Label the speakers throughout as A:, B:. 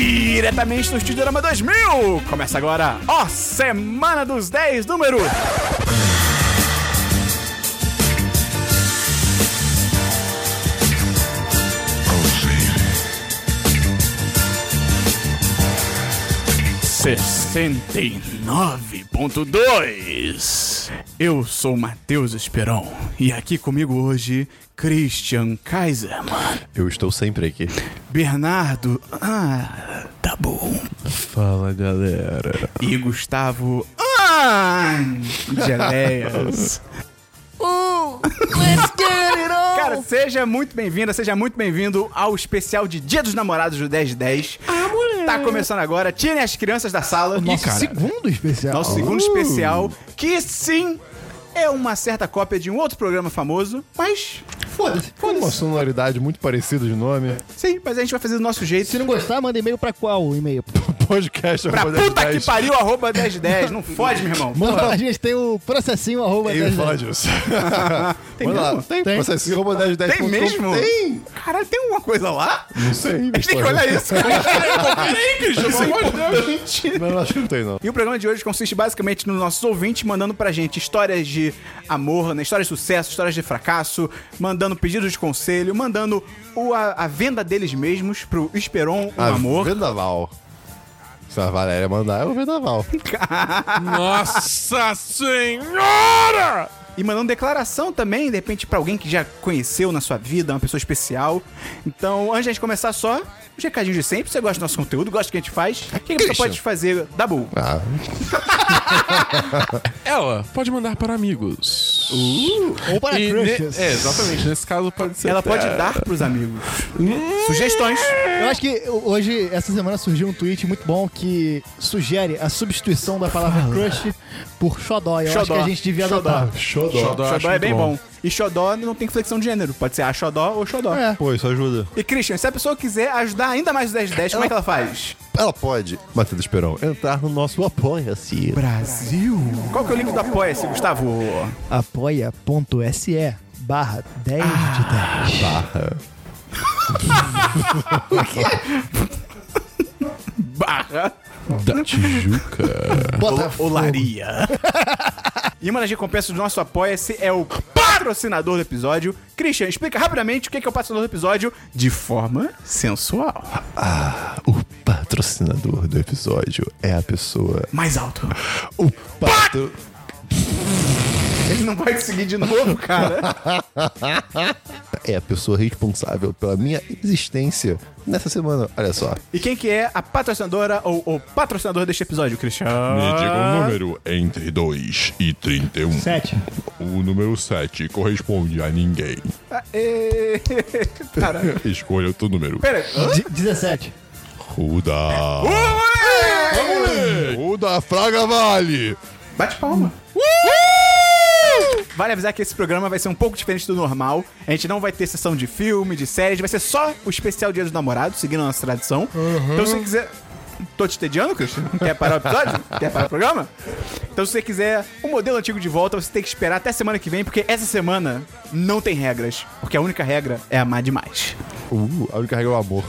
A: diretamente do Estúdio Drama 2000. Começa agora, ó, Semana dos 10, número... Sessenta e nove ponto dois. Eu sou Matheus Esperon e aqui comigo hoje Christian Kaiserman,
B: Eu estou sempre aqui.
A: Bernardo. Ah, tá bom.
B: Fala, galera.
A: E Gustavo. Ah, Geleias.
C: Let's get it on!
D: Oh.
A: Cara, seja muito bem-vinda, seja muito bem-vindo ao especial de Dia dos Namorados do 10 de 10. Ah, moleque! Tá começando agora. Tirem as crianças da sala.
E: Nosso
A: Ih, cara. Oh.
E: segundo especial.
A: Nosso segundo especial, que sim é uma certa cópia de um outro programa famoso, mas
E: Foda-se.
B: Uma
E: Foda-se.
B: sonoridade muito parecida de nome.
A: sim, mas a gente vai fazer do nosso jeito.
E: Se não gostar, manda e-mail pra qual e-mail?
B: Podcast
A: pra
B: arroba
A: puta
B: 1010.
A: que pariu, arroba 1010. Não fode, meu irmão.
E: Manda, a gente tem o processinho arroba
B: Tem o
E: 10.
B: Fala disso.
A: né, Tem
B: Manda lá.
A: mesmo?
B: Tem.
E: Tem.
B: Processinho arroba 1010.
A: Tem mesmo?
B: Tem.
A: Caralho, tem alguma coisa lá?
B: Não sei.
A: A gente tem que olhar isso. Peraí, Cristian, pelo amor de Deus.
B: Não, acho que não tem, não.
A: E o programa de hoje consiste basicamente nos nossos ouvintes mandando pra gente histórias de amor, né? histórias de sucesso, histórias de fracasso, mandando pedidos de conselho, mandando o, a, a venda deles mesmos pro Esperon um
B: Ah,
A: Amor.
B: Vendaval. Se a Valéria mandar, é o Vendaval.
F: Nossa senhora!
A: E mandando declaração também, de repente, pra alguém que já conheceu na sua vida, uma pessoa especial. Então, antes de a gente começar só, os recadinhos de sempre. Você gosta do nosso conteúdo, gosta do que a gente faz? O que, que você
B: Christian.
A: pode fazer? Dabu.
B: Ah,
F: Ela pode mandar para amigos.
E: Ou para
F: E
E: crushes.
F: ne- é, exatamente. Nesse caso pode ser.
A: Ela pode
F: até-
A: dar pros amigos sugestões.
E: Eu acho que hoje, essa semana, surgiu um tweet muito bom que sugere a substituição da palavra crush por xodó. Eu acho que
A: Xodó.
E: a gente devia
A: Xodó.
E: adotar.
B: xodó.
F: Xodó. eu acho
A: Xodó é
F: muito
A: bem bom. E Xodó não tem flexão de gênero. Pode ser a Xodó ou Xodó.
E: É.
B: Pô, isso ajuda.
A: E Christian, se a pessoa quiser ajudar ainda mais o 10 10, como é que ela faz?
B: Ela pode, Matheus Esperão, entrar no nosso Apoia-se.
A: Brasil. Qual que é o link do Apoia-se, Gustavo?
E: apoia.se barra 10 de 10.
B: Barra.
A: Barra.
F: Da Tijuca.
E: Botafogo.
A: Olaria. e uma das recompensas do nosso Apoia-se é o patrocinador do episódio. Christian, explica rapidamente o que é que é o patrocinador do episódio de forma sensual.
B: O patrocinador do episódio é a pessoa.
A: Mais alto.
B: O pato.
A: Ele não vai conseguir de novo, cara.
B: é a pessoa responsável pela minha existência nessa semana. Olha só.
A: E quem que é a patrocinadora ou o patrocinador deste episódio, Christian?
G: Me diga
F: Ah.
G: um número entre 2 e 31.
E: Sete.
G: O número 7 corresponde a ninguém.
A: Ê, Caralho.
G: Escolha outro número.
A: Pera.
E: De- 17.
G: O da. O da Fraga Vale!
A: Bate palma. Vale avisar que esse programa vai ser um pouco diferente do normal. A gente não vai ter sessão de filme, de séries, vai ser só o especial Dia dos Namorados, seguindo a nossa tradição. Então se você quiser. Tô te entediando, Christian? Quer parar o episódio? Quer parar o programa? Então, se você quiser o modelo antigo de volta, você tem que esperar até semana que vem, porque essa semana não tem regras. Porque a única regra é amar demais.
B: Uh, a única regra é o amor.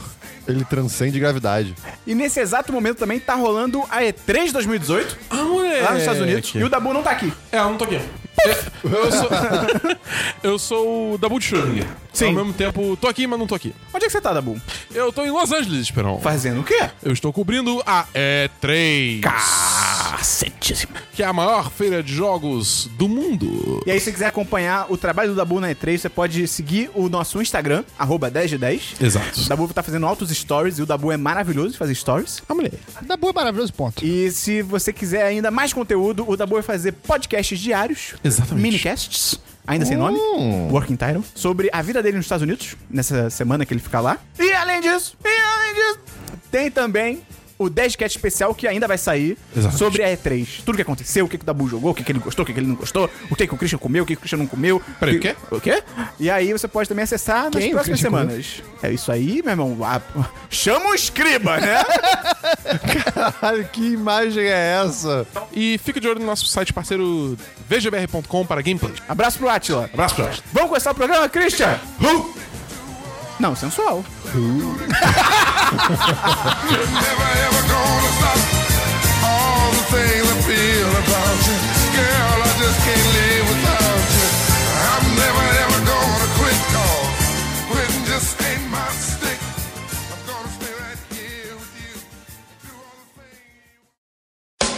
B: Ele transcende gravidade.
A: E nesse exato momento também tá rolando a E3 2018,
F: Ah, moleque.
A: lá nos Estados Unidos, e o Dabu não tá aqui.
F: É, eu não tô aqui. Eu, eu sou. eu sou o Dabu de Schrödinger.
A: Sim.
F: Ao mesmo tempo, tô aqui, mas não tô aqui.
A: Onde é que você tá, Dabu?
F: Eu tô em Los Angeles, Esperão.
A: Fazendo o quê?
F: Eu estou cobrindo a E3,
A: Cacetíssima.
F: que é a maior feira de jogos do mundo.
A: E aí, se você quiser acompanhar o trabalho do Dabu na E3, você pode seguir o nosso Instagram, arroba 10 de 10. O
F: Exato.
A: Dabu tá fazendo altos stories e o Dabu é maravilhoso de fazer stories.
F: A mulher.
E: Da boa, maravilhoso ponto.
A: E se você quiser ainda mais conteúdo, o Dabu vai fazer podcasts diários.
F: Exatamente. Hum.
A: Minicasts. Ainda sem nome. Working Title. Sobre a vida dele nos Estados Unidos, nessa semana que ele fica lá. E além disso, e além disso, tem também o 10 Cat especial que ainda vai sair
F: Exatamente.
A: sobre a E3. Tudo que aconteceu, o que, que o Dabu jogou, o que, que ele gostou, o que, que ele não gostou, o que, que o Christian comeu, o que, que o Christian não comeu.
F: Peraí,
A: E-
F: o quê?
A: O quê? E aí você pode também acessar nas
E: Quem o
A: próximas
E: Christian comeu?
A: semanas. É isso aí, meu irmão. Ah, chama o escriba, né?
B: Caralho, que imagem é essa?
F: E fica de olho no nosso site parceiro vgbr.com para gameplay.
A: Abraço pro Atila.
F: Abraço, Jorge.
A: Vamos começar o programa, Christian? Não, sensual.
C: Never ever gonna stop all the things I feel about you. Girl, I just can't live without you. I'm never ever gonna quit, cause quitting just ain't my stick. I'm gonna stay right here with you. Do all the things.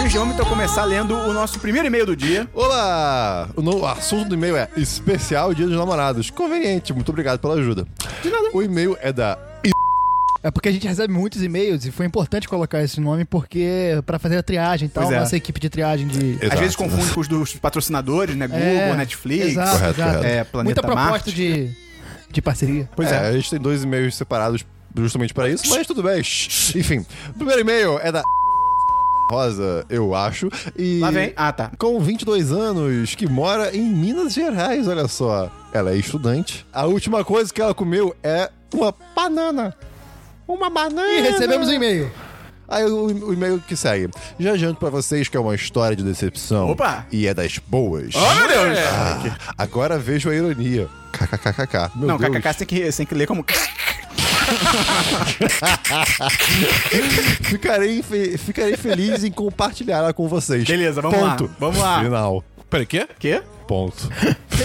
A: Christian, vamos então começar lendo o nosso primeiro e-mail do dia.
B: Olá! O no- o assunto do e-mail é especial Dia dos Namorados. Conveniente, muito obrigado pela ajuda. O e-mail é da
E: É porque a gente recebe muitos e-mails e foi importante colocar esse nome porque pra fazer a triagem e tal,
A: Pois é.
E: nossa equipe de triagem de
A: Às
B: Exato.
A: vezes confunde com os dos patrocinadores, né? Google,
E: É,
A: Netflix.
E: Exato,
B: Correto,
E: exato.
B: correto.
A: É, Planeta
E: Muita proposta
A: Marte.
E: de, de parceria.
B: Pois é, a gente tem dois e-mails separados justamente para isso, mas tudo bem. Enfim, o primeiro e-mail é da Rosa, eu acho, e
A: Lá vem. Ah, tá.
B: com 22 anos, que mora em Minas Gerais, olha só. Ela é estudante. A última coisa que ela comeu é uma banana. Uma banana.
A: É.
E: E recebemos um e-mail.
B: Aí o, o e-mail que segue. Já janto pra vocês que é uma história de decepção.
A: Opa!
B: E é das boas.
A: Oh, meu Deus!
B: Ah, agora vejo a ironia. KKKKK. Meu
A: Não,
B: Deus.
A: KKK você tem que, você tem que ler como...
B: Ficarei, fe- ficarei feliz em compartilhar ela com vocês.
A: Beleza, vamos lá,
B: Ponto.
A: vamos lá.
B: Final.
F: Peraí, quê?
A: Quê?
B: Ponto.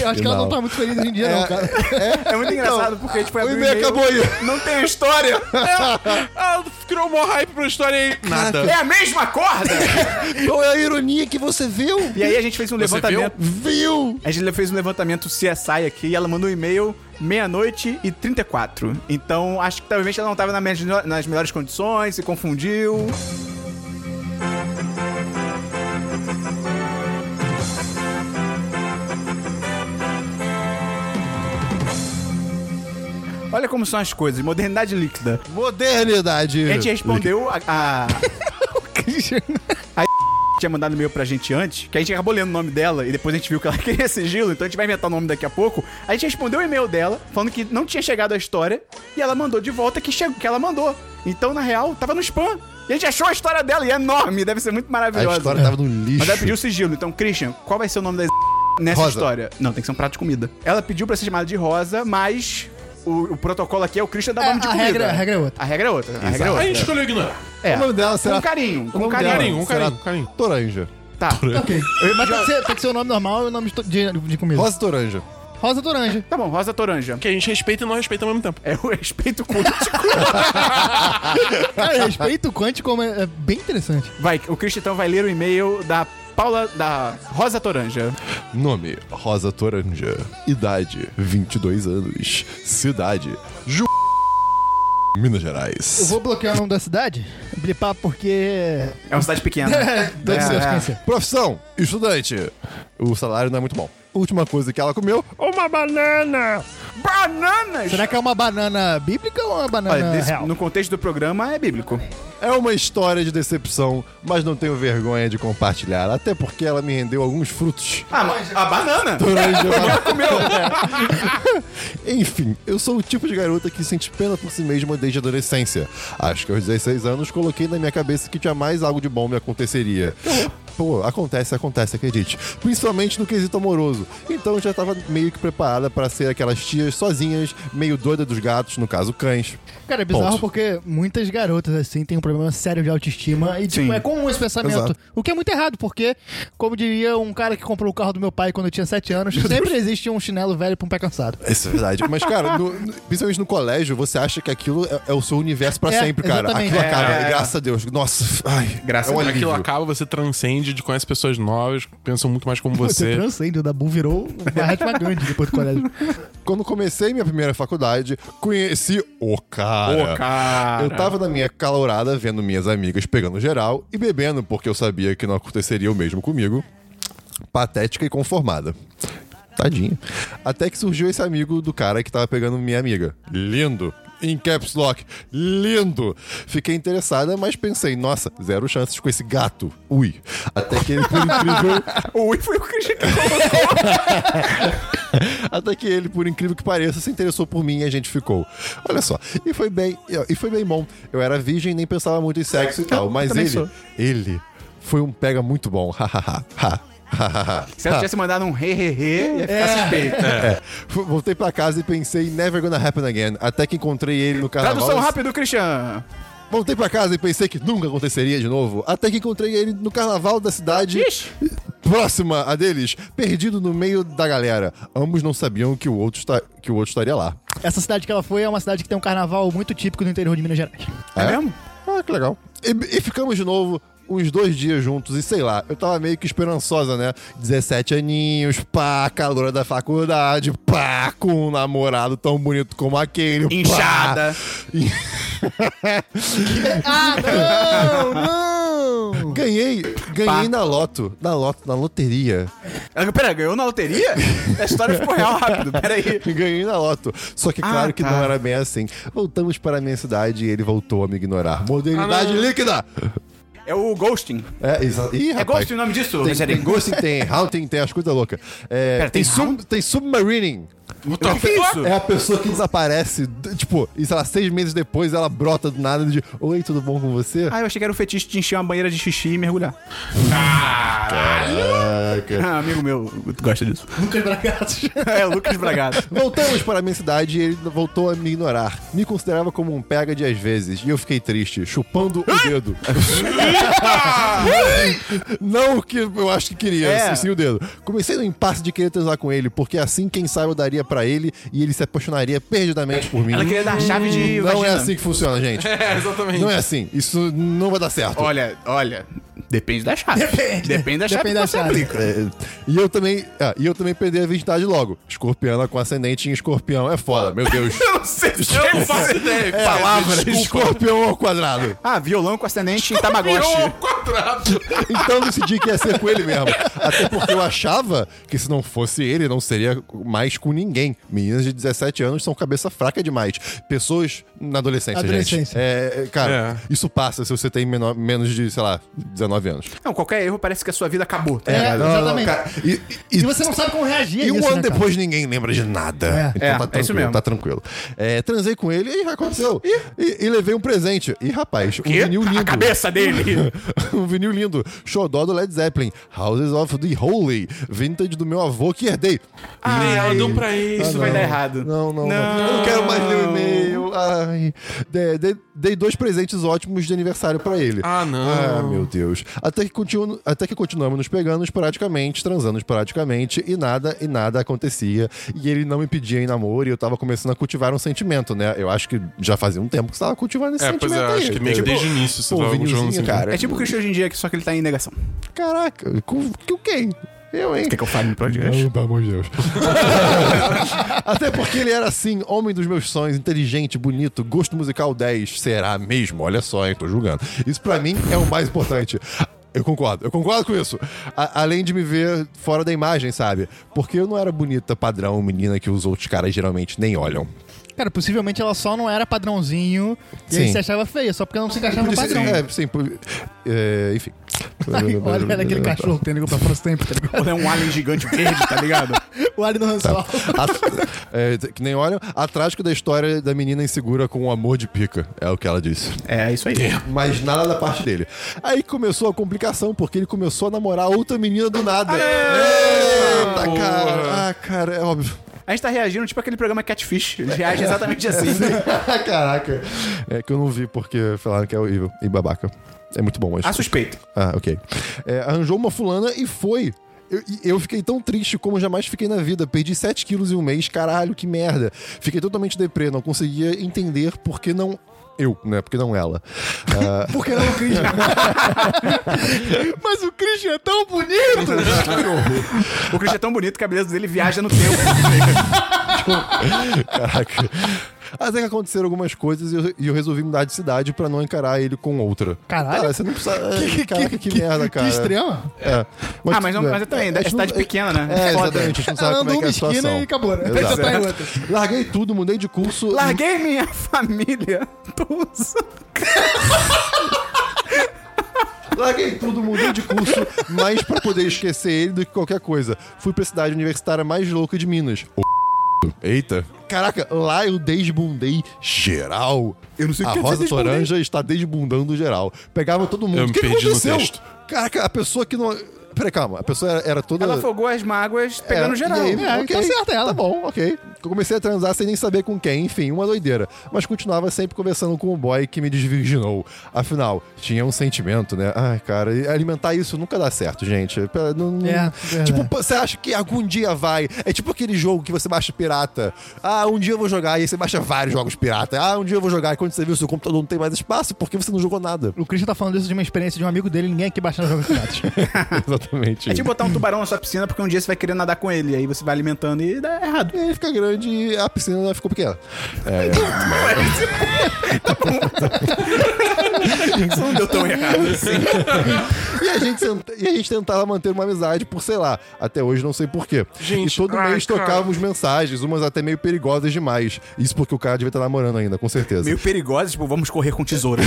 E: Eu acho que ela não
B: Final.
E: tá muito feliz hoje em dia, não, cara.
A: É
E: Então,
A: muito engraçado porque a gente foi
B: o
A: abrir
B: e-mail acabou aí.
A: Não tem história.
F: Ah, criou um maior hype pra história aí. Nada.
A: É a mesma corda.
B: Qual é a ironia que você viu?
A: E aí a gente fez um
F: Você
A: levantamento.
B: Viu?
A: A gente fez um levantamento CSI aqui e ela mandou um e-mail meia-noite e 34. Então, acho que talvez ela não tava na melhor- nas melhores condições, se confundiu. Olha como são as coisas, modernidade líquida.
B: Modernidade.
A: A gente respondeu a- a, tinha mandado e-mail pra gente antes, que a gente acabou lendo o nome dela e depois a gente viu que ela queria sigilo, então a gente vai inventar o nome daqui a pouco. A gente respondeu o e-mail dela, falando que não tinha chegado a história, e ela mandou de volta que, chegou, que ela mandou. Então, na real, tava no spam. E a gente achou a história dela, e é enorme, deve ser muito
B: A
A: maravilhosa.
B: história tava no lixo.
A: né? Mas ela pediu sigilo. Então, Christian, qual vai ser o nome da nessa
B: Rosa.
A: história? Não, tem que ser um prato de comida. Ela pediu pra ser chamada de Rosa, mas o, o protocolo aqui é o Christian dar
E: É,
A: nome de
E: a
A: comida.
E: regra- a regra é outra.
A: A regra é outra. A regra é
B: Exato.
F: A
A: outra.
F: gente escolheu ignorar.
A: É.
B: O nome dela será...
A: Com carinho,
B: o
A: com
B: nome
A: carinho.
B: dela
F: Carinho, um
B: será
F: carinho, carinho.
B: Toranja.
A: Tá.
E: ok. Mas tem que, ser, tem que ser o nome normal e o nome de, de- de comida. Rosa,
B: Rosa Toranja.
E: Toranja.
A: Tá bom, Rosa Toranja.
F: Que a gente respeita e não respeita ao mesmo tempo.
A: É o respeito quântico.
E: Cara, respeito quântico como é, é bem interessante.
A: Vai, o Cristitão vai ler o e-mail da Paula, da Rosa Toranja.
B: Nome, Rosa Toranja. Idade, 22 anos. Cidade, Ju... Minas Gerais.
E: Eu vou bloquear o nome da cidade, blipar porque...
A: É uma cidade pequena.
E: Deve ser,
A: é.
E: acho que é.
B: Profissão, estudante. O salário não é muito bom. Última coisa que ela comeu, uma banana.
A: Bananas!
E: Será que é uma banana bíblica ou uma banana
A: Olha, desse-
E: real?
A: no contexto do programa é bíblico.
B: É uma história de decepção, mas não tenho vergonha de compartilhar, até porque ela me rendeu alguns frutos.
A: Ah, mas a banana?
B: Laranja, Enfim, eu sou o tipo de garota que sente pena por si mesma desde a adolescência. Acho que aos 16 anos coloquei na minha cabeça que jamais algo de bom me aconteceria. Pô, acontece, acontece, acredite. Principalmente no quesito amoroso. Então eu já tava meio que preparada pra ser aquelas tias sozinhas, meio doida dos gatos, no caso cães.
E: Cara, é bizarro
B: Ponto.
E: porque muitas garotas, assim, têm um problema sério de autoestima. E, tipo,
A: Sim.
E: é comum esse pensamento.
B: Exato.
E: O que é muito errado, porque, como diria um cara que comprou o carro do meu pai quando eu tinha 7 anos, sempre existe um chinelo velho pra um pé cansado.
B: Isso é verdade. Mas, cara, no- no- principalmente no colégio, você acha que aquilo é, é o seu universo pra
E: É,
B: sempre, cara.
E: exatamente.
B: Aquilo
E: É,
B: acaba,
A: é, é.
B: graças a Deus. Nossa, ai,
A: Graças
B: é um
A: a Deus.
B: alívio.
F: Aquilo acaba, você transcende, de conhece pessoas novas, pensam muito mais como
E: Você
F: você.
E: transcende, o Dabu virou Mahatma Gandhi depois do colégio.
B: Quando comecei minha primeira faculdade, conheci o cara.
A: Ô, cara.
B: Eu tava na minha calorada vendo minhas amigas pegando geral e bebendo, porque eu sabia que não aconteceria o mesmo comigo. Patética e conformada. Tadinha. Até que surgiu esse amigo do cara que tava pegando minha amiga. Lindo. em caps lock. Lindo! Fiquei interessada, mas pensei, nossa, zero chances com esse gato. Ui. Até que ele, por incrível,
A: O Wii foi o Christian que
B: Até que ele, por incrível que pareça, se interessou por mim e a gente ficou. Olha só, e foi bem, e foi bem bom. Eu era virgem, nem pensava muito em sexo e tal, mas
A: também
B: ele,
A: sou.
B: ele foi um pega muito bom. Hahaha. Ha, ha, ha,
A: Se ela
B: ha.
A: tivesse mandado um re, re, re, ia ficar suspeita.
B: É. F- Voltei pra casa e pensei never gonna happen again. Até que encontrei ele no carnaval.
A: Tradução rápido, Christian.
B: Voltei pra casa e pensei que nunca aconteceria de novo. Até que encontrei ele no carnaval da cidade. Próxima a deles, perdido no meio da galera. Ambos não sabiam que o outro, esta- que o outro estaria lá.
E: Essa cidade que ela foi é uma cidade que tem um carnaval muito típico do interior de Minas Gerais.
A: É, mesmo?
B: Ah, que legal. E, e ficamos de novo uns dois dias juntos, e sei lá, eu tava meio que esperançosa, né? 17 aninhos, pá, calor da faculdade, pá, com um namorado tão bonito como aquele. pá.
A: Inchada.
B: Ganhei, ganhei na loto, na loto, na loteria.
A: Ela, Pera, Ah, ganhou na loteria? A história ficou real rápido, peraí.
B: Ganhei na loto. Só que claro que
A: tá.
B: não era bem assim. Voltamos para a minha cidade e ele voltou a me ignorar.
A: Ah,
B: Modernidade líquida!
A: É o Ghosting.
B: É, exa- Ih,
A: É
B: rapaz.
A: Ghosting o nome disso?
B: Tem,
A: Rogerinho?
B: tem ghosting, tem haunting, tem as coisas loucas. É,
A: Pera,
B: tem,
A: tem
B: sub-
A: haunt?
B: tem submarining.
A: O que que é isso?
B: É a pessoa que desaparece, d- tipo, e sei lá, seis meses depois ela brota do nada de Oi, tudo bom com você?
A: Ah, eu achei que era o fetiche de encher uma banheira de xixi e mergulhar.
B: Caraca.
A: Ah, amigo meu gosta disso.
E: Lucas Bragatos.
A: É, o Lucas Bragato.
B: Voltamos para a minha cidade e ele voltou a me ignorar. Me considerava como um pega de às vezes, e eu fiquei triste, chupando o dedo. Não o que eu acho que queria,
A: É.
B: sim, sim o dedo. Comecei no impasse de querer transar com ele, porque assim, quem sabe, eu daria pra ele e ele se apaixonaria perdidamente por mim.
A: Ela queria então. dar a chave de
B: Não é
A: vagina.
B: assim que funciona, gente.
F: É, exatamente.
B: Não é assim. Isso não vai dar certo.
A: Olha, olha. Depende da chave.
E: Depende.
A: Depende da chave
E: Depende
A: que
E: da
A: você
E: chave.
A: aplica.
B: É, e eu também. ah, e eu também perdi a identidade logo. Escorpiana com ascendente em escorpião. É foda, meu Deus.
A: Eu não sei se
F: Eu não faço ideia.
B: É, Escorpião ao quadrado.
A: Ah, violão com ascendente em Tamagotchi.
F: quadrado.
B: Então eu decidi que ia ser com ele mesmo. Até porque eu achava que se não fosse ele, não seria mais com ninguém. Meninas de 17 anos são cabeça fraca demais. Pessoas na adolescência, gente.
E: Adolescência.
B: É, é, cara, isso passa se você tem menor- menos de, sei lá, 19 anos.
A: Não, qualquer erro parece que a sua vida acabou. tá?
E: É, exatamente.
B: e, e-
E: E você não sabe como reagir
B: E
E: a
B: um
E: isso,
B: ano
E: né, cara?
B: depois ninguém lembra de nada. Então
A: É,
B: tá
A: é
B: tranquilo,
A: isso mesmo.
B: Tá tranquilo. É, transei com ele e aconteceu. E, e levei um presente. E rapaz, um
A: Quê?
B: vinil lindo.
A: É. A cabeça dele.
B: um vinil lindo. Xodó do Led Zeppelin. Houses of the Holy. Vintage do meu avô que herdei.
F: Ai, Ah, ela deu é, pra
A: Ah, Isso
F: isso.
A: vai dar errado.
B: Não, não, não. Eu não quero mais ler o e-mail. Ai. De- de- dei dois presentes ótimos de aniversário pra ele.
F: Ah, não.
B: Ah, meu Deus. Até que, continu, até que continuamos nos pegando esporadicamente, transando esporadicamente, e nada, e nada acontecia. E ele não me pedia em namoro, e eu tava começando a cultivar um sentimento, né? Eu acho que já fazia um tempo que você tava cultivando esse
F: É, pois
B: sentimento
F: é,
B: aí. Tipo,
F: acho que meio que desde o início você
B: pô,
F: tava assim, né?
B: vinilzinho,
F: cultivando esse
B: cara.
A: É tipo o Christian hoje em dia, que só que ele tá em negação.
B: Caraca, com, com quem? Eu, hein?
A: Quer que eu fale no podcast?
B: Não, pelo amor de Deus. Até porque ele era assim, homem dos meus sonhos, inteligente, bonito, gosto musical 10. Será mesmo? Olha só, hein? Tô julgando. Isso pra mim é o mais importante. Eu concordo, eu concordo com isso. A- além de me ver fora da imagem, sabe? Porque eu não era bonita, padrão, menina que os outros caras geralmente nem olham.
E: Cara, possivelmente ela só não era padrãozinho e
B: Sim.
E: aí se achava feia, só porque ela não se encaixava no
B: Podia ser-
E: padrão.
B: é, sim, po- é, enfim.
E: Ai, olha né? olha aquele cachorro que tem negócio pra fora sempre, tá ligado? Tá.
A: Ou é um alien gigante verde, tá ligado?
E: O Alien no Rançol.
B: At- é, que nem olham. A trágica da história da menina insegura com o amor de pica. É o que ela disse.
A: É isso aí.
B: Mas nada da parte dele. Aí começou a complicação, porque ele começou a namorar outra menina do nada. Eita, cara. Ah, cara, é óbvio.
A: A gente tá reagindo tipo aquele programa Catfish. Ele reage exatamente assim.
B: Caraca. É que eu não vi porque falaram que é horrível e babaca. É muito bom, mas.
A: A suspeita.
B: Ah, ok. É, arranjou uma fulana e foi. Eu, e eu fiquei tão triste como jamais fiquei na vida. Perdi 7 quilos em um mês, caralho, que merda. Fiquei totalmente deprê, não conseguia entender por que não. Eu, né? Porque não ela. Ah,
E: Por que não o Christian? Mas o Christian é tão bonito!
A: O Christian é tão bonito que a beleza dele viaja no tempo.
B: Caraca. Até que aconteceram algumas coisas e eu, e eu resolvi mudar de cidade pra não encarar ele com outra.
E: Caralho.
B: Cara, você não precisa. Caraca, que, merda, cara.
E: Que extrema.
B: É.
A: Ah, mas, não-
B: tudo bem.
A: mas eu também,
B: a
A: é
B: gente
A: cidade
B: não-
A: pequena, né?
B: É,
A: Foda.
B: exatamente. A gente não sabe
E: Ela
B: como é
E: andou
B: que é a
E: uma esquina
B: situação.
E: e acabou, né?
B: Exato.
E: Já tá em outra.
B: Larguei tudo, mudei de curso.
A: Larguei minha família. Tô usando.
B: Larguei tudo, mudei de curso, mais pra poder esquecer ele do que qualquer coisa. Fui pra cidade universitária mais louca de Minas. O Eita. Caraca, lá eu desbundei geral.
A: Eu não sei o
B: a
A: que quer dizer
B: Rosa
A: desbundei.
B: Toranja está desbundando geral. Pegava todo mundo.
F: Eu me
B: O que que
F: perdi no
B: aconteceu?
F: texto.
B: Caraca, a pessoa que não... Peraí, calma. A pessoa era, era toda...
A: Ela afogou as mágoas pegando
B: É,
A: geral.
B: e aí,
E: É,
B: ok,
E: tá certa ela.
B: Tá bom, ok. Eu comecei a transar sem nem saber com quem, enfim, uma doideira. Mas continuava sempre conversando com o boy que me desvirginou. Afinal, tinha um sentimento, né? Ai, cara, e alimentar isso nunca dá certo, gente. Pera, Não, não-
E: É, verdade.
B: tipo, pô, você acha que algum dia vai. É tipo aquele jogo que você baixa pirata. Ah, um dia eu vou jogar, e aí você baixa vários jogos pirata. Ah, um dia eu vou jogar, e quando você viu, seu computador não tem mais espaço, porque você não jogou nada.
E: O Christian tá falando isso de uma experiência de um amigo dele, ninguém aqui baixando jogos piratas.
B: Exatamente.
A: É tipo botar um tubarão na sua piscina porque um dia você vai querer nadar com ele. Aí você vai alimentando e dá errado.
B: E aí fica grande e a piscina ficou pequena. É.
A: Tá Isso não deu tão errado assim.
B: E a, gente senta- e a gente tentava manter uma amizade por, sei lá, até hoje não sei porquê.
F: Gente,
B: e todo
F: ai,
B: mês
F: cara.
B: tocávamos mensagens, umas até meio perigosas demais. Isso porque o cara devia estar namorando ainda, com certeza.
A: Meio perigosa, tipo, vamos correr com tesoura.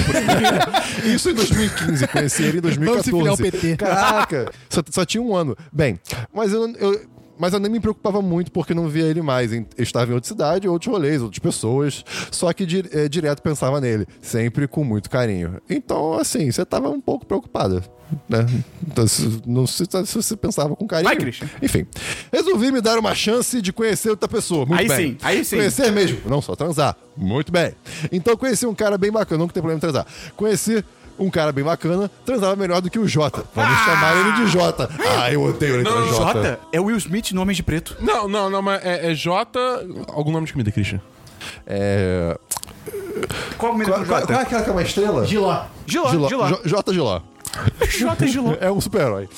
B: Isso em 2015, conheci ele em 2014.
E: Vamos se filiar ao PT.
B: Caraca, só, só tinha um ano. Bem, mas eu, eu- mas eu nem me preocupava muito porque não via ele mais. Eu estava em outra cidade, outros rolês, outras pessoas. Só que di- eh, direto pensava nele, sempre com muito carinho. Então, assim, você estava um pouco preocupada. Né? Então, se- não sei se você pensava com carinho.
A: Vai, Christian.
B: Enfim, resolvi me dar uma chance de conhecer outra pessoa. Muito
A: Aí
B: bem.
A: sim, aí sim.
B: Conhecer mesmo, não só transar. Muito bem. Então conheci um cara bem bacana, não que tem problema em transar. Conheci um cara bem bacana, transava melhor do que o Jota. Vamos chamar ele de Jota. Ah, eu odeio a letra
F: Não,
B: Jota.
A: Ah! Jota é Will Smith no Homem de Preto.
F: Não, não, não, mas é, é J. Algum nome de comida, Christian?
B: É...
A: Qual o menino
B: Qual,
A: do
B: qual, qual é
A: Jota?
B: aquela que é uma estrela?
E: Giló.
A: Giló,
B: Giló.
A: Giló.
B: Jo- Jota Giló.
A: Jota e Giló.
B: É um super-herói.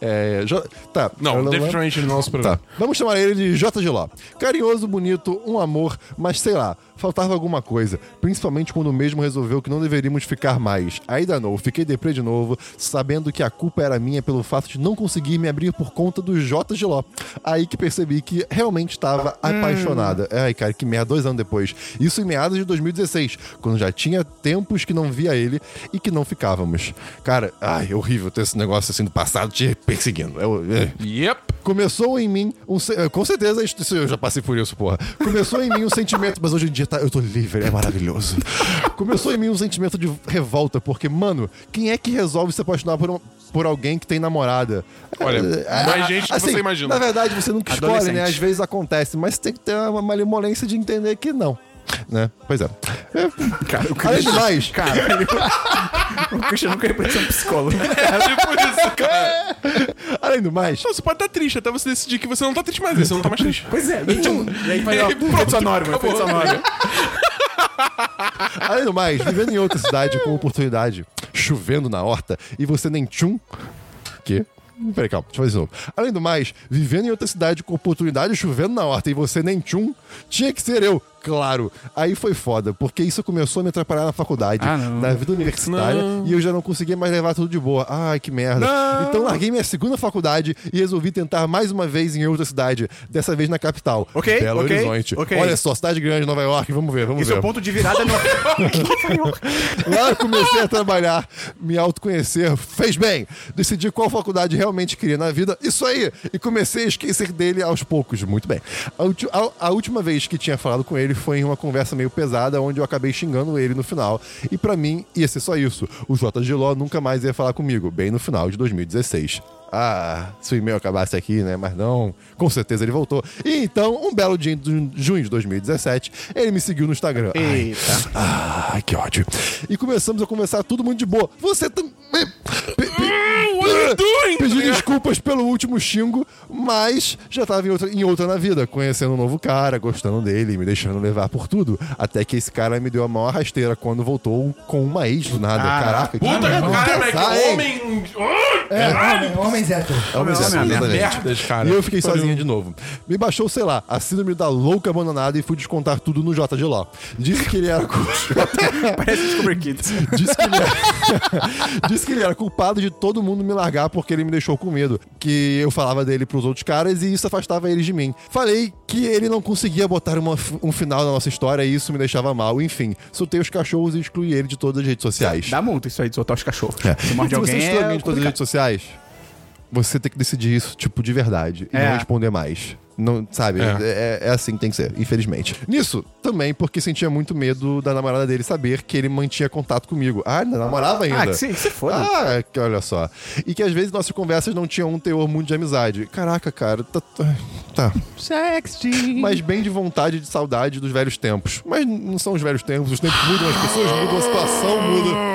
B: É... Jo... Tá. eu
F: Não,
B: lembro-
F: definitivamente não é o super
B: Tá. Vamos chamar ele de J. Giló. Carinhoso, bonito, um amor, mas sei lá, faltava alguma coisa. Principalmente quando o mesmo resolveu que não deveríamos ficar mais. Aí danou, fiquei deprê de novo, sabendo que a culpa era minha pelo fato de não conseguir me abrir por conta do J. Giló. Aí que percebi que realmente estava apaixonada. Ai, cara, que merda, dois anos depois. Isso em meados de 2016, quando já tinha tempos que não via ele e que não ficávamos. Cara, ai, é horrível ter esse negócio assim do passado te perseguindo. É, é,
F: Yep.
B: Começou em mim um. se- eh, Com certeza isso- isso eu já passei por isso, porra. Começou em mim um sentimento. Mas hoje em dia tá- eu tô livre, é maravilhoso. Começou em mim um sentimento de revolta, porque, mano, quem é que resolve se apaixonar por, um- por alguém que tem namorada?
F: Olha,
B: É,
F: mais
B: a-
F: gente que
B: assim,
F: você imagina.
B: Na verdade, você nunca escolhe,
A: Adolescente.
B: né? Às vezes acontece, mas tem que ter uma malemolência de entender que não. Né? Pois é. é. Além do mais,
A: O Christian nunca ia parecer um psicólogo.
F: É tipo isso, cara.
B: além do mais,
F: Não, Então, você pode estar triste até você decidir que você não tá triste mais. Aí você não tá mais triste.
A: Pois é. E aí faz, ó, efeito sonoro, meu, efeito sonoro.
B: Além do mais, vivendo em outra cidade com oportunidade, chovendo na horta e você nem tchum. Que? Peraí, calma, deixa eu fazer de novo. Além do mais, vivendo em outra cidade com oportunidade, chovendo na horta e você nem tchum, tinha que ser eu, claro. Aí foi foda, porque isso começou a me atrapalhar na faculdade,
A: Ah, não.
B: na vida universitária, e eu já não conseguia mais levar tudo de boa. Ai, que merda. Então larguei minha segunda faculdade e resolvi tentar mais uma vez em outra cidade, dessa vez na capital.
A: Ok,
B: Belo
A: ok,
B: Horizonte.
A: ok.
B: Olha só, cidade grande, Nova York, vamos ver, vamos
A: Esse
B: ver.
A: é o ponto de virada no...
B: Lá eu comecei a trabalhar, me autoconhecer, fez bem. Decidi qual faculdade realmente queria na vida, isso aí. E comecei a esquecer dele aos poucos, muito bem. A, ulti- a- a última vez que tinha falado com ele foi em uma conversa meio pesada, onde eu acabei xingando ele no final. E pra mim, ia ser só isso. O J. Giló nunca mais ia falar comigo, bem no final de 2016. Ah, se o e-mail acabasse aqui, né? Mas não, com certeza ele voltou. E então, um belo dia de junho de 2017, ele me seguiu no Instagram. Ai,
A: Eita.
B: ah, que ódio. E começamos a conversar tudo muito de boa. Você também. Pe- pe-
F: you doing?
B: Pedi desculpas pelo último xingo, mas já tava em outra, em outra na vida, conhecendo um novo cara, gostando dele, me deixando levar por tudo. Até que esse cara me deu a maior rasteira quando voltou com uma ex do nada.
A: Ah,
B: Caraca, que
F: Puta que
B: merda.
F: cara, velho,
B: Ah,
F: que
B: hein?
F: homem.
E: É, homem, homens héteros.
B: É uma
A: Homem,
B: merda,
A: homem,
B: exatamente.
F: merdas, cara. Tipo,
B: E eu fiquei sozinha de novo. Me baixou, sei lá, a síndrome da louca abandonada e fui descontar tudo no J de Ló. Disse que ele era.
A: Parece Discovery Kids.
B: Disse que, ele era... Disse que ele era culpado de todo mundo me largar porque ele me deixou com medo. Que eu falava dele pros outros caras e isso afastava eles de mim. Falei que ele não conseguia botar uma f- um final na nossa história e isso me deixava mal. Enfim, soltei os cachorros e excluí ele de todas as redes sociais.
A: Dá multa isso aí de soltar os cachorros. Se
B: Se
A: morde
B: você
A: alguém,
B: exclui
A: é
B: alguém de todas
A: complicado.
B: as redes sociais, você tem que decidir isso, tipo, de verdade. E
A: É.
B: não responder mais. Não, sabe? É. é assim que tem que ser, infelizmente. Nisso, também porque sentia muito medo da namorada dele saber que ele mantinha contato comigo. Ah, ainda namorava ainda.
A: Ah, que se, que se foda.
B: Ah, que olha só. E que às vezes nossas conversas não tinham um teor muito de amizade. Caraca, cara, tá. tá- tá.
E: Sexting.
B: Mas bem de vontade e de saudade dos velhos tempos. Mas não são os velhos tempos, os tempos mudam, as pessoas mudam, a situação muda.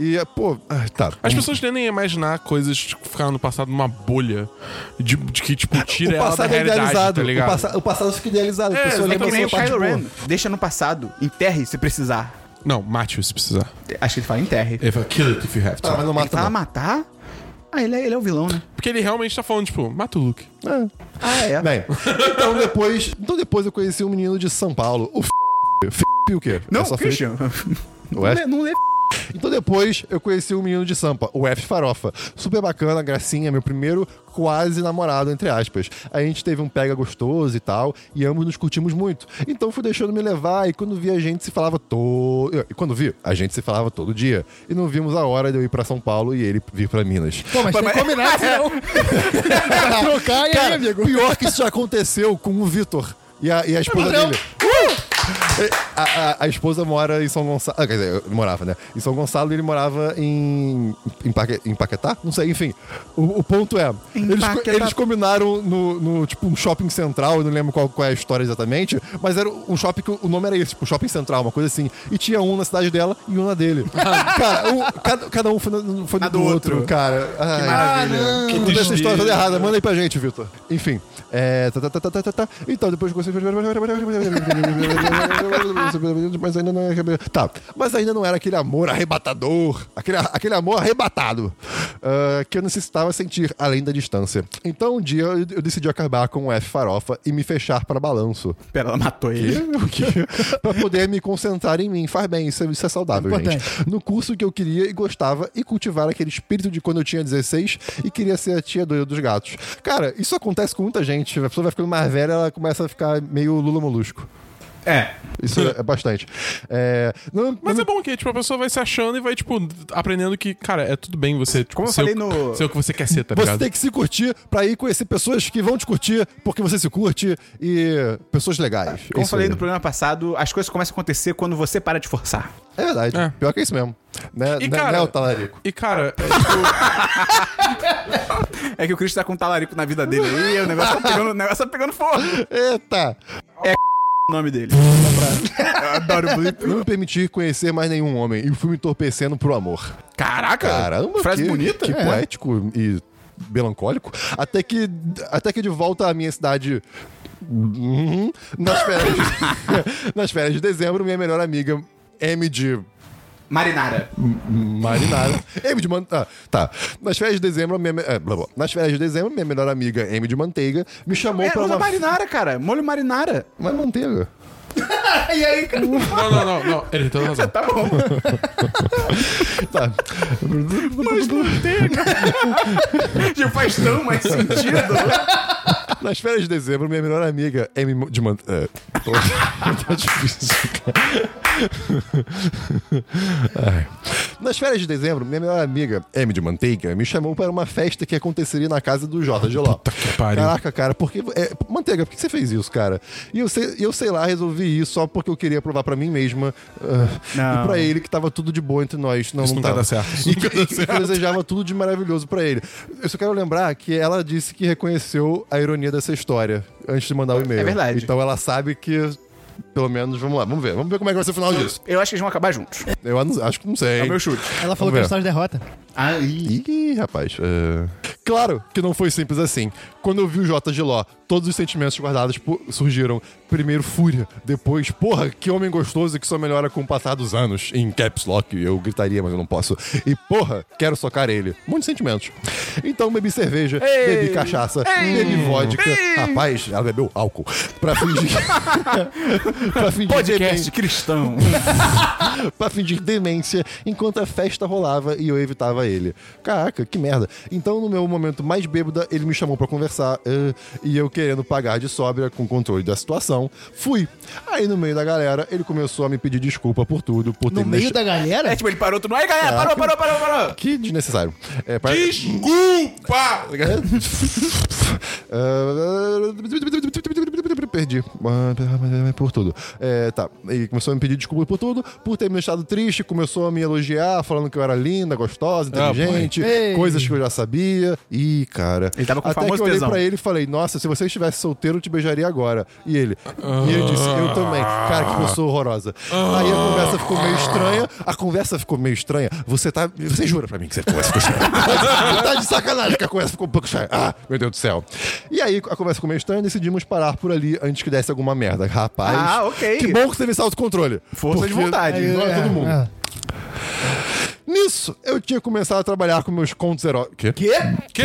B: E, é, pô, ah, tá.
F: As pessoas tendem a imaginar coisas que ficaram no passado numa bolha de, de que, tipo, tira ela da realidade, tá ligado?
B: é o, passa- o passado fica idealizado.
F: É,
B: a pessoa
A: É
B: lembra
A: que nem
B: só a
A: o
B: parte
A: Kylo
B: boa.
A: Ren. Deixa no passado. Enterre se precisar.
F: Não, mate-o se precisar.
A: Acho que ele fala enterre.
F: Ele fala, kill it if you have to.
B: Ah, mas não
A: Ele
B: mata
A: fala
B: não.
A: matar? Ah, ele é, ele é o vilão, né?
F: Porque ele realmente tá falando, tipo, mata o Luke.
A: Ah, é.
B: Bem, então depois, então depois eu conheci um menino de São Paulo, o f... F... o quê?
A: Não,
B: É só feio?
A: Christian.
B: O F?
A: Não, não lê.
B: Então depois eu conheci um menino de Sampa, o F Farofa. Super bacana, gracinha, meu primeiro quase namorado, entre aspas. A gente teve um pega gostoso e tal, e ambos nos curtimos muito. Então fui deixando me levar, e quando vi a gente se falava todo... E quando vi, a gente se falava todo dia. E não vimos a hora de eu ir pra São Paulo e ele vir pra Minas.
E: Pô, mas, tem né? que combinar,
B: É.
E: senão... Vai trocar e aí,
B: Cara,
E: amigo?
B: pior que isso já aconteceu com o Vitor e a, e a esposa
E: Padrão.
B: dele. A, a- a esposa mora em São Gonçalo. Ah, quer dizer, eu morava, né? Em São Gonçalo e ele morava em. Em, Paque- em Paquetá? Não sei, enfim. O, o ponto é.
A: Em
B: Eles, co-
A: Paquetá.
B: eles combinaram no, no, tipo um shopping central, eu não lembro qual, qual é a história exatamente, mas era um shopping que o nome era esse, tipo shopping central, uma coisa assim. E tinha um na cidade dela e um na dele. cara, um- cada, cada um foi, na- foi
A: Na
B: do,
A: do
B: outro,
A: outro.
B: cara. Ai,
A: Maravilha.
B: que Mudou essa história toda errada. Manda aí pra gente, Vitor. Enfim. É. Tá, tá, tá, tá, tá, tá, tá. Então, depois que você. Mas ainda não é. Tá. Mas ainda não era aquele amor arrebatador. Aquele, aquele amor arrebatado. ah, que eu necessitava sentir além da distância. Então, um dia eu, eu decidi acabar com o F farofa e me fechar pra balanço.
A: Pera, ela matou ele.
B: O quê? pra poder me concentrar em mim. Faz bem, isso é, isso é saudável,
E: Importante.
B: gente. No curso que eu queria e gostava e cultivar aquele espírito de quando eu tinha 16 e queria ser a tia doida dos gatos. Cara, isso acontece com muita gente. A pessoa vai ficando mais velha, ela começa a ficar meio lula molusco.
A: É.
B: Isso é bastante. É, não,
F: Mas
B: não-
F: é bom que, tipo, a pessoa vai se achando e vai, tipo, aprendendo que, cara, é tudo bem você, tipo,
A: Como eu
F: ser,
A: falei
F: o,
A: no-
F: ser o que você quer ser, tá
B: Você
F: ligado?
B: tem que se curtir pra ir conhecer pessoas que vão te curtir porque você se curte e pessoas legais.
A: Como eu
B: Isso
A: falei
B: aí.
A: no programa passado, as coisas começam a acontecer quando você para de forçar.
B: É verdade.
F: É.
B: Pior que é isso mesmo. Né,
F: E,
B: né-
F: cara-
B: né, o talarico.
F: E, cara, é, tipo,
A: É que o Christian tá com um talarico na vida dele aí, o negócio tá pegando, o negócio tá pegando fogo.
B: Eita!
A: O nome dele. Eu adoro o blip.
B: Não me permitir conhecer mais nenhum homem. E fui me entorpecendo pro amor.
A: Caraca!
B: Caramba,
A: Frase
B: que,
A: bonita.
B: que
A: É.
B: poético e melancólico. Até que, até que de volta à minha cidade. Uhum. Nas férias, nas férias de dezembro, minha melhor amiga, M de
A: Marinara.
B: Marinara. M de Man... ah, tá. Nas férias de dezembro, minha. me- é, blá, blá. Nas férias de dezembro, minha melhor amiga, M de Manteiga, me chamou
A: É,
B: pra
A: usa
B: uma.
A: marinara, cara. Molho marinara.
B: Mas manteiga.
E: E aí, cara?
F: não, não, não, não, ele tem toda razão.
A: Tá bom.
B: Tá.
A: Mas não tem. Já Tipo, faz tão mais sentido.
B: Nas férias de dezembro, minha melhor amiga, M de Man... É, tô- tá difícil, cara. Ai. Nas férias de dezembro, minha melhor amiga, M de Manteiga, me chamou para uma festa que aconteceria na casa do Jota de Ló.
F: Puta que pariu.
B: Caraca, cara, por que... é, Manteiga, por que você fez isso, cara? E eu sei, eu sei lá, resolvi ir só porque eu queria provar pra mim mesma ah,
A: Não.
B: e pra ele que tava tudo de boa entre nós. Não,
F: Isso
B: não
F: nunca
B: tava.
F: dá certo. Isso
B: E que, e que eu desejava tudo de maravilhoso pra ele. Eu só quero lembrar que ela disse que reconheceu a ironia dessa história antes de mandar o e-mail.
A: É verdade.
B: Então ela sabe que. Pelo menos, vamos lá, vamos ver. Vamos ver como é que vai ser o final disso.
A: Eu acho que eles vão acabar juntos.
B: Eu anu- acho que não sei.
A: É o
B: hein?
A: meu chute.
E: Ela falou que
B: ver.
E: eu estava de derrota.
A: Aí.
B: Ih, rapaz. é. Claro que não foi simples assim. Quando eu vi o J de Ló, todos os sentimentos guardados pô, surgiram. Primeiro fúria, depois, porra, que homem gostoso que só melhora com o passar dos anos. Em caps lock, eu gritaria, mas eu não posso. E porra, quero socar ele. Muitos sentimentos. Então bebi cerveja, bebi cachaça, bebi vodka. Rapaz, ela bebeu álcool. Pra fingir. pra fingir demen-
A: Podcast cristão.
B: pra fingir demência enquanto a festa rolava e eu evitava ele. Caraca, que merda. Então, no meu momento mais bêbada, ele me chamou pra conversar eh, e eu querendo pagar de sóbria com controle da situação, fui. Aí, no meio da galera, ele começou a me pedir desculpa por tudo, por ter
E: No
B: me
E: meio
B: deixa-
E: da galera?
A: É tipo, ele parou, tu não. Aí, galera, parou, parou, parou, parou.
B: Que desnecessário. É, pra...
F: Desculpa!
B: É. Perdi. Ah, Por tudo. É, tá. Ele começou a me pedir desculpa por tudo, por ter me deixado triste, começou a me elogiar, falando que eu era linda, gostosa,
F: Ah,
B: inteligente,
E: Ei.
B: coisas que eu já sabia. Ih, cara.
A: Ele tava com o
B: Até que
A: famoso
B: eu olhei
A: tesão.
B: pra ele e falei, nossa, se você estivesse solteiro, eu te beijaria agora. E ele. E ele disse, eu também. Cara, que pessoa horrorosa. Aí a conversa ficou meio estranha. A conversa ficou meio estranha. Você tá. Você jura pra mim que você conversa com estranha. tá de sacanagem que a conversa ficou um pouco estranha. Ah, meu Deus do céu. E aí a conversa ficou meio estranha e decidimos parar por ali antes que desse alguma merda. Rapaz.
A: Ah, ok.
B: Que bom que você teve esse autocontrole.
A: Força de
B: Porque
A: vontade.
B: Não é
E: É,
B: todo mundo.
E: é.
B: Nisso, eu tinha começado a trabalhar com meus contos heróis. Quê?
E: Quê? Quê?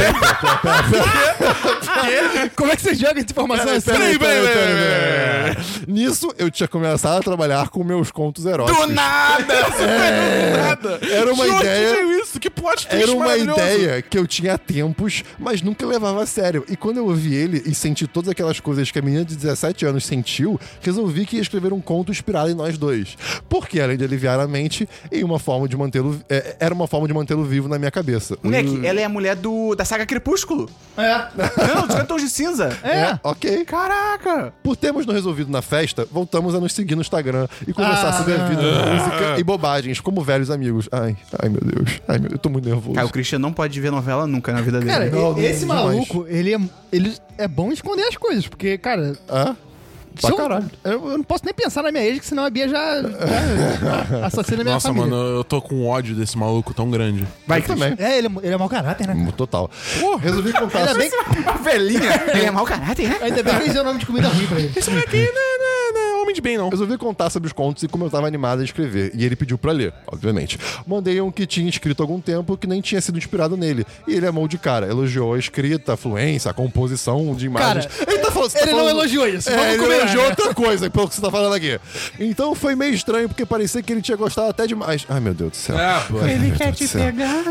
E: Como é que você joga essa informação assim?
B: Peraí, peraí, peraí, peraí. Nisso, eu tinha começado a trabalhar com meus contos eróticos.
F: Do nada! Do nada!
B: Era É uma
F: De onde
B: ideia-
F: veio isso? Que plot twist
B: Era uma
F: maravilhoso.
B: ideia que eu tinha há tempos, mas nunca levava a sério. E quando eu ouvi ele e senti todas aquelas coisas que a menina de 17 anos sentiu, resolvi que ia escrever um conto inspirado em nós dois. Porque, além de aliviar a mente, e uma forma de mantê-lo. é, era uma forma de mantê-lo vivo na minha cabeça. Hum,
A: Moleque, ela é a mulher do, da saga Crepúsculo.
E: É.
A: Não, dos Cantões de Cinza.
B: É, ok.
A: Caraca.
B: Por termos não resolvido na festa, voltamos a nos seguir no Instagram e conversar
E: Ah.
B: sobre a vida, música e bobagens, como velhos amigos. Ai, ai meu Deus. Ai, meu, eu tô muito nervoso.
A: Cara, o Christian não pode ver novela nunca na vida dele.
E: Cara,
B: Não, não,
E: e- esse
B: demais.
E: maluco, ele é, ele é bom em esconder as coisas, porque, cara.
B: Hã?
E: se
B: Pra
E: eu-
B: caralho.
E: Eu, eu não posso nem pensar na minha ex, que senão a Bia já, já assassina a
B: É
E: minha
F: Nossa,
E: família.
F: mano, eu tô com ódio desse maluco tão grande.
A: Vai,
B: Eu
A: Christian.
B: também.
E: É, ele, é- ele é mau caráter, né?
B: Total. Resolvi contar.
E: Ainda bem,
A: Uma velhinha. Ele é mau caráter, né?
E: ainda bem que eles o nome de comida ruim pra ele.
F: Esse moleque aí não, é- não é homem de bem, não.
B: Resolvi contar sobre os contos e como eu tava animado a escrever. E ele pediu pra ler, obviamente. Mandei um que tinha escrito há algum tempo que nem tinha sido inspirado nele. E ele amou de cara. Elogiou a escrita, a fluência, a composição de imagens.
E: Cara,
B: ele tá falando, você tá
E: ele não
B: falando-
E: elogiou isso.
B: É,
E: Vamos
B: ele
E: combinar,
B: elogiou
E: né?
B: outra coisa, pelo que você tá falando aqui. Então foi meio estranho, porque parecia que ele tinha gostado até demais. Ai, meu Deus do céu.
F: Ah, pô.
B: É. Ele quer te pegar.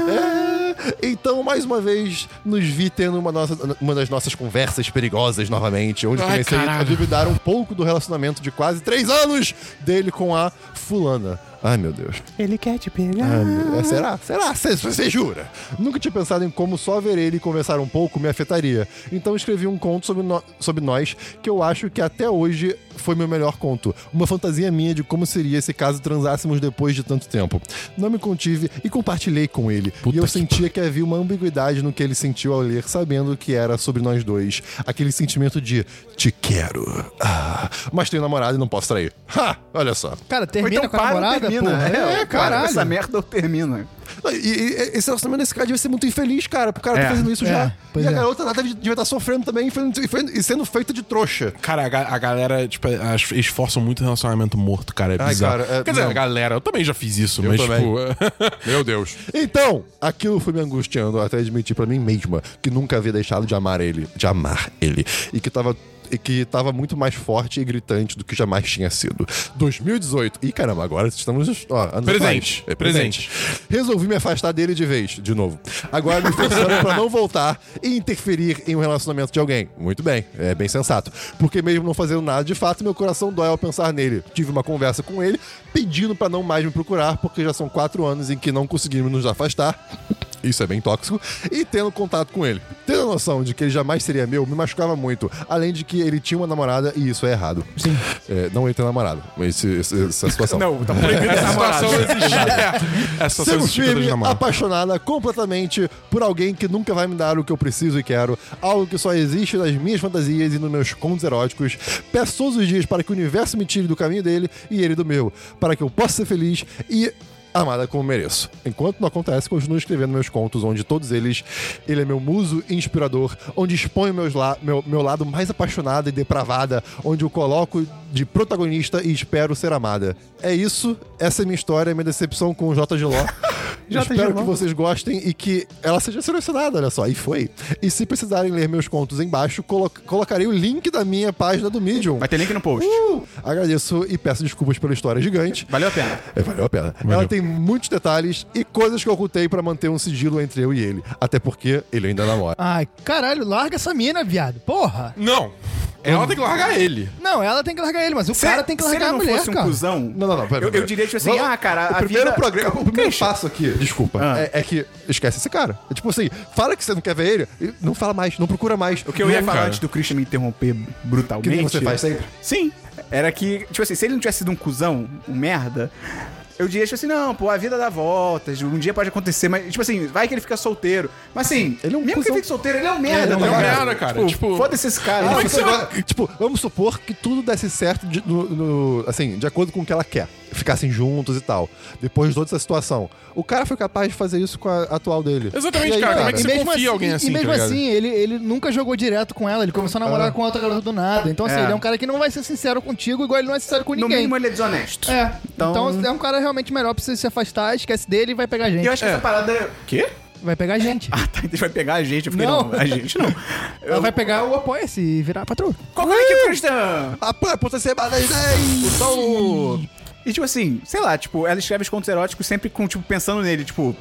B: Então, mais uma vez, nos vi tendo uma, nossa- uma das nossas conversas perigosas novamente, onde
F: Ai,
B: comecei a
F: caralho.
B: duvidar um pouco do relacionamento de quase três anos dele com a fulana. Ai, meu Deus.
H: Ele quer te pegar.
B: Ai, meu- é, será? Será? Você jura? Nunca tinha pensado em como só ver ele e conversar um pouco me afetaria. Então escrevi um conto sobre, no- sobre nós que eu acho que até hoje foi meu melhor conto. Uma fantasia minha de como seria se caso transássemos depois de tanto tempo. Não me contive e compartilhei com ele. e eu sentia que havia uma ambiguidade no que ele sentiu ao ler, sabendo que era sobre nós dois. Aquele sentimento de te quero. Ah, mas tenho namorado e não posso trair. Ha! Olha só.
E: Cara,
A: Ou
E: termina
A: então
E: com a
A: para ou
E: namorada,
A: termina.
E: porra.
A: É, cara, essa merda ou termina.
B: Não, E, e- e esse relacionamento desse cara devia ser muito infeliz, cara. Porque o cara
A: É.
B: tá fazendo isso
E: É,
B: já.
E: pois
B: E a
E: é.
B: garota lá deve- devia estar sofrendo também e fazendo- e fazendo- e sendo feita de trouxa.
F: Cara, a, ga- a galera, tipo, as- eles forçam muito relacionamento morto, cara. É
B: Ai,
F: bizarro.
B: cara, é-
F: Quer dizer,
B: não.
F: a galera, eu também já fiz isso, mas,
B: também.
F: tipo. Meu Deus.
B: Então, aquilo foi me angustiando até admitir pra mim mesma que nunca havia deixado de amar ele. De amar ele. E que tava. E que tava muito mais forte e gritante do que jamais tinha sido. 2018. Ih, caramba, agora estamos. Ó, anos atrás.
F: Presente.
B: É presente. Resolvi me afastar dele de vez, de novo. Agora me forçando pra não voltar e interferir em um relacionamento de alguém. Muito bem, é bem sensato. Porque mesmo não fazendo nada de fato, meu coração dói ao pensar nele. Tive uma conversa com ele, pedindo pra não mais me procurar, porque já são quatro anos em que não conseguimos nos afastar. Isso é bem tóxico. E tendo contato com ele. Tendo a noção de que ele jamais seria meu, me machucava muito. Além de que ele tinha uma namorada e isso é errado. Sim. não ele ter namorado. Mas esse- esse- essa situação.
A: tá proibido
F: Essa situação existe. É, Essa situação
B: Sendo
F: existe. cada
B: firme,
F: vez mais.
B: apaixonada completamente por alguém que nunca vai me dar o que eu preciso e quero, algo que só existe nas minhas fantasias e nos meus contos eróticos. Peço todos os dias para que o universo me tire do caminho dele e ele do meu, para que eu possa ser feliz e amada como mereço. Enquanto não acontece, continuo escrevendo meus contos, onde todos eles, ele é meu muso inspirador, onde exponho meus la meu, meu lado mais apaixonado e depravada, onde o coloco de protagonista e espero ser amada. É isso, essa é minha história, minha decepção com o J. de Ló. espero que vocês gostem e que ela seja selecionada, olha só. E foi. E se precisarem ler meus contos embaixo, colo- colocarei o link da minha página do Medium.
A: Vai ter link no post.
B: Uh! Agradeço e peço desculpas pela história gigante.
A: Valeu a pena.
B: É, valeu a pena. Ela tem muitos detalhes e coisas que eu ocultei pra manter um sigilo entre eu e ele. Até porque ele ainda namora.
E: Ai, caralho, larga essa mina, viado. Porra.
F: Não. Ela tem que largar ele.
E: Não, ela tem que largar ele, mas o cara tem que
A: se ele
E: largar a
A: não
E: mulher,
A: fosse um
E: cara.
A: cuzão,
B: Não, não, não. Pera,
A: eu,
B: pera.
A: eu diria tipo assim,
B: Vamos-
A: ah, cara,
B: o
A: a
B: primeiro
A: vida...
B: programa, o primeiro
A: Christian.
B: passo aqui, desculpa,
A: Ah.
B: é, é que esquece esse cara. É tipo assim, fala que você não quer ver ele, e não fala mais, não procura mais.
A: O que eu ia falar antes do Christian me interromper brutalmente...
B: Que nem você faz sempre.
A: Sim. Era que, tipo assim, se ele não tivesse sido um cuzão, um merda, eu diria, tipo assim, não, pô, a vida dá voltas, um dia pode acontecer, mas, tipo assim, vai que ele fica solteiro. Mas assim,
B: Ele é um
A: mesmo que
B: cuzão.
A: ele fique solteiro, ele é um merda,
B: é um
A: tá ligado?
F: merda, cara. Tipo,
A: Tipo, foda-se esse cara.
B: Ah,
A: Ele
B: você vai- Tipo, vamos supor que tudo desse certo de, no- no- assim, de acordo com o que ela quer. Ficassem juntos e tal. Depois de toda essa situação. O cara foi capaz de fazer isso com a atual dele.
F: Exatamente,
B: E aí,
F: cara, como é
E: E
F: que você
E: mesmo
F: confia em alguém assim,
E: E mesmo
F: tá ligado?
E: assim, ele, ele nunca jogou direto com ela. Ele começou a namorar com outra garota do nada. Então, assim,
A: É.
E: ele é um cara que não vai ser sincero contigo, igual ele não é sincero com
A: No
E: ninguém.
A: mínimo, ele é desonesto.
E: É. Então...
A: Então-
E: é um cara realmente melhor pra você se afastar, esquece dele e vai pegar gente.
A: E eu acho que essa parada... Quê?
E: Vai pegar gente.
A: Ah, tá, ele vai pegar a gente. Eu fiquei,
E: Não.
A: não, a gente não.
E: Ela vai pegar o apoia-se e virar patroa.
A: Qual é que o Christian...
B: Apoia, puta semana 10! Então,
A: E, tipo assim, sei lá, tipo, ela escreve os contos eróticos sempre com, tipo, pensando nele, tipo...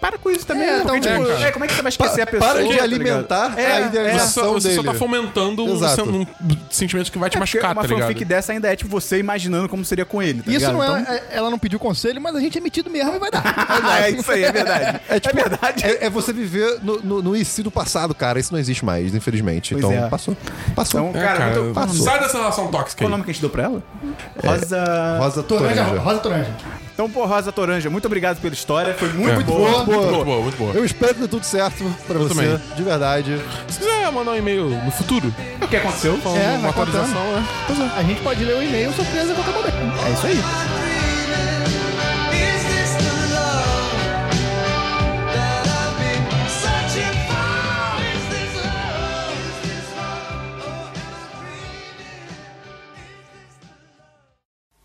A: Para com isso também,
E: É,
A: né? porque,
E: talvez,
A: tipo,
F: cara.
A: é, como é que você vai esquecer a pessoa?
B: para de
A: tá
B: alimentar
A: ligado? É,
B: a
A: é.
F: Você, só,
B: idealização
F: você só
B: dele.
F: tá fomentando um,
B: Exato.
F: sen- um sentimento que vai te
A: É porque
F: machucar,
A: uma
F: tá
A: fanfic
F: ligado?
A: dessa ainda é tipo você imaginando como seria com ele, tá
E: Isso
A: ligado?
E: não é.
A: Então-
E: Ela não pediu conselho, mas a gente é metido mesmo e vai dar.
A: Ah, é isso aí, é verdade.
B: É, tipo,
A: é verdade.
B: É, é você viver no, no, no IC do passado, cara. Isso não existe mais, infelizmente.
A: Pois
B: então,
A: é.
B: passou. Passou.
A: Então,
F: É,
A: cara,
F: cara,
A: muito-
B: passou.
F: sai dessa relação tóxica
A: Qual o
F: aí.
A: nome que a gente deu pra ela? Rosa.
B: Rosa
E: Toranja,
B: Toranja.
E: Rosa Toranja.
A: Então, pô, Rosa Toranja, muito obrigado pela história. Foi muito,
F: É.
A: boa.
B: Muito boa.
F: Muito boa, muito boa.
B: Eu espero que dê tudo certo pra você,
F: também.
B: de verdade.
F: Se quiser mandar um e-mail no futuro,
A: O que aconteceu?
F: com
E: É,
F: uma
E: vai contando.
F: atualização, né?
E: A gente pode ler o e-mail surpresa a qualquer momento.
A: É isso aí.
H: Is this the love that I've been searching for? Is this love? Is this love? Oh, am I dreaming? Is this the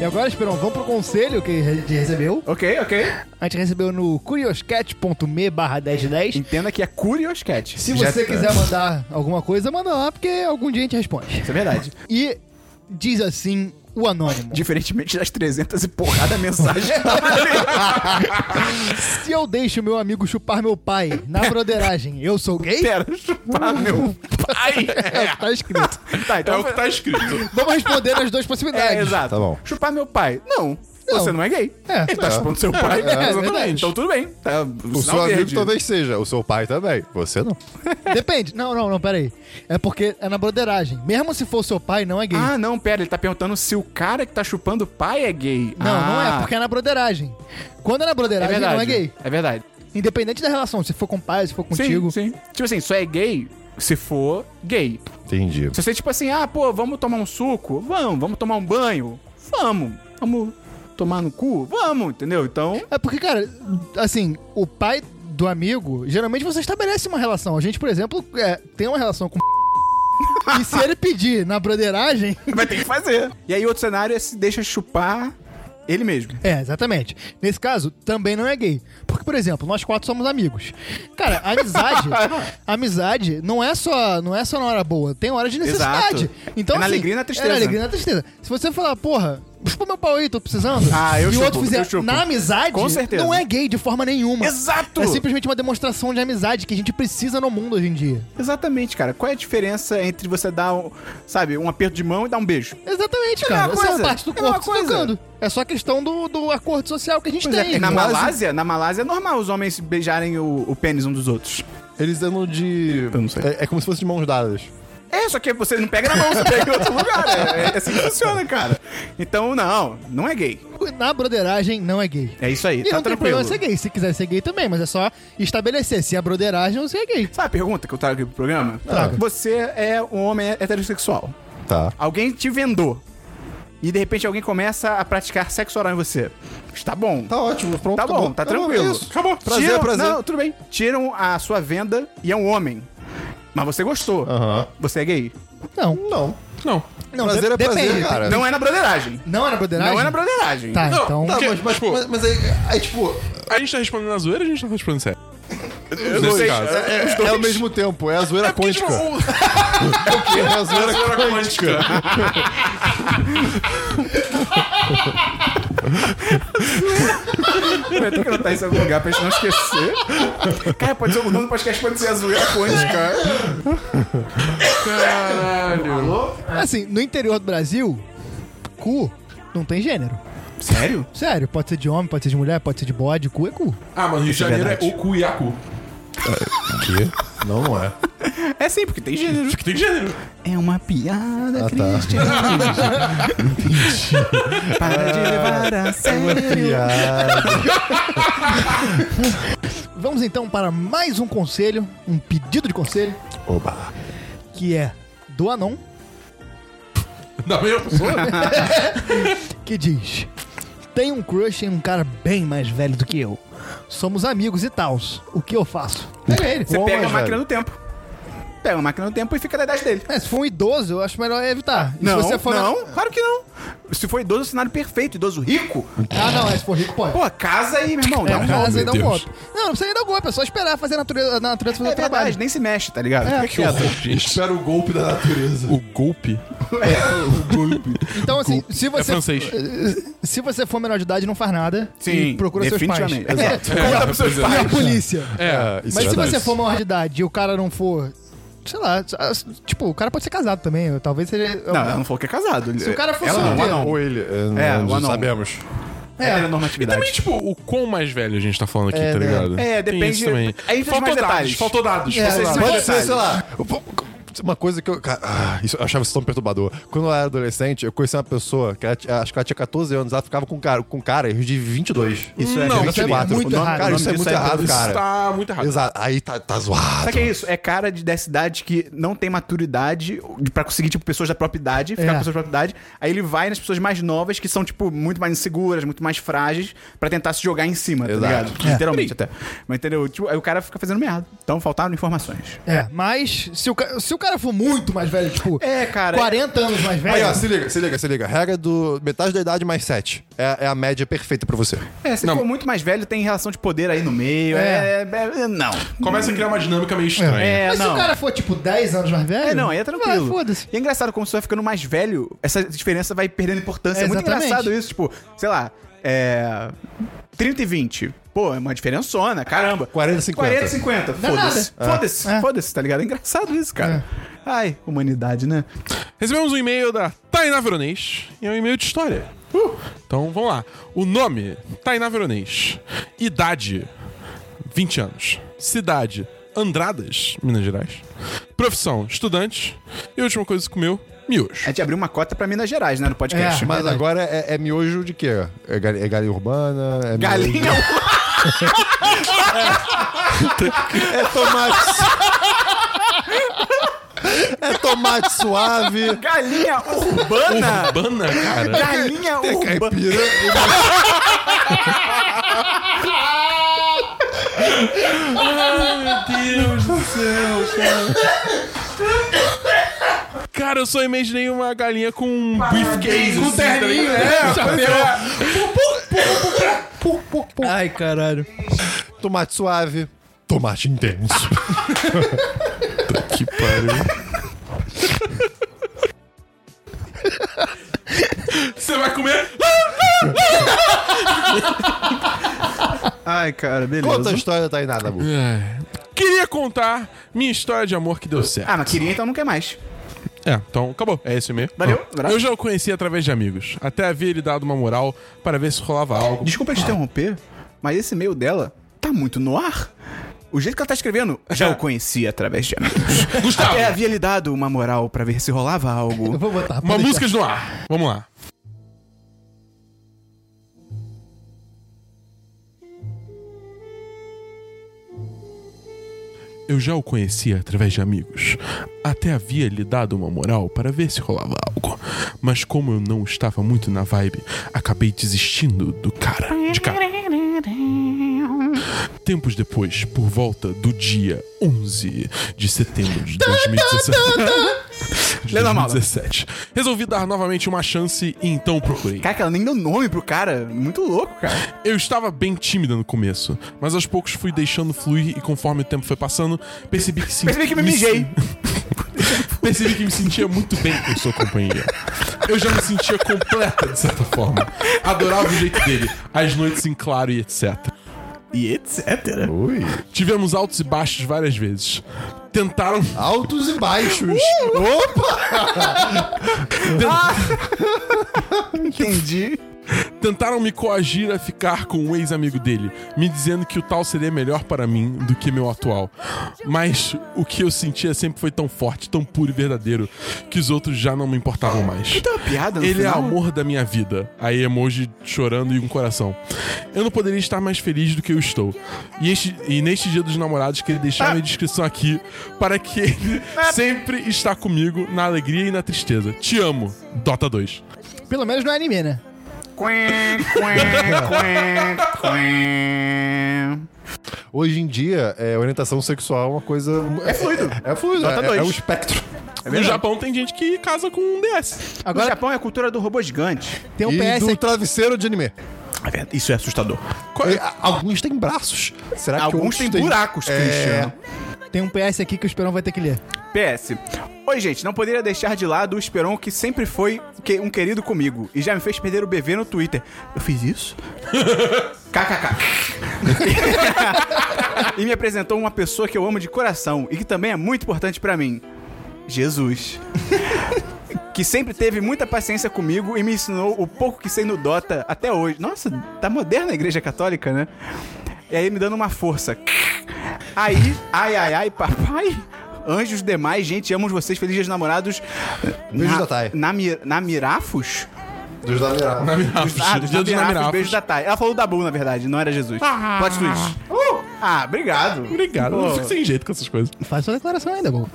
E: E agora, Esperão, vamos pro conselho que a gente recebeu.
A: Ok, ok.
E: A gente recebeu no curioscat.me barra 1010.
A: Entenda que é tá. Curioscat.
E: Se você quiser mandar alguma coisa, manda lá, porque algum dia a gente responde.
A: Isso é verdade.
E: E diz assim o anônimo.
A: Diferentemente das 300 e porrada mensagem.
E: Se eu deixo meu amigo chupar meu pai na broderagem, eu sou gay?
A: Pera, chupar meu pai.
E: É, o que tá escrito.
A: Tá,
F: É
A: então.
F: o que tá escrito.
E: Vamos responder as duas
A: É,
E: possibilidades.
A: exato.
B: Tá bom.
A: Chupar meu pai. Não. Você não é gay.
E: É.
A: Ele tá chupando seu pai.
E: verdade.
A: Então tudo bem. Tá,
B: O seu amigo talvez seja, o seu pai também. Você não.
E: Depende. Não, não, não, peraí. É porque é na broderagem. Mesmo se for seu pai, não é gay.
A: Ah, não, pera, ele tá perguntando se o cara que tá chupando o pai é gay.
E: Não, não
A: Ah,
E: é, porque é na broderagem. Quando é na
A: é
E: broderagem,
A: verdade.
E: não é gay.
A: É verdade.
E: Independente da relação, se for com o pai, se for contigo.
A: Sim, sim. Tipo assim, só é gay se for gay.
B: Entendi.
A: Se você, tipo assim, ah, pô, vamos tomar um suco? Vamos, vamos tomar um banho? Vamos. Vamos tomar no cu? Vamos, entendeu? Então.
E: É porque, cara, assim, o pai do amigo, geralmente você estabelece uma relação. A gente, por exemplo, é, tem uma relação com. e se ele pedir na broderagem.
A: Vai ter que fazer. E aí, outro cenário é se deixa chupar ele mesmo.
E: É, exatamente. Nesse caso, também não é gay. Porque, por exemplo, nós quatro somos amigos. Cara, amizade. amizade não é só não é só na hora boa, tem hora de necessidade.
A: Exato.
E: Então,
A: É na
E: assim,
A: alegria e na tristeza.
E: É na alegria e na tristeza. Se você falar, porra, chupa meu pau aí, tô precisando.
A: Ah, eu
E: E o
A: chupo,
E: outro fizer
A: eu chupo.
E: na amizade,
A: Com certeza.
E: não é gay de forma nenhuma.
A: Exato!
E: É simplesmente uma demonstração de amizade que a gente precisa no mundo hoje em dia.
A: Exatamente, cara. Qual é a diferença entre você dar, um, sabe, um aperto de mão e dar um beijo?
E: Exatamente,
A: É a
E: cara.
A: mesma
E: Essa é uma
A: coisa.
E: parte do
A: É a mesma
E: corpo se
A: coisa.
E: tocando. É só questão do, do acordo social que a gente
A: Pois é,
E: tem.
A: e na
E: Quase-
A: Malásia, na Malásia é normal os homens beijarem o, o pênis um dos outros.
B: Eles andam de.
A: Eu não sei.
B: É, é como se fosse de mãos dadas.
A: É, só que né? você não pega na mão, você pega em outro lugar. É, é assim que funciona, cara. Então, não, não é gay.
E: na broderagem não é gay.
A: É isso aí,
E: E
A: tá
E: não tem
A: tranquilo.
E: problema ser gay. Se quiser ser gay também, mas é só estabelecer se é broderagem ou se é gay.
A: Sabe a pergunta que eu trago aqui pro programa?
E: Traga.
A: Você é um homem heterossexual.
B: Tá.
A: Alguém te vendou. E de repente alguém começa a praticar sexo oral em você. Está bom.
B: Tá ótimo, pronto.
A: Tá bom, tá tranquilo.
B: Acabou. é Prazer,
A: Tiram-
B: prazer.
A: Não, tudo bem. Tiram a sua venda e é um homem. Mas você gostou.
B: Aham.
A: Você é gay.
E: Não.
B: Não.
F: Não.
E: Não,
B: prazer
E: de-
B: é prazer,
E: depende.
B: cara.
A: Não é na broderagem.
E: Não é na broderagem?
A: Não é na broderagem.
E: Tá,
F: Não,
E: então.
F: tá,
B: Tá,
F: Porque,
B: mas, mas,
F: tipo-
B: mas, mas aí, aí, tipo,
F: A gente tá respondendo na zoeira ou a gente tá respondendo sério?
A: Eu não sei.
F: caso.
A: É, é, os
B: é
A: dois.
B: ao mesmo tempo, é a zoeira
F: Porque, tipo,
B: quântica.
F: o-
A: tipo,
B: É a zoeira
F: zoeira
B: quântica.
A: Vai ter É, que anotar isso em algum lugar pra gente não esquecer. Cara, pode ser o nome do podcast, pode ser a né, zoeira quântica.
E: Assim, no interior do Brasil, cu não tem gênero.
A: Sério?
E: Sério, pode ser de homem, pode ser de mulher, pode ser de bode, cu é cu.
F: Ah, mas no Rio de Janeiro é o cu e a cu.
B: Que? Não, não é.
A: É sim, porque tem gênero.
F: Que né? tem gênero.
A: É uma piada,
B: Ah, tá.
F: Ah.
A: Para de levar a sério.
B: Piada.
E: Vamos então para mais um conselho, um pedido de conselho,
B: Oba.
E: que é do Anon,
F: Da mesma pessoa?
E: que diz: Tenho um crush em um cara bem mais velho do que eu. Somos amigos e tals. O que eu faço? Pega ele.
A: Você
B: Qual
A: pega a
B: mais,
A: máquina
B: velho?
A: do tempo. Pega a máquina do tempo e fica na idade dele.
E: É, se for um idoso, eu acho melhor evitar. E
A: Não,
E: se você for
A: não, claro que não. Se for idoso, é um cenário perfeito, idoso rico,
E: Ah, não, é se for rico, pode.
A: pô, casa aí, meu irmão.
E: É,
A: Não,
E: não,
A: não.
E: casa e
F: meu
E: dá um
F: Deus.
E: golpe. Não, não precisa nem dar golpe, é só esperar fazer a natureza, a natureza fazer
A: É
E: o trabalho.
A: verdade, nem se mexe, tá ligado?
E: É.
A: Fica quieto.
F: Gente,
B: Espera o golpe da natureza.
F: um o golpe
E: Então, assim, se
F: é
E: você.
F: francês.
E: se você for menor de idade, não faz nada.
A: Sim,
E: e procura seus pais.
A: definitivamente.
E: Exato.
A: Conta pros seus
E: E a
A: pais.
E: polícia.
F: É.
B: isso
E: Mas
B: é
E: se
B: verdade.
E: você for maior de idade e o cara não for. Sei lá, tipo, o cara pode ser casado também. ou Talvez seja.
A: Não, ela não falou que é casado. Se
E: o cara for
A: ela não, um
E: solteiro-
A: ela não.
B: Ou ele, é, não,
A: É, o
B: não
A: anão.
B: sabemos.
A: É, é normatividade.
F: Também, tipo, o quão mais velho a gente tá falando aqui,
E: né?
F: tá ligado?
A: É,
F: Tem
A: depende-
F: isso também.
A: aí tem mais
F: Faltou
A: detalhes.
F: dados, faltou dados.
E: É,
F: Faltou
E: é.
F: dados.
A: Mais
B: Pode ser,
A: detalhes.
B: sei lá. Uma coisa que eu. cara, ah, isso, eu achava isso tão perturbador. Quando eu era adolescente, eu conheci uma pessoa que ela tinha- acho que ela tinha 14 anos, ela ficava com um cara, com cara de 22.
A: Isso é
F: Não,
A: de
F: isso é
A: 24.
E: muito
A: O nome-
E: errado.
A: o
B: Cara,
A: nome
B: isso é
A: disso
B: muito errado,
F: Isso
B: cara.
F: tá muito errado.
B: Exato. Aí tá, tá zoado.
A: Sabe o que é isso? É cara de dessa idade que não tem maturidade pra conseguir, tipo, pessoas da própria idade, ficar
E: É.
A: com pessoas da própria idade. Aí ele vai nas pessoas mais novas, que são, tipo, muito mais inseguras, muito mais frágeis, pra tentar se jogar em cima, tá
B: Exato.
A: ligado?
E: É.
A: Literalmente até. Mas entendeu? Tipo, aí o cara fica fazendo merda. Então faltaram informações.
E: É, mas se o, ca- se o cara for muito mais velho, tipo.
A: É, cara,
E: 40 anos mais
B: Aí,
E: velho.
B: ó, se liga, se liga, se liga. Regra do metade da idade mais 7. É, é a média perfeita pra você.
A: É, se
F: Não.
A: for muito mais velho, tem relação de poder aí no meio. É.
E: É.
A: é- é- não.
F: Começa a criar uma dinâmica meio estranha.
A: É,
E: mas se
A: não.
E: o cara for, tipo, 10 anos mais velho.
A: É, não, aí é
E: vai,
A: tranquilo.
E: Foda-se.
A: e é engraçado, como você vai ficando mais velho, essa diferença vai perdendo importância. É,
E: É,
A: muito
E: exatamente.
A: engraçado isso, tipo, sei lá, é. 30 e 20. Pô, é uma diferençona, caramba.
B: 40 e 50.
A: 40 e 50.
E: Não é
A: Foda-se.
E: nada.
A: Foda-se,
E: É.
A: foda-se, tá ligado? É engraçado isso, cara. Ai, humanidade, né?
F: Recebemos um e-mail da Tainá Veronês e é um e-mail de história. Uh, Então vamos lá. O nome: Tainá Veronês. Idade: 20 anos. Cidade: Andradas, Minas Gerais. Profissão: estudante. E a última coisa que comeu: miojo.
A: A gente abriu uma cota pra Minas Gerais, né, no podcast.
E: É,
B: Mas
E: Verdade.
B: agora é, é miojo de quê? É, gal- é galinha urbana? É
A: Galinha.
B: Miojo... É tomate. é tomate suave.
A: Galinha urbana!
F: Urbana, cara.
A: Galinha urbana!
B: Caipira.
F: Cara, eu só imaginei uma galinha com um briefcase.
A: Com
F: assim, tá
A: terninho,
F: ligado?
A: é, é.
E: Ai, caralho.
B: Tomate suave. Tomate intenso.
F: Que pariu. Você vai comer?
A: Ai, cara, beleza.
B: Conta a história, tá aí nada, amor.
F: Queria contar minha história de amor que deu certo.
A: Ah, mas queria, então não quer mais.
F: É, então acabou. É esse mesmo.
A: Valeu, abraço.
F: Eu já o conheci através de amigos. Até havia lhe dado uma moral para ver se rolava algo.
A: Desculpa te interromper, mas esse e-mail dela tá muito no ar. O jeito que ela tá escrevendo, já o conhecia através de amigos.
F: Gustavo!
A: Até havia lhe dado uma moral pra ver se rolava
E: Eu
A: algo.
E: vou botar.
F: Uma
E: pode
F: música no ar. Vamos lá. Eu já o conhecia através de amigos. Até havia lhe dado uma moral para ver se rolava algo. Mas como eu não estava muito na vibe, acabei desistindo do cara. De cara. Tempos depois, por volta do dia 11 de setembro de 2017. de
A: Lê normal.
F: 2017. Resolvi dar novamente uma chance e então procurei.
A: Cara, que ela nem deu nome pro cara. Muito louco, cara.
F: Eu estava bem tímida no começo, mas aos poucos fui deixando fluir e conforme o tempo foi passando, percebi que sim.
A: Percebi que me mijei.
F: percebi que me sentia muito bem com sua companhia. Eu já me sentia completa, de certa forma. Adorava o jeito dele, as noites em claro e etc.
A: E etc.
F: Tivemos altos e baixos várias vezes. Tentaram.
B: Altos e baixos.
A: Entendi.
F: Tentaram me coagir a ficar com um ex-amigo dele, me dizendo que o tal seria melhor para mim do que meu atual. Mas o que eu sentia sempre foi tão forte, tão puro e verdadeiro, que os outros já não me importavam mais.
A: Tem uma piada Então, no
F: Ele é o
A: final?
F: amor da minha vida. Aí emoji chorando e um coração. Eu não poderia estar mais feliz do que eu estou. E, este- e neste dia dos namorados, queria deixar minha descrição aqui para que ele
A: Ah.
F: sempre está comigo na alegria e na tristeza. Te amo. Dota 2.
E: Pelo menos não é anime, né?
B: Hoje em dia, é, orientação sexual é uma coisa. É
A: fluido.
B: É, fluido.
A: Nota
B: É,
A: dois.
B: é um espectro.
F: No Japão tem gente que casa com um DS.
A: Agora... No Japão é a cultura do robô gigante.
E: Tem um
B: e
E: PS
B: do
E: aqui.
B: travesseiro de anime.
A: Isso é assustador.
F: Qual é?
B: É, a- Alguns têm braços. Será que
A: Alguns
B: outros
A: têm É.
B: têm- É.
A: buracos, Cristiano.
E: Tem um PS aqui que o Esperão vai ter que ler.
A: PS. Oi, gente, não poderia deixar de lado o Esperon que sempre foi que- um querido comigo e já me fez perder o BV no Twitter. Eu fiz isso? KKK. e me apresentou uma pessoa que eu amo de coração e que também é muito importante pra mim. Jesus. que sempre teve muita paciência comigo e me ensinou o pouco que sei no Dota até hoje. Nossa, tá moderna a igreja católica, né? E aí me dando uma força. Aí, ai, ai, ai, papai. Anjos demais, gente, amo vocês, felizes dias dos namorados.
B: Beijo
A: na,
B: da Thay.
A: Na, mi- na Mirafos?
B: Dos da Mirada.
A: Dos, ah, dos
F: Dia dos
A: Namirafos,
F: Namirafos.
A: beijo da Thay. Ela falou da Bu, na verdade, não era Jesus. Plot twist. Uh, ah, obrigado.
F: Obrigado.
A: Pô.
F: Eu fico sem jeito com essas coisas.
E: Faz sua declaração ainda, Gol.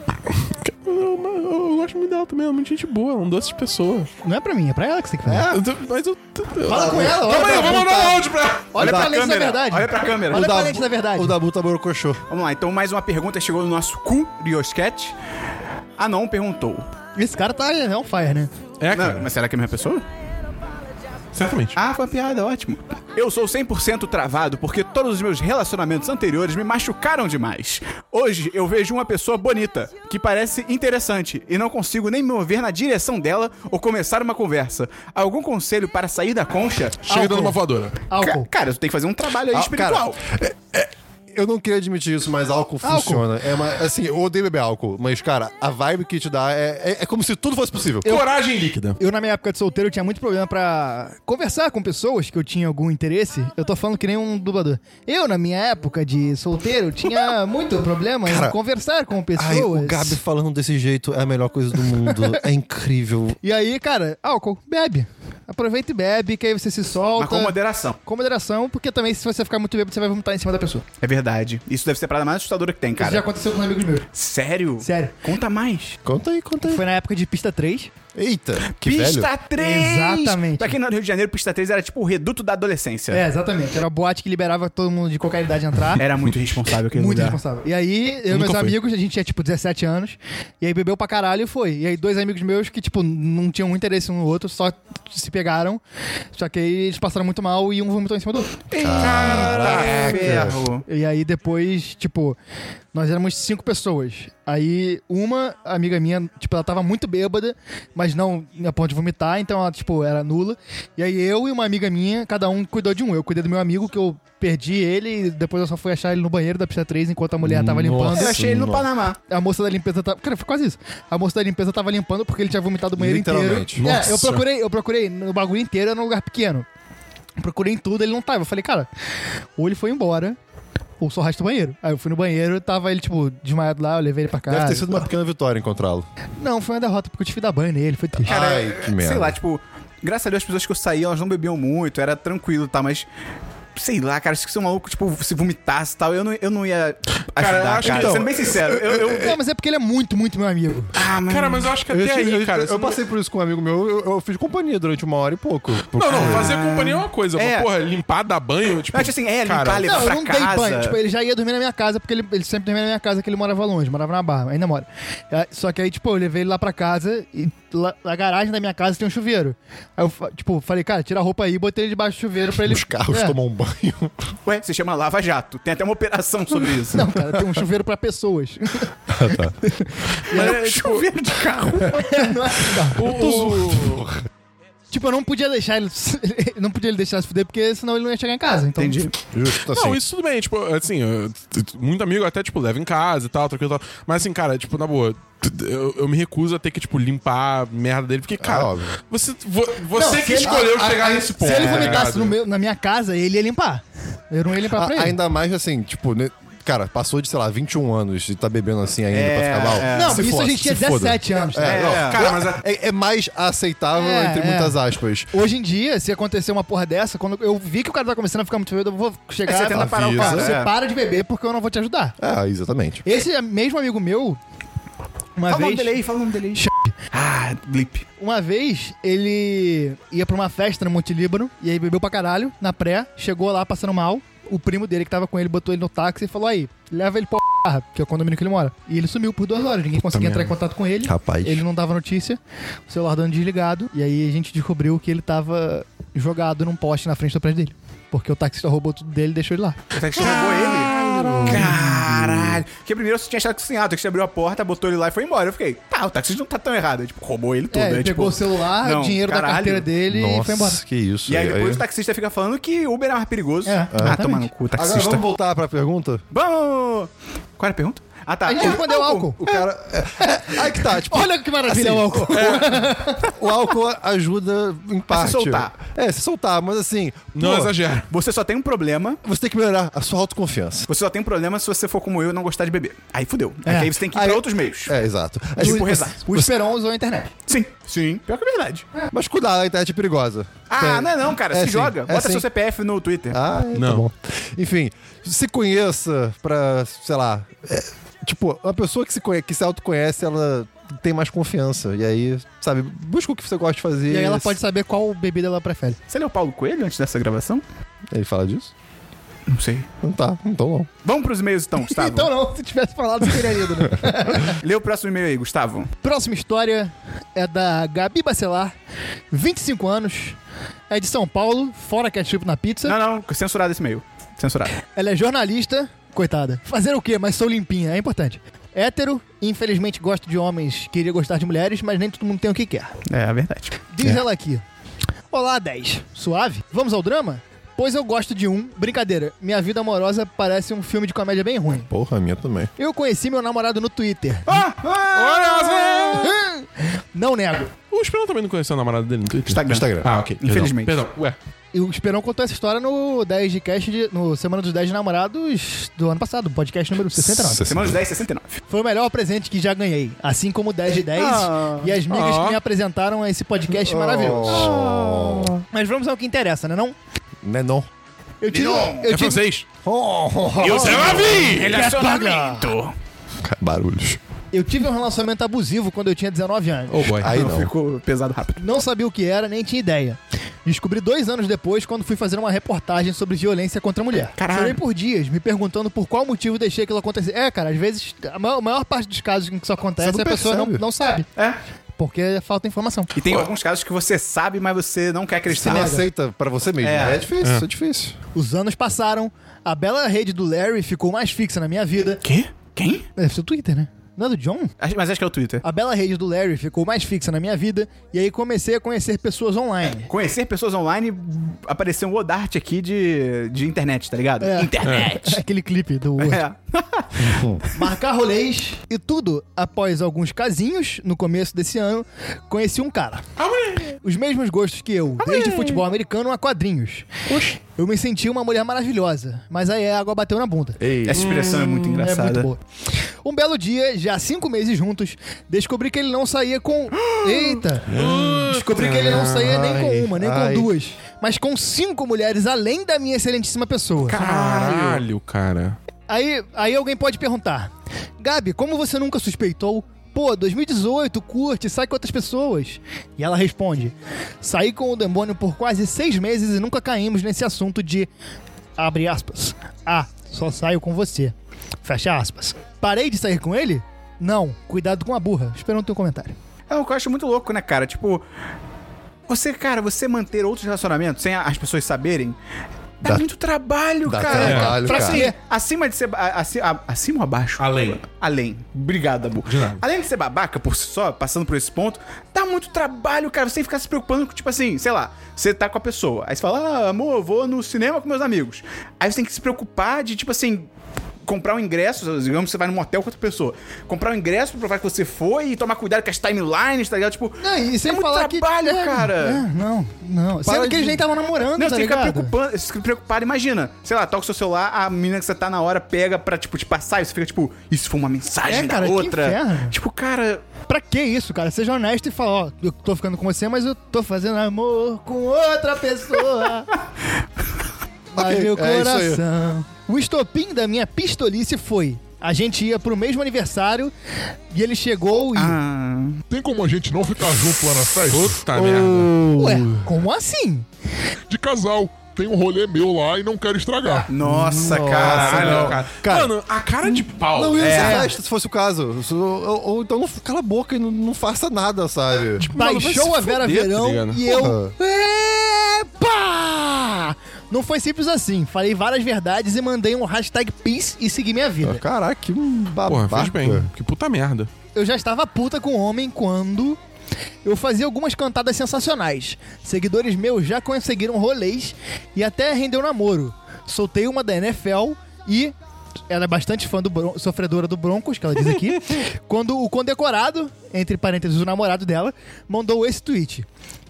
F: Eu, eu- eu gosto muito dela também. Ela é muito gente boa. Ela é um doce de pessoa.
E: Não é pra mim, é pra ela que você tem que
A: Ah.
E: falar.
F: Eu tô- mas eu. eu-
E: Fala com ela, olha
F: Calma aí, eu
E: pra-
F: vou mandar um áudio pra ela.
E: Olha
B: Da
E: pra lente da
A: câmera,
E: é verdade.
A: olha pra câmera.
E: Olha
A: O
E: pra
B: da-
E: lente da verdade.
B: O Dabu tá borocochô.
A: Vamos lá, então mais uma pergunta chegou no nosso Curiosquete. Ah, não, perguntou.
E: Esse cara tá é on fire, né?
A: Não,
F: É, cara.
A: mas será que é a mesma pessoa?
F: Certamente.
A: Ah, foi uma piada, ótimo. Eu sou 100% travado porque todos os meus relacionamentos anteriores me machucaram demais. Hoje eu vejo uma pessoa bonita, que parece interessante, e não consigo nem me mover na direção dela ou começar uma conversa. Algum conselho para sair da concha?
F: Chega dando uma voadora.
A: Ca-
E: Álcool.
A: cara, tu tem que fazer um trabalho aí
B: Ah,
A: espiritual.
B: Eu não queria admitir isso, mas álcool,
E: Álcool.
B: funciona. É uma- assim, eu odeio beber álcool, mas, cara, a vibe que te dá é, é, é como se tudo fosse possível.
F: Coragem líquida.
E: Eu, na minha época de solteiro, eu tinha muito problema pra conversar com pessoas que eu tinha algum interesse. Eu tô falando que nem um dublador. Eu, na minha época de solteiro, tinha muito problema
B: Cara,
E: em conversar com pessoas.
B: Ai, o Gabi falando desse jeito é a melhor coisa do mundo. É incrível.
E: E aí, cara, álcool, bebe. Aproveita e bebe, que aí você se solta.
A: Mas com moderação.
E: Com moderação, porque também se você ficar muito bêbado, você vai vomitar em cima da pessoa.
A: É verdade. Isso deve ser a parada mais assustadora que tem,
E: Isso já
A: cara.
E: aconteceu com amigos meus.
A: Sério?
E: Sério.
A: Conta mais.
B: Conta aí, conta aí.
E: Foi na época de pista 3.
B: Eita, tá que
A: pista
B: velho.
A: 3!
E: Exatamente.
A: Pra quem não é do Rio de Janeiro, pista 3 era tipo o reduto da adolescência.
E: É, exatamente. Era uma boate que liberava todo mundo de qualquer idade entrar.
A: Era muito responsável aquele
E: Muito
A: lugar.
E: responsável. E aí, eu e meus
F: Nunca fui.
E: amigos, a gente tinha tipo 17 anos, e aí bebeu pra caralho e foi. E aí, dois amigos meus que, tipo, não tinham um interesse um no outro, só se pegaram. Só que aí eles passaram muito mal e um vomitou em cima do outro.
A: Caraca. Ferro.
E: E aí depois, tipo, nós éramos cinco pessoas. Aí uma amiga minha, tipo, ela tava muito bêbada, mas não a ponto de vomitar, então ela, tipo, era nula. E aí eu e uma amiga minha, cada um cuidou de um. Eu cuidei do meu amigo, que eu perdi ele, e depois eu só fui achar ele no banheiro da pista 3 enquanto a mulher tava limpando.
B: Nossa.
A: Eu achei ele no
B: Nossa.
A: Panamá.
E: A moça da limpeza tava. Cara, foi quase isso. A moça da limpeza tava limpando porque ele tinha vomitado o banheiro inteiro.
B: Literalmente.
E: É, eu
F: Nossa.
E: procurei, eu procurei no bagulho inteiro, era num lugar pequeno. Procurei em tudo, ele não tava. Eu falei, cara, ou ele foi embora, ou só resta o banheiro. Aí eu fui no banheiro, tava ele, tipo, desmaiado lá, eu levei ele pra casa.
B: Deve ter sido uma pequena vitória encontrá-lo.
E: Não, foi uma derrota, porque eu tive que dar banho nele, foi
B: Ah,
E: triste.
B: Ai, que merda.
A: Sei lá, tipo, graças a Deus as pessoas que eu saí, elas não bebiam muito, era tranquilo, tá? Mas Sei lá, cara, acho que se um maluco, tipo, se vomitasse e tal, eu não, eu não ia ajudar,
F: Cara, eu
A: cara.
F: acho que então-
A: Sendo bem sincero, eu... eu-
E: Não, mas é porque ele é muito, muito meu amigo.
A: ah, mano.
F: Cara, mas eu acho que até
B: Eu,
F: aí,
B: tive- eu-
F: cara.
B: eu
F: você não-
B: passei por isso com um amigo meu, eu, eu fiz companhia durante uma hora e pouco.
F: Não, não, fazer companhia é uma coisa.
A: É.
F: Mas, porra, limpar, dar banho, tipo.
A: Eu acho assim, é, limpar,
F: cara,
A: levar
E: Não, eu
A: pra
E: não dei
A: casa.
E: banho. Tipo, ele já ia dormir na minha casa, porque ele, ele sempre dormia na minha casa, que ele morava longe, morava na barra, ainda mora. É, Só que aí, tipo, eu levei ele lá pra casa e lá, na garagem da minha casa tem um chuveiro. Aí eu, fa- tipo, falei, cara, tira a roupa aí e botei ele debaixo do chuveiro pra ele.
B: Os carros
E: É.
B: tomam um banho.
A: Ué, se chama Lava Jato. Tem até uma operação sobre isso.
E: Não, cara, tem um chuveiro pra pessoas.
F: mas, é, tipo,
A: Chuveiro de carro.
E: Não é- não.
F: o- o-
E: Tipo, eu não podia deixar ele. eu não podia ele deixar se fuder, porque senão ele não ia chegar em casa. Então,
A: Entendi.
B: Justo assim.
F: Não, isso tudo bem, tipo, assim, eu- t- t- muito amigo até, tipo, leva em casa e tal, tranquilo e tal. Mas assim, cara, tipo, na boa, t- t- eu, eu me recuso a ter que, tipo, limpar a merda dele, porque, cara,
B: É óbvio.
F: você, vo- você
E: Não,
F: que
E: se ele-
F: escolheu
B: a-
F: chegar
B: a-
F: nesse
B: se
F: ponto.
E: Se ele
F: tá
E: vomitasse
F: ligado?
E: no meu- na minha casa, ele ia limpar. Eu não ia limpar pra
B: A-
E: ele.
B: ainda mais assim, tipo, né, cara, passou de, sei lá, 21 anos e tá bebendo assim ainda
A: É,
B: pra ficar mal.
A: é.
E: Não,
B: Se
E: isso
B: foda,
E: a gente tinha
B: se foda.
E: 17 anos. tá?
B: É,
A: É,
B: não,
A: é.
B: cara,
F: mas a-
B: é, é mais aceitável
E: É,
B: entre
E: é.
B: muitas aspas.
E: Hoje em dia, se acontecer uma porra dessa, quando eu vi que o cara tá começando a ficar muito feio, eu vou chegar
A: É, você
E: e falar,
A: tenta parar
B: o
E: "Cara,
B: cara,
E: Você
A: é."
E: para de beber porque eu não vou te ajudar.
B: É, exatamente.
E: Esse mesmo amigo meu, uma
A: Fala o nome
E: vez,
A: dele aí, fala o nome dele aí. Ah, blip.
E: uma vez, ele ia pra uma festa no Monte Líbano, e aí bebeu pra caralho, na pré, chegou lá passando mal, o primo dele que tava com ele botou ele no táxi e falou, aí, leva ele pra barra, que é o condomínio que ele mora. E ele sumiu por duas horas, ninguém conseguia entrar em contato com ele.
B: Rapaz.
E: Ele não dava notícia, o celular dando desligado, e aí a gente descobriu que ele tava jogado num poste na frente do prédio dele. Porque o taxista roubou tudo dele e deixou ele lá.
A: Você que roubou Tá ele? Caralho. Porque primeiro você tinha achado que sim, ah, o taxista abriu a porta, botou ele lá e foi embora. Eu fiquei, tá, o taxista não tá tão errado. Aí, tipo, roubou ele tudo.
E: é, ele
A: né?
E: pegou
A: Tipo,
E: o celular,
A: não,
E: o dinheiro da
A: caralho.
E: carteira dele e foi embora.
B: Nossa, que isso.
A: E aí depois
B: tá-
A: o taxista fica falando que Uber é mais perigoso.
E: É,
A: ah,
E: exatamente.
A: toma no cu,
B: Agora
A: taxista.
B: vamos voltar pra pergunta?
A: vamos... Qual era a pergunta? Ah, tá.
E: A gente respondeu álcool.
B: O cara. É, aí que tá, tipo,
E: Olha que maravilha
A: Assim,
E: o álcool.
B: o álcool ajuda em parte.
A: soltar.
B: É, se soltar, mas assim.
F: Não
B: pô,
F: exagero.
A: Você só tem um problema...
B: Você tem que melhorar a sua autoconfiança.
A: Você só tem um problema se você for como eu e não gostar de beber. Aí fudeu. É.
E: É.
A: que Aí você tem que ir
B: Aí-
A: pra outros meios.
B: É, exato. É,
A: Tipo,
B: tipo,
A: rezar.
E: O Esperon usou a internet.
A: Sim, sim. Pior que é verdade.
B: Mas cuidado, a internet é perigosa.
A: Ah,
B: Tem-
A: não é não, cara.
B: É
A: se
B: sim,
A: joga.
B: é
A: Bota
B: sim.
A: seu CPF no Twitter.
B: Ah, não.
F: Não.
B: bom. Enfim, se conheça pra, sei lá. é, tipo, uma pessoa que se, conhe- que se autoconhece, ela tem mais confiança. E aí, sabe, busca o que você gosta de fazer.
E: E aí ela pode saber qual bebida ela prefere.
A: Você leu Paulo Coelho antes dessa gravação?
B: Ele fala disso?
A: Não sei.
B: Não tá, então não.
A: Vamos pros e-mails então, Gustavo.
E: Então não, se tivesse falado, você teria lido, né?
A: Lê o próximo e-mail aí, Gustavo.
E: Próxima história é da Gabi Bacelar, 25 anos, é de São Paulo, fora ketchup na pizza.
A: Não, não, censurado esse e-mail. Censurado.
E: Ela é jornalista, coitada. Fazer o quê? Mas sou limpinha, é importante. Hétero, infelizmente gosto de homens, queria gostar de mulheres, mas nem todo mundo tem o que quer.
A: É, é verdade.
E: Diz ela aqui. Olá, 10. Suave? Vamos ao drama? Pois eu gosto de um. Brincadeira, minha vida amorosa parece um filme de comédia bem ruim.
B: Porra, a minha também.
E: Eu conheci meu namorado no Twitter.
A: Ah!
F: Olha,
E: Não nego.
F: o Esperão também não conheceu a namorada dele no Twitter.
A: Instagram.
B: Instagram.
F: Ah, ok. perdão,
A: Infelizmente.
F: Perdão. Ué.
E: E o Esperão contou essa história no 10 de cast, de- no Semana dos 10 de Namorados do ano passado, podcast número 69.
A: Semana dos 10, 69.
E: Foi o melhor presente que já ganhei, assim como o 10 de 10
A: Ah.
E: e as migas
F: Ah.
E: que me apresentaram a esse podcast maravilhoso.
B: Oh.
E: Mas vamos ao que interessa, né não?
B: Né, não?
E: Eu tive, eu
F: É
E: tive,
F: francês.
B: Oh. é
F: Eu sei lá, vi!
A: é Relacionamento.
B: Barulhos.
E: eu tive um relacionamento abusivo quando eu tinha 19 anos.
F: Oh, boy.
B: Aí não.
A: Ficou pesado rápido.
E: Não sabia o que era, nem tinha ideia. Descobri dois anos depois quando fui fazer uma reportagem sobre violência contra a mulher.
A: Caralho.
E: Chorei por dias, me perguntando por qual motivo deixei aquilo acontecer. É, cara, às vezes, a ma- a maior parte dos casos em que isso acontece,
B: Você não
E: a pessoa não,
B: percebe.
E: não sabe.
A: É.
E: Porque falta informação.
A: E tem alguns casos que você sabe, mas você não quer
B: Você
A: acreditar.
B: não aceita pra você mesmo.
A: É.
B: É, difícil, é, difícil.
E: Os anos passaram, a bela rede do Larry ficou mais fixa na minha vida.
A: Quê? Quem?
E: Deve ser o Twitter, né? Não é do John?
A: Acho- Mas acho que é o Twitter.
E: A bela rede do Larry ficou mais fixa na minha vida e aí comecei a conhecer pessoas online.
A: Conhecer pessoas online apareceu um Odart aqui de, de internet, tá ligado?
E: É.
A: Internet.
E: Aquele clipe do Word.
A: É.
E: marcar rolês e tudo. Após alguns casinhos, no começo desse ano, conheci um cara. Os mesmos gostos que eu, desde futebol americano a quadrinhos. Eu me senti uma mulher maravilhosa, mas aí a água bateu na bunda.
A: Essa expressão é muito
E: É
B: né?
A: engraçada.
E: muito boa. Um belo dia, já há cinco meses juntos, descobri que ele não saía com. Eita! descobri que ele não saía nem com uma, nem
B: Ai.
E: com duas, mas com cinco mulheres além da minha excelentíssima pessoa.
F: Caralho, cara.
E: Aí, aí alguém pode perguntar: Gabi, como você nunca suspeitou? Pô, 2018, curte, sai com outras pessoas. E ela responde: Saí com o demônio por quase seis meses e nunca caímos nesse assunto de. Abre aspas. Ah, só saio com você. Fecha aspas. Parei de sair com ele? Não, cuidado com a burra. Esperando o teu comentário.
A: É o que eu acho muito louco, né, cara? Tipo, você, cara, você manter outros relacionamentos sem a- as pessoas saberem. Dá,
B: Dá-
A: muito trabalho,
B: dá
A: tá cara.
B: trabalho,
A: pra
B: cara.
A: ser acima de ser. ba- a- aci- a- acima ou abaixo?
F: Além.
A: Além. Obrigado, Abu.
F: De nada.
A: Além de ser babaca por si só, passando por esse ponto, dá muito trabalho, cara. Você tem que ficar se preocupando com, tipo assim, sei lá, você tá com a pessoa. Aí você fala, ah, amor, eu vou no cinema com meus amigos. Aí você tem que se preocupar de, tipo assim. Comprar um ingresso, digamos que você vai num motel com outra pessoa. Comprar um ingresso pra provar que você foi e tomar cuidado com as timelines, tá ligado? Tipo,
E: Não, e sem
A: é muito
E: falar que-
A: trabalho,
E: é,
A: cara.
E: é, não, não. Sendo que
A: de-
E: eles nem estavam
A: Não,
E: namorando, tá
A: você fica
E: ligado?
A: preocupando, você fica preocupado. Imagina, sei lá, toca o seu celular, a menina que você tá na hora pega pra, tipo, te passar e você fica, tipo, isso foi uma mensagem
E: É,
A: da
E: cara, que
A: outra.
E: inferno.
A: Tipo, cara,
E: Pra que isso, cara? Seja honesto e fala, ó, eu tô ficando com você, mas eu tô fazendo amor com outra pessoa. Mas
B: Ok, é
E: meu
B: isso aí.
E: coração. o estopim da minha pistolice foi. A gente ia pro mesmo aniversário e ele chegou e.
A: ah,
G: Tem como a gente não ficar junto lá na festa?
F: Puta merda.
E: Ué, como assim?
G: De casal. Tem um rolê meu lá e não quero estragar.
A: nossa,
F: Caralho, cara.
B: Cara-
F: Mano, a cara de pau.
B: Não ia
F: é.
B: nessa festa, se fosse o caso. Isso- Ou, ou então não, cala a boca e não, não faça nada, sabe? Tipo,
F: Mano, vai
E: Baixou
F: se
E: a Vera
F: fuder, tá
E: Verão
F: ligado?
E: e eu. Epa! Não foi simples assim. Falei várias verdades e mandei um hashtag peace e segui minha vida.
B: caraca, que um
F: Porra,
B: babaca.
F: fez bem. Que puta merda.
E: eu já estava puta com o homem quando eu fazia algumas cantadas sensacionais. Seguidores meus já conseguiram rolês e até rendeu namoro. Soltei uma da NFL e ela é bastante fã do Bron- sofredora do Broncos, que ela diz aqui. quando o condecorado, entre parênteses o namorado dela, mandou esse tweet.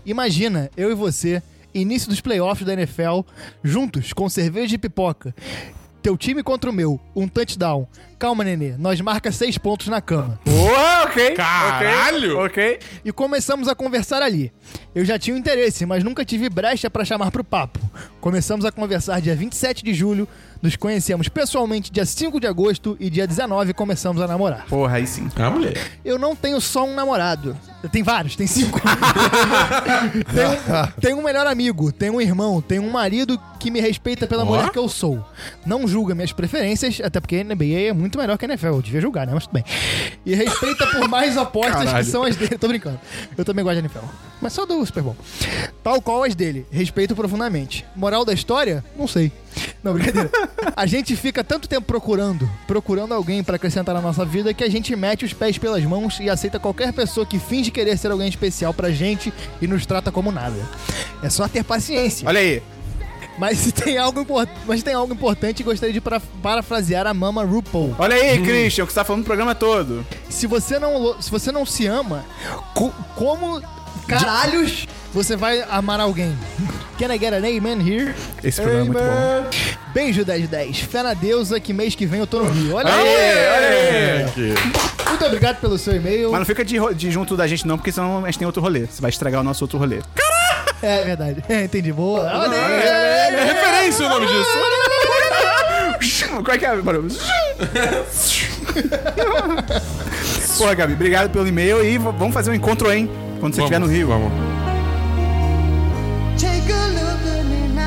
E: Imagina, eu e você, início dos playoffs da NFL, juntos com cerveja e pipoca. Teu time contra o meu, um touchdown. Calma, nenê, nós marca seis pontos na cama
A: Uou, ok.
F: Caralho!
A: Ok.
E: e começamos a conversar ali. Eu já tinha um interesse, mas nunca tive brecha pra chamar pro papo. Começamos a conversar dia 27 de julho, nos conhecemos pessoalmente dia 5 de agosto e dia 19 começamos a namorar.
A: Porra, aí sim.
F: É a mulher.
E: Eu não tenho só um namorado. Tem vários, tem cinco. tenho, tenho um melhor amigo, tenho um irmão, tenho um marido que me respeita pela mulher que eu sou. Não julga minhas preferências, até porque NBA é muito melhor que a NFL. Eu devia julgar, né? Mas tudo bem. E respeita por mais apostas
F: Caralho.
E: que são as dele. Tô brincando. Eu também gosto de NFL. Mas só do Super Bowl. Tal qual as dele. Respeito profundamente. Moral da história? Não sei. Não, brincadeira. A gente fica tanto tempo procurando, procurando alguém pra acrescentar na nossa vida que a gente mete os pés pelas mãos e aceita qualquer pessoa que finge querer ser alguém especial pra gente e nos trata como nada. É só ter paciência.
A: Olha aí.
E: Mas se tem algo importante, mas tem algo importante, gostaria de pra- parafrasear a mama RuPaul.
A: Olha aí, Christian, que você tá falando o programa todo.
E: Se você não, lo- se você não se ama, co- como caralhos você vai amar alguém? Can I get an amen here?
A: Esse programa é muito bom.
E: Beijo 1010. Fé na deusa que mês que vem eu tô no Rio. Olha
A: Aê,
E: aí!
A: olha aí.
E: Muito obrigado pelo seu e-mail.
A: Mas não fica de, ro- de junto da gente, não, porque senão a gente tem outro rolê. Você vai estragar o nosso outro rolê.
E: É verdade. É, entendi. Boa. Olha aí.
F: É referência o nome disso.
A: Qual é que é, barulho? Porra, Gabi, obrigado pelo e-mail e v- vamos fazer um encontro, hein? Quando você estiver no Rio.
F: Vamos.
H: Take a look at me now.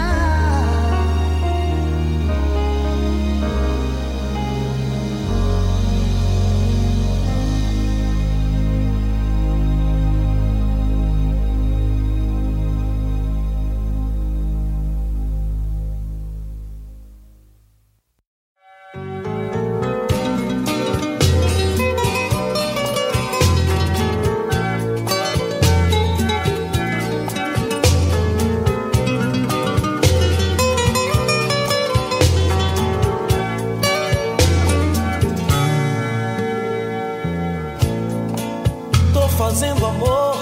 I: Tô fazendo amor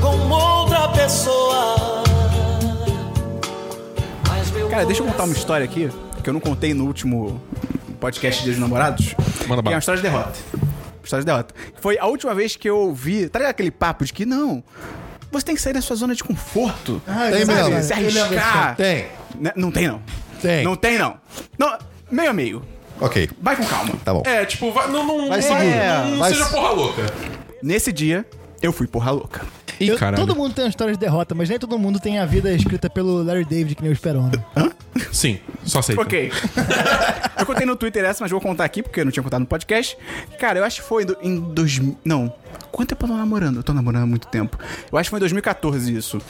I: com outra pessoa. Mas meu
A: Cara, deixa eu contar uma história aqui que eu não contei no último podcast de Dia dos Namorados. E é
F: Manda
A: uma
F: bala.
A: história de derrota. História de derrota. Foi a última vez que eu ouvi. Tá ligado aquele papo de que não. Você tem que sair da sua zona de conforto.
E: Ah,
A: sabe?
B: Tem mesmo.
A: Se
E: Eu lembro desse
A: arriscar.
B: Tem.
A: Né? Não tem, não.
B: Tem.
A: Não tem, não. não. Meio a meio.
B: Ok,
A: Vai com calma.
B: tá bom.
F: É, tipo, vai- não, não,
B: Vai
F: não-
B: seguindo.
F: não,
B: Vai
F: seja
B: se-
F: porra louca.
A: Nesse dia, eu fui porra louca.
F: Ih,
E: Eu-
F: caralho.
E: todo mundo tem uma história de derrota, mas nem todo mundo tem a vida escrita pelo Larry David, que nem o Esperon. né?
F: Sim, só aceita.
A: Ok. eu contei no Twitter essa, mas vou contar aqui, porque eu não tinha contado no podcast. Cara, eu acho que foi em do- em 2000. Não. Quanto tempo eu tô namorando? Eu tô namorando há muito tempo. Eu acho que foi em 2014 isso.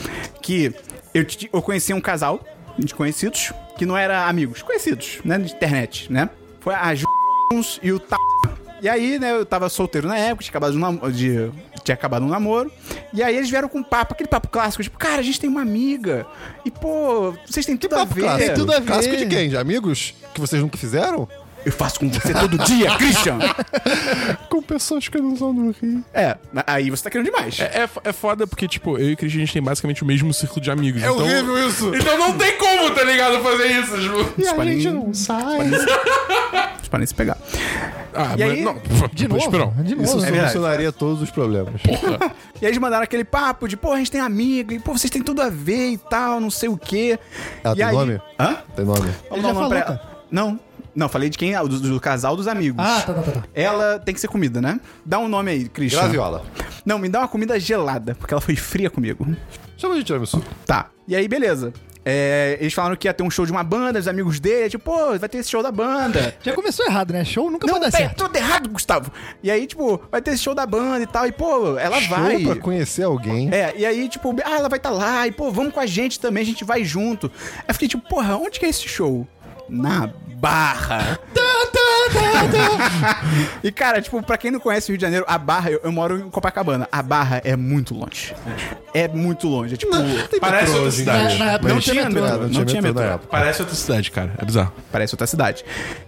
A: Que eu, ti- eu conheci um casal de conhecidos, que não era amigos, conhecidos, né? De internet, né? Foi a Ju e o T. E aí, né, eu tava solteiro na época, tinha acabado um, nam- de, tinha acabado um namoro. E aí eles vieram com um papo, aquele papo clássico, tipo, cara, a gente tem uma amiga. E, pô, vocês têm tudo a ver.
B: Clássico.
E: Tem tudo a ver.
B: Clássico de quem? De amigos? Que vocês nunca fizeram?
A: Eu faço com você todo dia, Christian!
B: Com pessoas que não são do Rio.
A: É, na- aí você tá querendo demais.
F: É, é, é foda porque, tipo, eu e o Cristian, a gente tem basicamente o mesmo círculo de
B: É
F: amigos. então...
B: isso!
F: Então não tem como, tá ligado, fazer isso, tipo.
B: E a
A: Sparinho.
B: gente não sai.
A: Tipo, nem se pegar.
F: Ah,
A: E
F: mas
A: aí-
F: não.
E: De novo.
F: Esperão.
E: De novo.
B: Isso
A: É verdade.
B: solucionaria todos os problemas.
A: E aí eles mandaram aquele papo de, pô, a gente tem amigo, e pô, vocês têm tudo a ver e tal, não sei o quê.
B: Ela
A: e
B: tem
A: aí...
B: nome?
A: Hã?
B: Tem nome.
A: Vamos
E: já
A: dar uma pra
E: falou,
A: ela. Não, não, falei de quem? Ah, Do, do casal dos amigos.
E: Ah, tá, tá, tá, tá.
A: Ela tem que ser comida, né? Dá um nome aí, Christian.
B: Graviola.
A: Não, me dá uma comida gelada, porque ela foi fria comigo.
B: Chama de tiramisu.
A: Tá. E aí, beleza. É, eles falaram que ia ter um show de uma banda, os amigos dele, tipo, pô, vai ter esse show da banda.
E: Já começou errado, né? Show nunca
A: Não,
E: vai dar
A: tá
E: certo.
A: tudo errado, Gustavo. E aí, tipo, vai ter esse show da banda e tal. E, pô, ela vai.
B: Show pra conhecer alguém.
A: É, e aí, tipo, ah, ela vai estar tá lá. E, pô, vamos com a gente também, a gente vai junto. Aí eu fiquei, tipo, porra, onde que é esse show? Na Barra. E, cara, tipo, pra quem não conhece o Rio de Janeiro, a Barra, eu, eu moro em Copacabana. A Barra é muito longe. É muito longe. É tipo.
F: Parece outra
E: Na,
F: cidade.
E: na época
A: Não
E: não tinha
A: tinha
E: metrô.
A: nada.
B: Ah,
A: não tinha metrô.
B: na época.
F: Parece outra cidade, cara. É bizarro.
A: Parece outra cidade.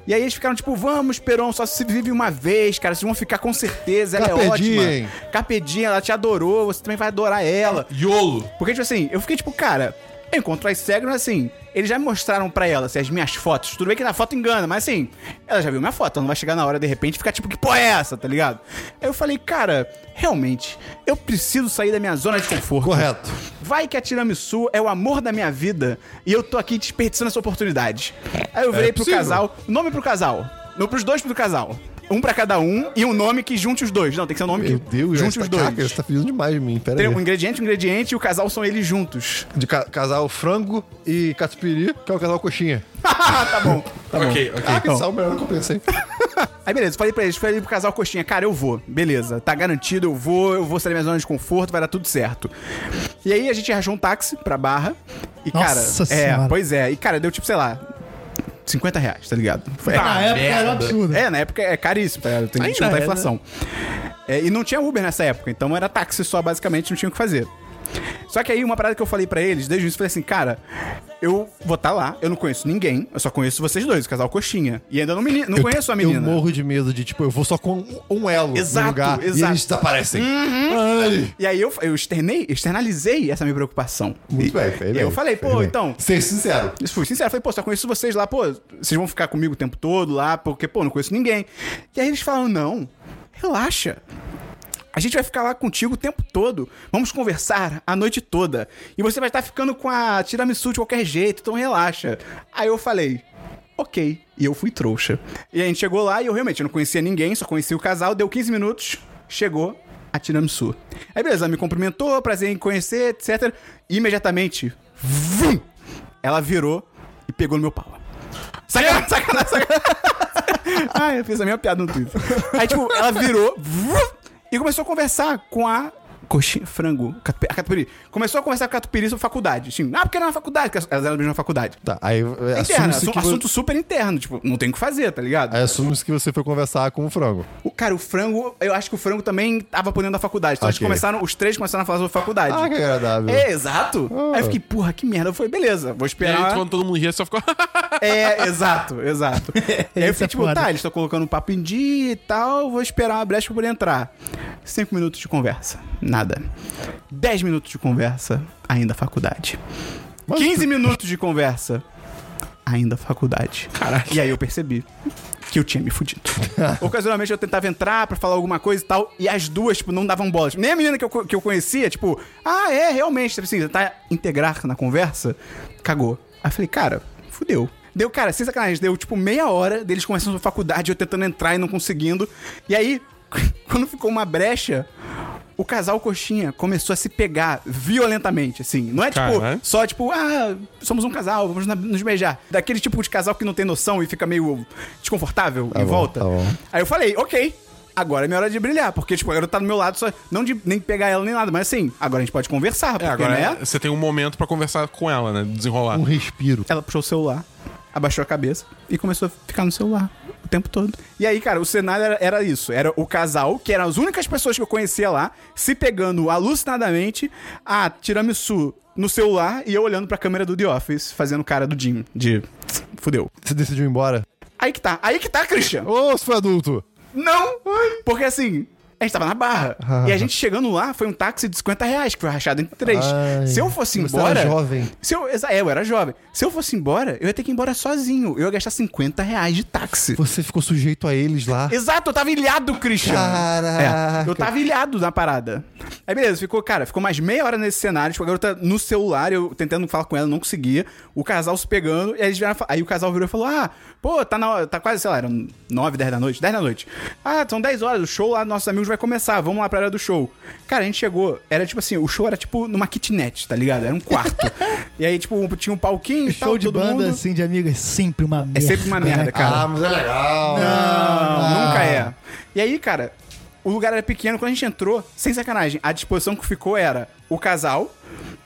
A: E aí eles ficaram tipo, vamos, Peron, só se vive uma vez, cara. Vocês vão ficar com certeza, ela
B: Carpe
A: é ótima.
B: diem.
A: Capedinha, ela te adorou, você também vai adorar ela.
F: Iolo.
A: Porque, tipo assim, eu fiquei tipo, cara, eu encontro as cegas, mas assim, eles já me mostraram pra ela assim, as minhas fotos. Tudo bem que na foto engana, mas assim, ela já viu minha foto, ela não vai chegar na hora de repente e ficar tipo, que porra é essa, tá ligado? Aí eu falei, cara, realmente, eu preciso sair da minha zona de conforto.
B: Correto.
A: Vai que a tiramisu é o amor da minha vida e eu tô aqui desperdiçando essa oportunidade. Aí eu virei pro
B: É possível.
A: casal, nome pro casal, não pros dois pro casal. Um pra cada um e um nome que junte os dois. Não, tem que ser um nome
B: Meu
A: que
B: Deus,
A: junte
B: essa
A: os dois.
B: caca, você tá pedindo demais de mim. Pera
A: Tem
B: aí.
A: um ingrediente, um ingrediente e o casal são eles juntos.
B: um De ca- casal frango e catupiry, que é o casal coxinha.
A: tá bom.
F: ok, ok.
B: Ah, que sal melhor do que eu pensei.
A: Aí beleza, falei pra eles, falei pro casal coxinha, cara, eu vou, beleza, tá garantido, eu vou, eu vou sair da minha zona de conforto, vai dar tudo certo. E aí a gente arranjou um táxi pra barra. E,
E: Nossa
A: cara, é,
E: Senhora.
A: pois é, e cara, deu tipo, sei lá, 50 reais, tá ligado? Foi,
E: Na época era um absurdo.
A: É, na época é caríssimo, tá? tem que
F: Ainda
A: descontar a
F: é,
A: inflação. É, e não tinha Uber nessa época, então era táxi só, basicamente, não tinha o que fazer. Só que aí uma parada que eu falei pra eles, desde o início, eu falei assim, cara, eu vou tá lá, eu não conheço ninguém, eu só conheço vocês dois, o casal coxinha. E ainda não, meni- não conheço a menina.
B: Eu morro de medo de, tipo, eu vou só com um elo
A: Exato,
B: no lugar e
A: exato. Uhum.
B: eles desaparecem. Ai.
A: E aí eu, eu externei, externalizei essa minha preocupação.
B: Muito
A: e,
B: bem, foi
A: e
B: bem,
A: eu falei,
B: foi
A: pô,
B: bem.
A: então.
B: é. Ser sincero.
A: Eu fui sincero, eu falei, pô, só conheço vocês lá, pô, vocês vão ficar comigo o tempo todo lá, porque, pô, não conheço ninguém. E aí eles falaram, não, relaxa. A gente vai ficar lá contigo o tempo todo. Vamos conversar a noite toda. E você vai estar ficando com a tiramisu de qualquer jeito, então relaxa. Aí eu falei, ok. E eu fui trouxa. E a gente chegou lá e eu realmente eu não conhecia ninguém, só conhecia o casal. Deu 15 minutos, chegou a tiramisu. Aí beleza, ela me cumprimentou, prazer em conhecer, etc. E imediatamente, vum, ela virou e pegou no meu pau. Sacanagem, sacanagem, sacanagem. Ai, Ah, eu fiz a minha piada no Twitter. Aí, tipo, ela virou vrum, e começou a conversar com a coxinha, frango, catupi- a catupiry. Começou a conversar com a catupiry sobre faculdade. Assim, ah, porque era na faculdade, porque elas eram da mesma faculdade.
B: Tá, aí
A: Interna,
B: assume-se
A: assu-
B: que, vo- É.
A: assunto super interno, tipo, não tem o que fazer, tá ligado?
B: aí assume-se que você foi conversar com o frango.
A: O, cara, o frango, eu acho que o frango também tava podendo da faculdade. Então eles
B: Ok.
A: começaram, os três começaram a falar sobre faculdade.
B: Ah, que Ah. agradável.
A: É, exato. Aí eu fiquei, porra, que merda. Eu falei, beleza, vou
F: E
A: esperar.
F: aí, quando todo mundo ria, só ficou.
A: É, exato, exato. e aí eu
E: Isso é
A: fiquei tipo,
E: foda.
A: tá, eles estão colocando um papo em dia e tal, vou esperar uma brecha pra poder entrar. Cinco minutos de conversa, nada. Dez minutos de conversa, ainda faculdade. Quinze minutos de conversa, ainda faculdade. Caraca. E aí eu percebi que eu tinha me fudido. Ocasionalmente eu tentava entrar pra falar alguma coisa e tal, e as duas, tipo, não davam bola. Tipo, nem a menina que eu, co- que eu conhecia, tipo, ah, é, realmente, tipo assim, tentar integrar na conversa, cagou. Aí eu falei, cara, fudeu. Deu, cara, sem sacanagem, deu tipo meia hora deles conversando sobre faculdade, eu tentando entrar e não conseguindo. E aí, quando ficou uma brecha, o casal coxinha começou a se pegar violentamente, assim. Não é tipo,
F: Caralho.
A: só tipo, ah, somos um casal, vamos na- nos beijar. Daquele tipo de casal que não tem noção e fica meio desconfortável em
B: bom,
A: volta.
B: tá bom.
A: Aí eu falei, ok. Agora é minha hora de brilhar, porque, tipo, a garota tá do meu lado, só, não de nem pegar ela nem nada, mas assim, agora a gente pode conversar, porque,
F: É, agora
A: né?
F: você tem um momento pra conversar com ela, né? Desenrolar.
B: Um respiro.
A: Ela puxou o celular, abaixou a cabeça e começou a ficar no celular o tempo todo. E aí, cara, o cenário era, era isso. Era o casal, que eram as únicas pessoas que eu conhecia lá, se pegando alucinadamente a tiramisu no celular e eu olhando pra câmera do The Office, fazendo cara do Jim, de... Fudeu.
B: Você decidiu ir embora?
A: Aí que tá. Aí que tá, Christian.
B: Ô, você foi adulto!
A: Não! Porque assim, a gente tava na barra.
B: Ah.
A: E a gente chegando lá foi um táxi de 50 reais, que foi rachado entre três.
B: Ai,
A: se eu fosse
B: você
A: embora.
B: era jovem.
A: Se eu, exa- é, eu era jovem. Se eu fosse embora, eu ia ter que ir embora sozinho. Eu ia gastar 50 reais de táxi.
B: Você ficou sujeito a eles lá.
A: Exato, eu tava ilhado, Christian.
B: Caraca.
A: É, eu tava ilhado na parada. Aí beleza, ficou, cara, ficou mais meia hora nesse cenário, tipo, a garota no celular, eu tentando falar com ela, não conseguia. O casal se pegando, e aí, eles vieram fa- aí o casal virou e falou: Ah, pô, tá na hora, tá quase, sei lá, eram 9, 10 da noite, 10 da noite. Ah, são 10 horas, o show lá, nossos amigos vai começar, vamos lá pra área do show. Cara, a gente chegou, era tipo assim, o show era tipo numa kitnet, tá ligado? Era um quarto. e aí, tipo, tinha um palquinho e
E: Show
A: tal,
E: de
A: todo
E: banda,
A: mundo.
E: assim, de amigo, é sempre uma merda. né?
A: É sempre uma merda, cara.
B: mas é legal.
A: Não, nunca é. E aí, cara, o lugar era pequeno. Quando a gente entrou, sem sacanagem, a disposição que ficou era o casal,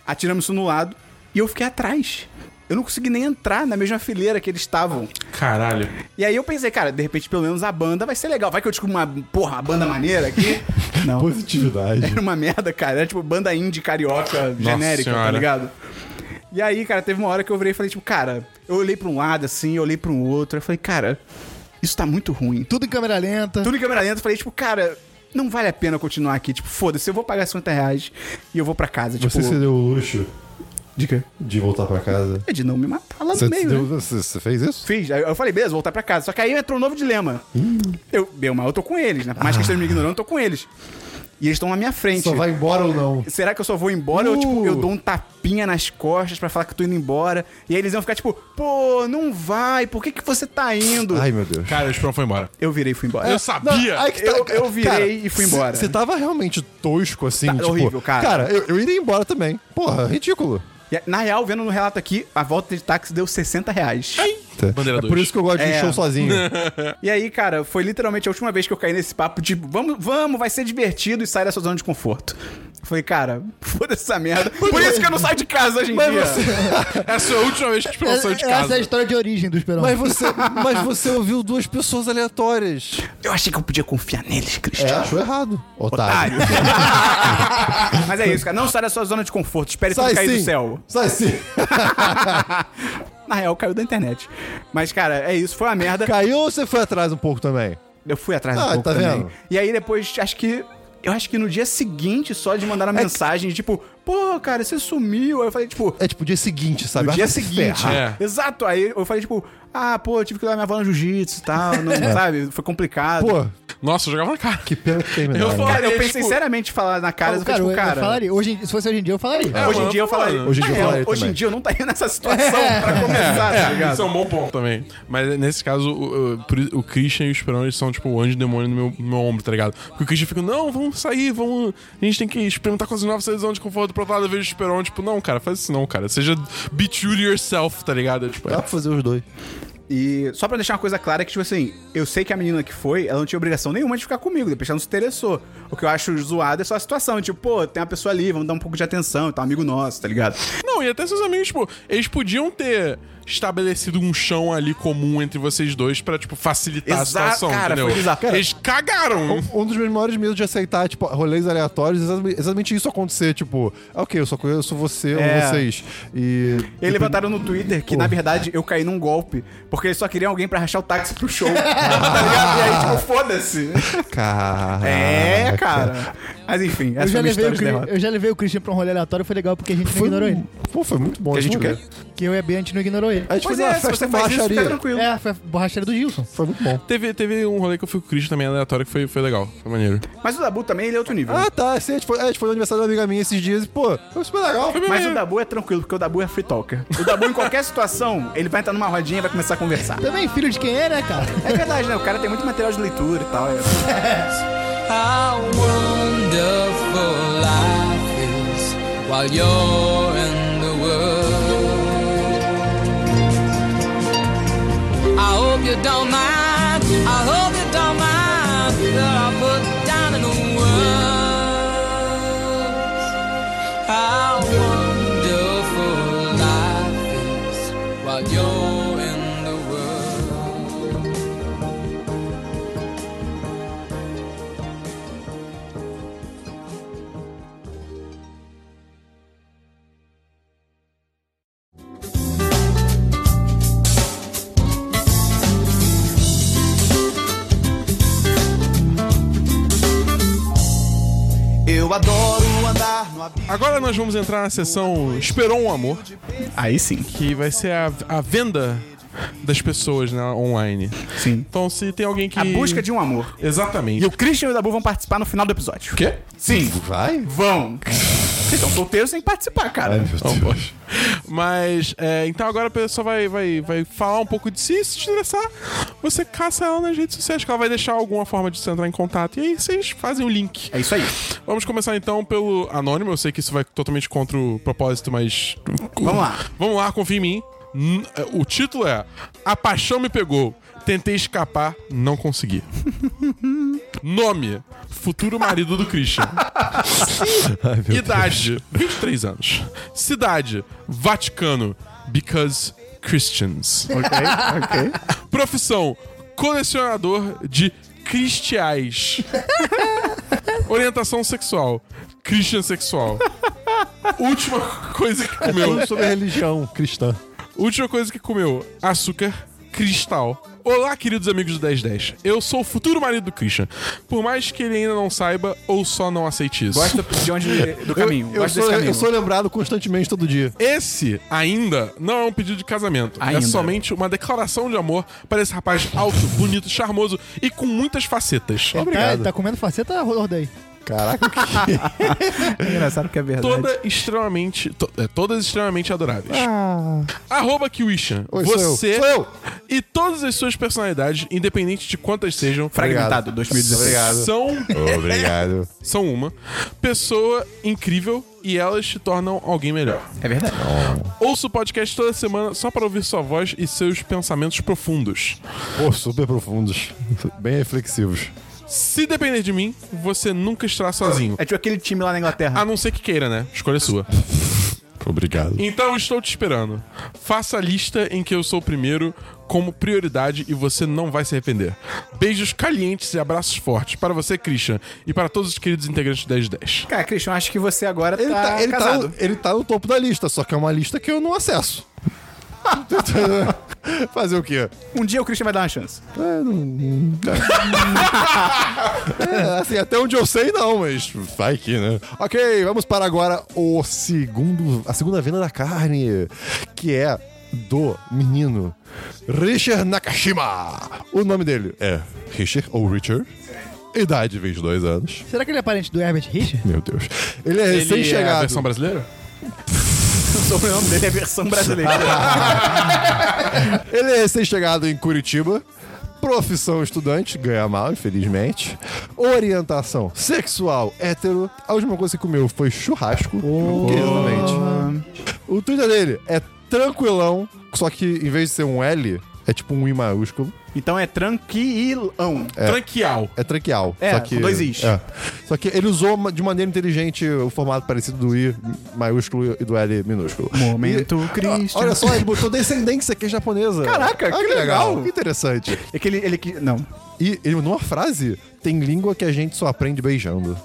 A: atiramos isso no lado, e eu fiquei atrás. Eu não consegui nem entrar na mesma fileira que eles estavam.
F: Caralho.
A: E aí eu pensei, cara, de repente pelo menos a banda vai ser legal. Vai que eu descubro uma, porra, uma banda maneira aqui. Não.
B: Positividade.
A: Era uma merda, cara. Era tipo banda indie carioca genérica, tá
F: Senhora.
A: ligado? E aí, cara, teve uma hora que eu virei e falei, tipo, cara, eu olhei pra um lado assim, eu olhei pra um outro. Eu falei, cara, isso tá muito ruim.
E: Tudo em câmera lenta.
A: Tudo em câmera lenta, eu falei, tipo, cara, não vale a pena eu continuar aqui. Tipo, foda-se, eu vou pagar 50 reais e eu vou pra casa. Tipo,
B: Você se deu o luxo
A: de quê?
B: de voltar pra casa.
A: É de não me matar lá
B: Você,
A: no meio,
B: se
A: né?
B: deu- você- você fez isso?
A: Fiz. Aí eu falei, beleza, vou voltar pra casa. Só que aí entrou um novo dilema.
B: Hum.
A: Eu, meu, mas eu tô com eles, né? Por mais que eles estejam me ignorando, eu tô com eles. E eles estão na minha frente.
B: Ah. Só vai embora ou não?
A: Será que eu só vou embora ou, tipo,
B: Uh.
A: eu dou um tapinha nas costas pra falar que eu tô indo embora? E aí eles iam ficar, tipo, pô, não vai, por que que você tá indo?
B: Ai, meu Deus.
F: Cara, o Esperão foi embora.
A: Eu virei e fui embora.
F: Eu sabia!
B: aí que tá-
A: Eu- eu virei e fui embora.
B: Você tava realmente tosco, assim,
A: Tá
B: tipo...
A: horrível, cara.
B: eu, eu iria embora também. Porra, ridículo.
A: E, na real, vendo no relato aqui, a volta de táxi deu 60 reais.
F: Bandeira
B: é
F: dois.
B: por isso que eu gosto de
A: É.
B: show sozinho.
A: E aí, cara, foi literalmente a última vez que eu caí nesse papo de vamos, vamos, vai ser divertido e sai dessa zona de conforto. Eu Falei, cara, foda-se essa merda. Por isso que eu não saio de casa hoje em dia.
F: Essa é a última vez que o Esperão saiu de
E: É- Essa é
F: casa.
E: a história de origem do Esperão.
B: mas, você, mas você ouviu duas pessoas aleatórias.
A: Eu achei que eu podia confiar neles,
B: É,
A: Cristian.
B: achou errado, otário.
A: Otário. Mas é isso, cara. Não sai da sua zona de conforto. Espere tudo
B: Sai
A: cair
B: sim.
A: do céu.
B: Sai sim.
A: Na real, caiu da internet. Mas, cara, é isso. Foi uma merda.
B: Caiu ou você foi atrás um pouco também?
A: Eu fui atrás
B: Ah,
A: um pouco
B: tá
A: também.
B: vendo?
A: E aí depois, acho que. Eu acho que no dia seguinte só de
B: É
A: mandar uma mensagem, tipo, pô, cara, você sumiu. Aí eu falei, tipo,
B: É tipo dia seguinte, sabe?
A: no dia
B: Vai se
A: seguinte.
B: ferrar.
F: É.
A: Exato. Aí eu falei, tipo, ah, pô, eu tive que levar minha avó no jiu-jitsu e tal, não, sabe? Foi complicado.
B: É. Pô,
F: Nossa, eu jogava na cara.
B: que pena que né? terminaram.
F: Eu vou-
A: cara, eu
F: Olha,
A: pensei
F: tipo-
A: seriamente em falar na cara,
E: Ah,
A: eu falei, tipo, cara.
E: eu falaria. Hoje, em- se fosse hoje em dia, eu falaria.
A: Hoje em
F: mano,
A: dia É, eu falaria.
F: mano.
B: Hoje em dia eu
A: Na real,
B: falaria
A: hoje
B: também. É.
A: em dia eu não estaria nessa situação pra começar, tá ligado?
F: Isso é um bom ponto também. Mas nesse caso, o, o- por isso- o Christian e o Esperão, eles são tipo o anjo e o demônio no meu, no meu ombro, tá ligado? Porque o Christian fica, não, vamos sair, vamos. A gente tem que experimentar coisas novas, sair da zona de conforto pro outro lado, eu vejo o Esperão, tipo, não, cara, faz isso não, cara. Seja be true to yourself, tá ligado? Tipo,
B: Dá
F: é.
B: pra fazer os dois.
A: E só pra deixar uma coisa clara, que, tipo assim, eu sei que a menina que foi, ela não tinha obrigação nenhuma de ficar comigo, depois ela não se interessou. O que eu acho zoado é só a situação, tipo, pô, tem uma pessoa ali, vamos dar um pouco de atenção, tá um amigo nosso, tá ligado?
F: Não, e até seus amigos, tipo, eles podiam ter estabelecido um chão ali comum entre vocês dois pra, tipo, facilitar
A: Exa-
F: a situação,
A: cara,
F: entendeu?
A: foi bizarro. Cara-
F: eles cagaram.
B: Um- Um dos meus maiores medos de aceitar, tipo, rolês aleatórios, é exatamente- exatamente isso acontecer, tipo, ah, ok, eu só conheço você
A: É.
B: ou vocês. E.
A: Eles levantaram no Twitter que, na verdade, eu caí num golpe, porque eles só queriam alguém pra rachar o táxi pro show, tá ligado? E aí, tipo, foda-se.
B: Caraca.
A: É, cara. Mas enfim,
E: Eu
A: essa
E: já,
A: foi é a minha
E: levei
A: história
E: o,
A: de derrota.
E: Cri- eu já levei o Christian pra um rolê aleatório, foi legal porque a gente não ignorou ele.
B: Pô, foi muito bom
A: Que a
B: esse
A: gente o quê?
B: lugar.
E: Que eu e a Bia, a gente não ignorou ele.
B: A gente
A: Pois
B: fez uma
A: é, se
B: festa
A: você
B: de
A: faz isso, fica
B: borracharia.
A: tranquilo.
E: É, foi a borracharia do Gilson.
B: Foi muito bom.
F: Teve, teve um rolê que eu fui com o Chris também aleatório que foi, foi legal. Foi maneiro.
A: Mas o Dabu também, ele é outro nível.
B: Ah, tá. Sim, a, gente foi, a gente foi no aniversário da amiga minha esses dias e, pô, foi super legal.
A: Mas o Dabu é tranquilo, porque o Dabu é free talker. O Dabu, em qualquer situação, ele vai entrar numa rodinha e vai começar a conversar.
E: Também, filho de quem é, né, cara?
A: É verdade, né? O cara tem muito material de leitura e tal. é.
D: How wonderful life is while you're in the world. I hope you don't mind. I hope you don't mind that I put down in words how wonderful life is while you're in the world.
I: Eu adoro andar no abismo.
F: Agora nós vamos entrar na sessão Esperou um Amor,
A: Aí sim,
F: que vai ser a, a venda das pessoas né, online.
A: sim.
F: Então, se tem alguém que.
A: A busca de um amor.
F: Exatamente.
A: E o Christian e o Dabu vão participar no final do episódio.
F: quê?
A: Sim,
B: Vai?
A: vão. Vocês são solteiros sem participar, cara.
F: Não, poxa. Mas, é, então agora a pessoa vai, vai, vai falar um pouco de si, se estressar, você caça ela nas redes sociais, que ela vai deixar alguma forma de você entrar em contato. E aí vocês fazem o link.
A: É isso aí.
F: Vamos começar então pelo anônimo, eu sei que isso vai totalmente contra o propósito, mas.
A: Vamos lá.
F: Vamos lá, confia em mim. N- é, O título é A Paixão Me Pegou. Tentei escapar, não consegui. Nome: Futuro marido do Christian. Idade: 23 anos. Cidade: Vaticano. Because Christians.
A: Ok, ok.
F: Profissão: colecionador de cristiais. Orientação sexual: Christian sexual. Última coisa que comeu.
B: Tudo sobre religião cristã.
F: Última coisa que comeu: açúcar cristal. Olá, queridos amigos do 1010. Eu sou o futuro marido do Christian. Por mais que ele ainda não saiba ou só não aceite isso.
A: Gosto de onde, do caminho.
B: Eu
A: Gosto desse
B: sou,
A: caminho.
B: eu sou lembrado constantemente todo dia.
F: Esse ainda não é um pedido de casamento.
A: Ainda.
F: É somente uma declaração de amor para esse rapaz alto, bonito, charmoso e com muitas facetas.
B: É,
F: é
E: Tá, tá comendo faceta, Rodei.
B: Caraca, que
A: É engraçado que é verdade.
F: Toda extremamente, to- é, todas extremamente adoráveis. Arroba Kiwishan.
B: Ah. Oi, sou
F: você
B: eu. Sou eu.
F: e todas as suas personalidades, independente de quantas sejam,
A: Fragmentado,
B: Obrigado.
A: 2016.
B: Obrigado.
F: são
B: Obrigado.
F: são uma pessoa incrível e elas te tornam alguém melhor.
A: É verdade.
F: Ouço o podcast toda semana só para ouvir sua voz e seus pensamentos profundos.
B: Pô, super profundos. Bem reflexivos.
F: Se depender de mim, você nunca estará sozinho.
A: É tipo aquele time lá na Inglaterra.
B: Ah.
F: A não ser que queira, né? Escolha sua.
B: Obrigado.
F: Então estou te esperando. Faça a lista em que eu sou o primeiro como prioridade e você não vai se arrepender. Beijos calientes e abraços fortes para você, Christian, e para todos os queridos integrantes do 1010.
A: Cara, Christian, acho que você agora
B: Ele
A: tá,
B: tá, ele, tá,
A: casado.
B: no- ele tá no topo da lista, só que é uma lista que eu não acesso. Fazer o quê?
A: Um dia o Christian vai dar uma chance.
B: É, assim, até onde eu sei, não, mas vai que, né? Ok, vamos para agora o segundo, a segunda venda da carne, que é do menino Richard Nakashima. O nome dele é Richard ou Richard. Idade 22 anos.
E: Será que ele é parente do Herbert Richard?
B: Meu Deus. Ele é
F: é a
B: recém-chegado.
F: versão brasileira?
A: O sobrenome dele é versão
B: Ah,
A: brasileira.
B: Ele é recém-chegado em Curitiba. Profissão estudante, ganha mal, infelizmente. Orientação sexual hétero. A última coisa que comeu foi churrasco.
A: Oh.
B: Exatamente. O Twitter dele é tranquilão, só que em vez de ser um L, é tipo um I maiúsculo.
A: então é tranquilão.
F: Tranquial.
B: É traqueal.
A: É,
B: só que,
A: com dois Is.
B: É. Só que ele usou ma- de maneira inteligente o formato parecido do I maiúsculo e do L minúsculo.
A: Momento
B: E-
A: Christian.
B: Olha só, ele botou descendência que é japonesa.
A: Caraca, que legal.
B: Que interessante.
A: É que ele, ele que. Não.
B: E ele mandou uma frase: tem língua que a gente só aprende beijando.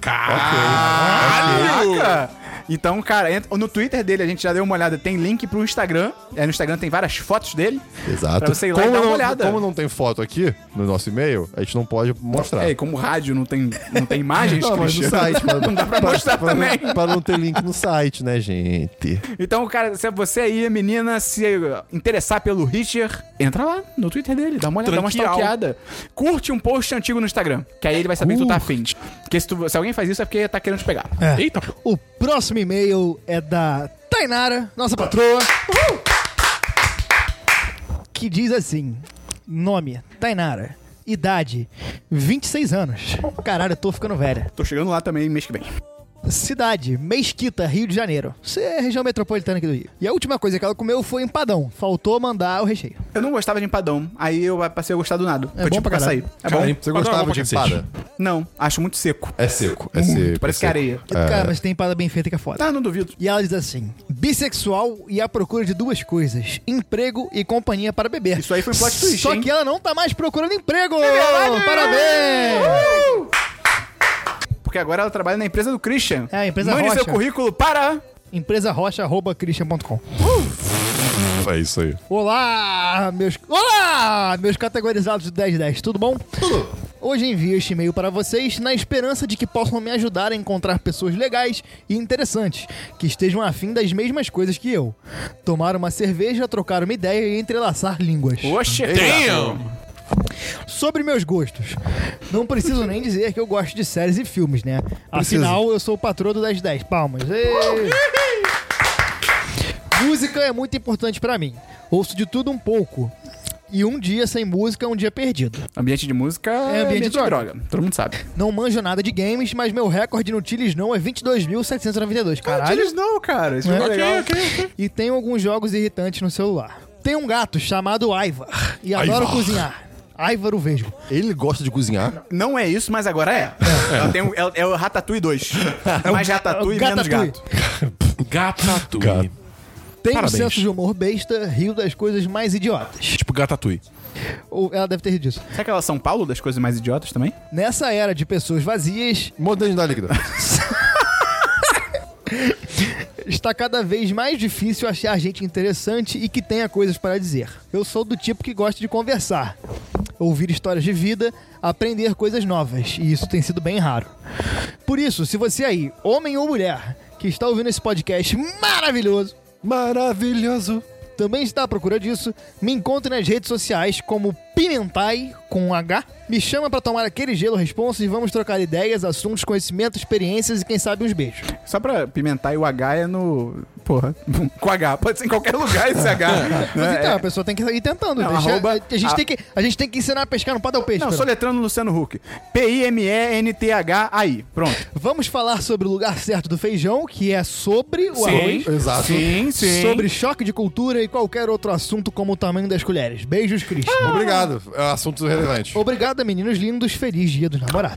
F: Caralho!
A: Caraca! Então, cara, entra- no Twitter dele a gente já deu uma olhada. Tem link pro Instagram. É, no Instagram tem várias fotos dele.
B: Exato.
A: Pra você ir lá e dar uma
B: não,
A: olhada.
B: como não tem foto aqui no nosso e-mail, a gente não pode mostrar.
A: É, e como rádio não tem, não tem imagens,
B: não, mas no
A: Christian,
B: site. Pra,
A: não dá pra mostrar
B: pra-
A: também.
B: pra não ter link no site, né, gente?
A: Então, cara, se você aí, menina, se interessar pelo Richard, entra lá no Twitter dele, dá uma olhada, dá uma
F: Tranquial.
A: stalkeada. Curte um post antigo no Instagram, que aí ele vai saber que tu tá afim. Porque se, tu- se alguém faz isso é porque tá querendo te pegar.
F: Eita, pô.
E: O próximo e-mail é da Tainara, nossa patroa. Uhul! Que diz assim: Nome, Tainara. Idade, 26 anos. Caralho, eu tô ficando velha.
A: Tô chegando lá também mês que vem.
E: Cidade, Mesquita, Rio de Janeiro. Isso é a região metropolitana aqui do Rio. E a última coisa que ela comeu foi um empadão. Faltou mandar o recheio.
A: Eu não gostava de empadão, aí eu passei a gostar do nada.
E: É
A: Foi
E: bom pra
A: pra
E: caralho.
A: sair. É
F: Cara,
A: bom?
F: em-
B: Você
F: Mas não,
B: gostava
F: pra
B: de
F: cacete.
B: empada?
A: Não, acho muito seco.
B: É seco. É seco.
A: Hum, parece
B: é
A: que areia.
E: Cara, mas tem empada bem feita que é foda.
A: Ah, não duvido.
E: E ela diz assim: bissexual e à procura de duas coisas: emprego e companhia para beber.
A: Isso aí foi um plot twist,
E: Só
A: hein? É
E: que ela não tá mais procurando emprego! Parabéns!
A: Porque agora ela trabalha na empresa do Christian.
E: É, a empresa
A: Mande seu
E: Rocha.
A: currículo para...
E: Empresa Rocha@christian.com.
B: É isso aí.
E: Olá, meus. Olá, meus categorizados do 1010, tudo bom? Tudo. Hoje envio este e-mail para vocês na esperança de que possam me ajudar a encontrar pessoas legais e interessantes que estejam afim das mesmas coisas que eu. Tomar uma cerveja, trocar uma ideia e entrelaçar línguas.
A: Oxe,
F: Damn!
E: Sobre meus gostos. Não preciso nem dizer que eu gosto de séries e filmes, né? Afinal, eu sou o patrão do 1010. Palmas. Ê! música é muito importante pra mim. Ouço de tudo um pouco. E um dia sem música é um dia perdido.
A: Ambiente de música
E: É
A: é
E: ambiente
A: ambiente,
E: de
A: de droga. Todo mundo sabe.
E: Não manjo nada de games, mas meu recorde no Tiles não é
A: Ah,
E: 22.792. Caralho.
A: Eles não, cara. Isso
E: Não é?
A: jogo é legal.
E: E tenho alguns jogos irritantes no celular. Tem um gato chamado Ivar e adoro cozinhar. Ivar o Vesgo.
B: Ele gosta de cozinhar.
A: Não é isso, mas agora é. Ela tem um- ela- é, o Ratatouille 2. Mais Ratatouille, menos
E: Gatatui.
A: gato.
F: Gatatui.
B: Gato.
E: Tem
F: Parabéns.
E: um senso de humor besta, rio das coisas mais idiotas.
F: Tipo Gatatui.
E: Ou ela deve ter rido disso.
A: Será que ela é São Paulo das coisas mais idiotas também?
E: Nessa era de pessoas vazias,
B: Modernidade líquida.
E: está cada vez mais difícil achar gente interessante e que tenha coisas para dizer. Eu sou do tipo que gosta de conversar, ouvir histórias de vida, aprender coisas novas, e isso tem sido bem raro. Por isso, se você aí, homem ou mulher, que está ouvindo esse podcast maravilhoso,
B: Maravilhoso.
E: também está à procura disso, me encontre nas redes sociais como Pimentai, com um H. Me chama pra tomar aquele gelo responsa e vamos trocar ideias, assuntos, conhecimentos, experiências e quem sabe uns beijos.
A: Só pra pimentar, e o H é no. Porra. Com H. Pode ser em qualquer lugar esse H.
E: Mas
A: né?
E: então, a
A: É-
E: pessoa tem que ir tentando.
A: Não,
E: deixa-
A: arroba-
E: a, gente
A: a-
E: tem que, a gente tem que ensinar a pescar no pau peixe.
A: Não,
E: Pedro.
A: soletrando Luciano Huck. P-I-M-E-N-T-H-A-I. Pronto.
E: Vamos falar sobre o lugar certo do feijão, que é sobre o arroz.
B: Exato.
A: Sim, sim.
E: Sobre choque de cultura e qualquer outro assunto como o tamanho das colheres. Beijos, Cristo.
A: Ah.
B: Obrigado. É um assunto relevante.
E: Obrigado, meninos lindos. Feliz dia dos namorados.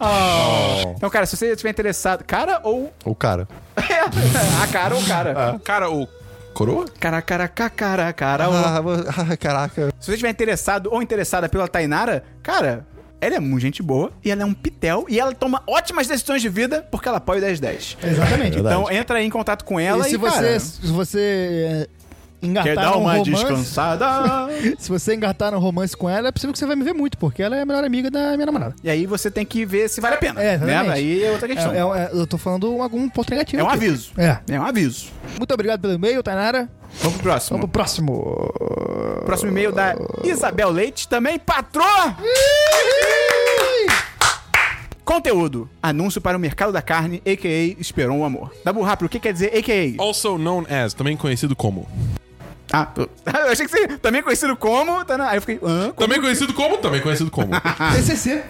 A: Então, cara, se você estiver interessado. Cara ou.
B: O cara.
A: A cara ou cara.
F: Cara, o... Coroa?
A: Cara, cara, ca- cara, cara. ou-
B: Ah, ah, caraca.
A: Se você estiver interessado ou interessada pela Tainara, cara, ela é muito gente boa e ela é um pitel e ela toma ótimas decisões de vida porque ela apoia o 1010.
E: Exatamente.
A: Então entra aí em contato com ela
E: e
A: e,
E: se você,
A: cara,
E: se você é, engatar
A: quer dar
E: num
A: uma
E: romance,
A: descansada.
E: se você engatar no romance com ela, é possível que você vai me ver muito, porque ela é a melhor amiga da minha namorada.
A: e aí você tem que ver se vale a pena.
E: É,
A: né?
E: exatamente.
A: Aí é outra questão.
E: É- é- é- eu tô falando algum ponto negativo.
A: É um
E: aqui.
A: aviso.
E: É.
A: É um aviso.
E: Muito obrigado pelo e-mail, Tainara.
A: Vamos pro próximo.
E: Vamos pro próximo.
A: Próximo e-mail da Isabel Leite, também patroa! Conteúdo. Anúncio para o mercado da carne, a.k.a. Esperou um amor. Dabu rápido, o que quer dizer a.k.a.?
F: Also known as, também conhecido como.
A: Ah, pô. eu achei que você também é conhecido como. Tá na... Aí eu fiquei. Hã? Como?
F: Também conhecido como, também conhecido como.
E: TCC.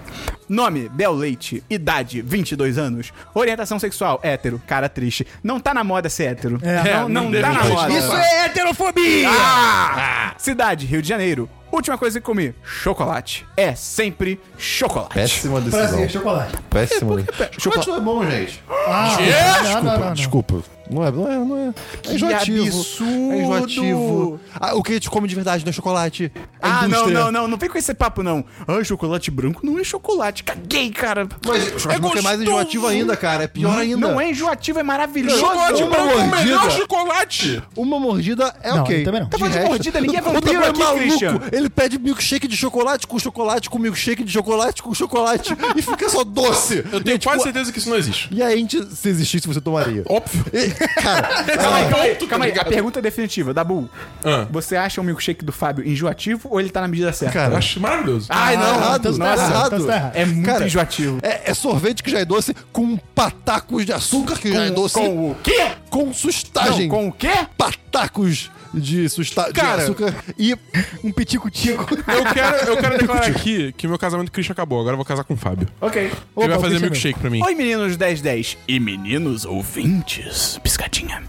A: Nome: Bel Leite. Idade: 22 anos. Orientação sexual: hétero. Cara triste. Não tá na moda ser hétero.
E: É,
A: não, não,
F: não
A: tá na
F: deveria.
A: moda.
E: Isso é heterofobia!
A: Ah! Cidade: Rio de Janeiro. Última coisa que comi: chocolate. É sempre chocolate.
B: Péssima decisão.
E: chocolate.
B: Péssima. Chocolate não é bom, gente.
E: Ah,
F: Yes!
E: não, não, não, não.
B: Desculpa. Não é, não é, não é. é enjoativo.
A: absurdo!
B: É enjoativo. Ah, o que a gente come de verdade não é chocolate. É
A: Ah, não,
B: indústria.
A: não, não, não vem com esse papo, não. Ah, chocolate branco não é chocolate. Caguei, cara.
B: Mas o chocolate branco é mais
F: gostoso.
B: enjoativo ainda, cara. É pior ainda.
A: Não é enjoativo, é maravilhoso.
F: Chocolate
B: uma
F: branco é o melhor
B: mordida.
F: chocolate.
B: Uma mordida é
E: Não,
B: ok.
E: também não.
B: De
A: falando de
B: resto-
A: mordida, ninguém é
B: O
A: vampiro
B: Otávio
A: aqui, Christian.
B: Ele pede milkshake de chocolate com chocolate, com milkshake de chocolate com chocolate e fica só doce.
F: Eu tenho
B: E, tipo,
F: quase certeza que isso não existe.
B: E aí, a gente, se existisse, você tomaria.
F: Óbvio.
B: E, cara,
A: Calma aí, calma aí,
F: Ponto,
A: calma aí.
F: tá
A: A
F: ligado?
A: pergunta é definitiva, Dabu.
F: Ah.
A: Você acha o milkshake do Fábio enjoativo ou ele tá na medida certa?
F: Eu
B: cara.
F: acho maravilhoso.
A: Ai,
B: tá errado, tá
A: nossa,
B: errado.
E: então você tá errado.
A: É muito
B: Cara,
A: enjoativo.
B: É, é sorvete que já é doce com patacos de açúcar que já é doce.
A: Com o quê?
B: com
A: Não,
B: sustagem.
A: com o quê?
B: patacos de, susta... de
F: Cara.
B: açúcar e
E: Um pitico-tico.
F: Eu quero, eu quero declarar aqui que meu casamento com o Christian acabou. Agora eu vou casar com o Fábio.
A: Ok.
F: Ele vai
E: o
F: fazer
E: Christian
F: milkshake pra mim.
A: Oi, meninos 1010 e meninos ouvintes. Piscadinha.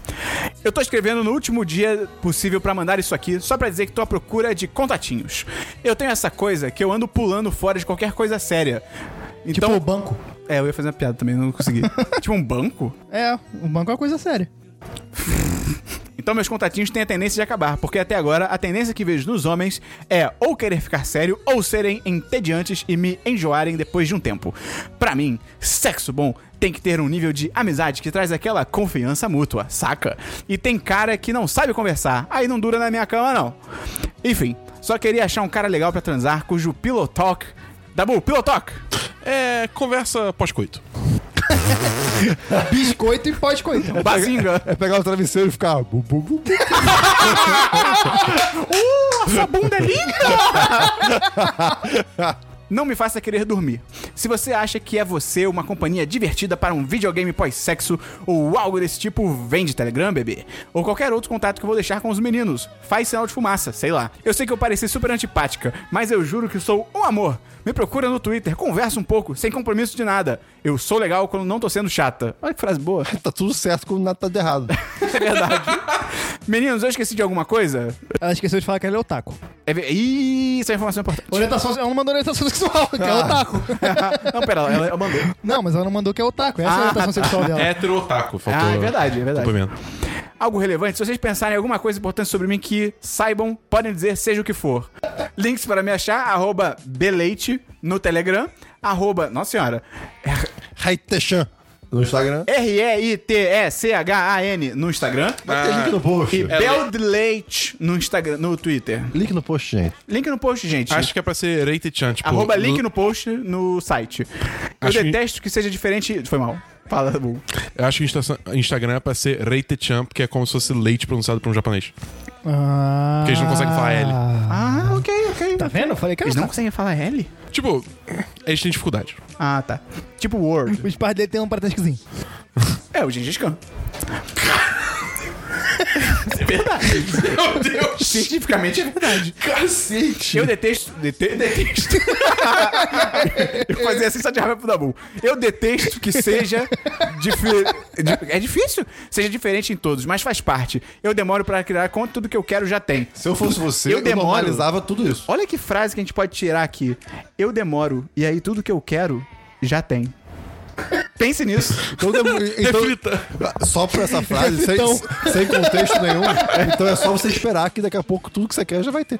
A: Eu tô escrevendo no último dia possível pra mandar isso aqui, só pra dizer que tô à procura de contatinhos. Eu tenho essa coisa que eu ando pulando fora de qualquer coisa séria.
E: Tipo
A: Então,
E: o banco.
A: é, eu ia fazer uma piada também, não consegui. tipo um banco?
E: É, o banco é uma coisa séria.
A: Então meus contatinhos têm a tendência de acabar, porque até agora a tendência que vejo nos homens é ou querer ficar sério ou serem entediantes e me enjoarem depois de um tempo. Pra mim, sexo bom tem que ter um nível de amizade que traz aquela confiança mútua, saca? E tem cara que não sabe conversar, aí não dura na minha cama não. Enfim, só queria achar um cara legal pra transar cujo pillow talk Dabu, pillow talk!
F: É conversa pós-coito.
E: Biscoito e pós-coito.
A: Bazinga!
B: é pegar o travesseiro e ficar. bu, bu, bu, bu.
A: Nossa, a bunda é linda! Não me faça querer dormir. Se você acha que é você uma companhia divertida para um videogame pós-sexo ou algo desse tipo, vem de Telegram, bebê. Ou qualquer outro contato que eu vou deixar com os meninos. Faz sinal de fumaça, sei lá. Eu sei que eu pareci super antipática, mas eu juro que sou um amor. Me procura no Twitter, conversa um pouco, sem compromisso de nada. Eu sou legal quando não tô sendo chata. Olha que frase boa.
B: Tá tudo certo quando nada tá de errado.
A: É verdade. Meninos, eu esqueci de alguma coisa?
E: Ela esqueceu de falar que ela é otaku.
A: É ver- Ih, essa é uma informação importante.
E: Orientação, ela não mandou orientação sexual, que é otaku.
A: não, pera, ela, é ela mandou.
E: Não, mas ela não mandou que é otaku. Essa é a
A: Ah,
E: orientação sexual dela.
F: Hétero otaku. Faltou
A: Ah, é verdade, é verdade.
F: complemento.
A: Algo relevante, se vocês pensarem em alguma coisa importante sobre mim que saibam, podem dizer seja o que for. Links para me achar, arroba Beleite no Telegram, arroba, nossa senhora,
B: Haitechan no Instagram.
A: R-E-I-T-E-C-H-A-N no Instagram.
B: Vai ter link no
A: Ah, E
B: post.
A: Beldeleite no Instagram, no Twitter.
B: Link no post, gente.
A: Link no post, gente.
F: Acho que é pra ser rated chan, tipo...
A: Arroba link no post no site. Eu
F: Acho que-
A: detesto que... seja diferente. Foi mal. Fala, Dabu.
F: Eu acho que Insta- Instagram é pra ser rated chan, porque é como se fosse leite pronunciado por um japonês.
E: Ah,
F: Porque eles não conseguem falar L.
A: Ah, ok, ok.
E: Tá vendo? Eu falei, cara,
A: Eles não
E: tá-
A: conseguem falar L?
F: Tipo, eles têm dificuldade.
A: Ah, tá. Tipo Word.
E: os pais dele têm um parentescozinho.
A: É, o Gengis Khan.
F: Meu Deus!
A: Cientificamente é verdade.
F: Cacete!
A: Eu detesto. dete- detesto. eu fazia assim só de raiva pro Dabu. Eu detesto que seja. dife- di- É difícil? Seja diferente em todos, mas faz parte. Eu demoro pra criar conta, tudo que eu quero já tem.
B: Se eu fosse você,
A: Eu
B: eu,
A: demoro.
B: normalizava tudo isso.
A: Olha que frase que a gente pode tirar aqui. Eu demoro, e aí tudo que eu quero já tem. Pense nisso.
B: Então, demo- então- só por essa frase, sem,
E: Então.
B: sem contexto nenhum, então é só você esperar que daqui a pouco tudo que você quer já vai ter.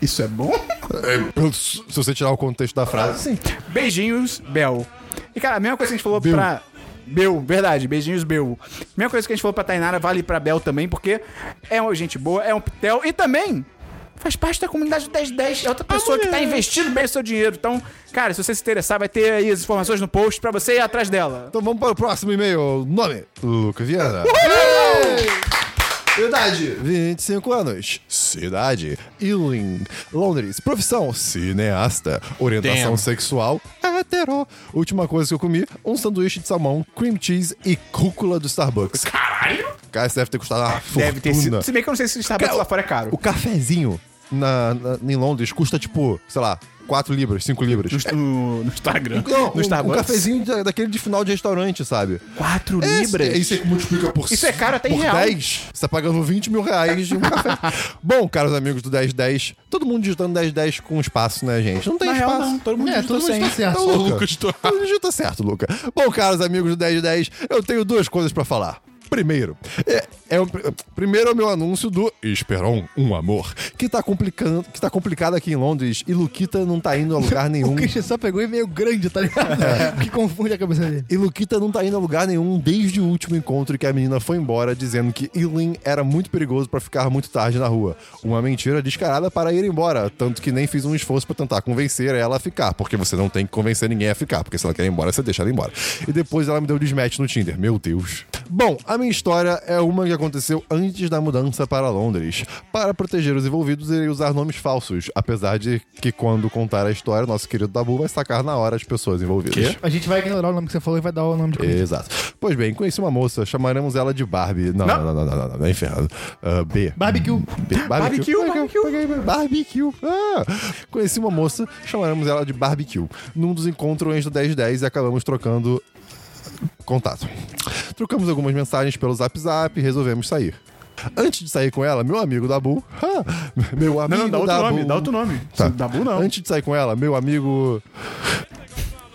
A: Isso é bom?
B: Se você tirar o contexto da frase, sim.
A: Beijinhos, Bel. E, cara, a mesma coisa que a gente falou
B: Bel.
A: pra. Bel, verdade, beijinhos, Bel. Mesma coisa que a gente falou pra Tainara, vale pra Bel também, porque é uma gente boa, é um pitel e também faz parte da comunidade do 1010. É outra pessoa que tá investindo bem o seu dinheiro. Então, cara, se você se interessar, vai ter aí as informações no post pra você ir atrás dela.
B: Então vamos para o próximo e-mail. Nome: Luca Viana. Idade: 25 anos. Cidade: Ealing, Londres. Profissão: cineasta. Orientação
F: Damn.
B: sexual: hetero. Última coisa que eu comi: um sanduíche de salmão, cream cheese e cúcula do Starbucks. Caralho! Cara, isso deve ter custado uma
A: Deve ter
B: fortuna.
A: sido. Se bem que eu não sei se o Starbucks lá fora é
B: O
A: caro.
B: cafezinho na, na- em Londres custa tipo, sei lá, 4 libras, 5 libras.
A: No, no Instagram.
B: Não,
A: no
B: um, um
A: Starbucks.
B: cafezinho da- daquele de final de restaurante, sabe?
A: 4
B: É,
A: libras.
B: Isso aí que multiplica por
A: Isso é caro até em
B: por
A: real.
B: 10, você tá pagando 20 mil reais de um café. Bom, caros amigos do 1010, todo mundo digitando 1010 com espaço, né, gente? Não tem
A: Na real,
B: espaço.
A: não. Todo mundo
E: É,
A: junto
E: todo mundo
A: sem.
E: está certo.
B: Então,
F: Lucas, tô-
B: Todo mundo digita certo, Luca. Bom, caros amigos do 1010, eu tenho duas coisas pra falar. Primeiro, é, é um- primeiro é o meu anúncio do Esperon, um amor, que tá, complicando, que tá complicado aqui em Londres e Luquita não tá indo a lugar nenhum.
E: O Christian só pegou e meio grande, tá ligado? que confunde a cabeça dele.
B: E Luquita não tá indo a lugar nenhum desde o último encontro que a menina foi embora dizendo que Ealing era muito perigoso pra ficar muito tarde na rua. Uma mentira descarada para ir embora, tanto que nem fiz um esforço pra tentar convencer ela a ficar, porque você não tem que convencer ninguém a ficar, porque se ela quer ir embora, você deixa ela embora. E depois ela me deu desmatch no Tinder. Meu Deus. Bom, a minha história é uma que aconteceu antes da mudança para Londres. Para proteger os envolvidos, irei usar nomes falsos, apesar de que quando contar a história, nosso querido Dabu vai sacar na hora as pessoas envolvidas.
E: A gente vai ignorar o nome que você falou e vai dar o nome de Christian.
B: Exato. Pois bem, conheci uma moça, chamaremos ela de Barbie. Não, não, não, não, não, não, não, nem ferrado. Ah, B.
E: Barbecue.
B: B. Barbecue. Barbecue. Barbecue. Ah. Conheci uma moça, chamaremos ela de Barbecue. Num dos encontros do 1010 e acabamos trocando contato. Trocamos algumas mensagens pelo Zap Zap e resolvemos sair. Antes de sair com ela, meu amigo Dabu. Ah, meu amigo
A: Não, não, dá outro
B: Dabu.
A: nome, dá outro nome.
B: Tá.
A: Dabu não.
B: Antes de sair com ela, meu amigo.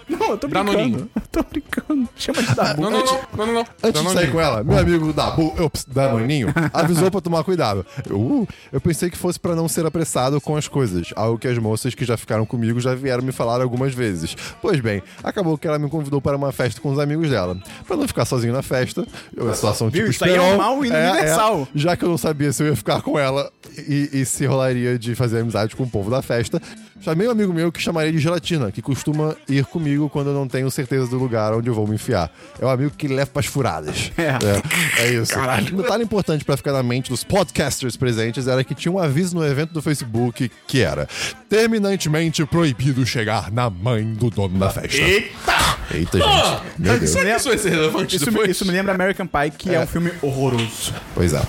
A: Não, eu tô brincando.
F: Danoninho.
A: Eu tô brincando. Chama de Dabu.
F: Não, não, não, não, não, não.
B: Antes de
F: Danoninho.
B: sair com ela,
A: Ah.
B: meu amigo Dabu, ops, Danoninho, avisou pra tomar cuidado. Eu, uh, eu pensei que fosse pra não ser apressado com as coisas, algo que as moças que já ficaram comigo já vieram me falar algumas vezes. Pois bem, acabou que ela me convidou para uma festa com os amigos dela. Pra não ficar sozinho na festa, eu só são tipo
A: Isso aí é um
B: Esperon,
A: mal hino universal.
B: já que eu não sabia se eu ia ficar com ela e, e se rolaria de fazer amizade com o povo da festa, chamei um amigo meu que chamarei de Gelatina, que costuma ir comigo quando eu não tenho certeza do lugar onde eu vou me enfiar. É um amigo que leva pras furadas. É, é isso. Um detalhe importante pra ficar na mente dos podcasters presentes era que tinha um aviso no evento do Facebook que era terminantemente proibido chegar na mãe do dono da festa.
F: Eita!
B: Eita, gente. Meu Deus.
F: Será que isso vai ser relevante
A: Isso, me-
F: depois?
A: isso me lembra American Pie, que é. um filme horroroso.
B: Pois é.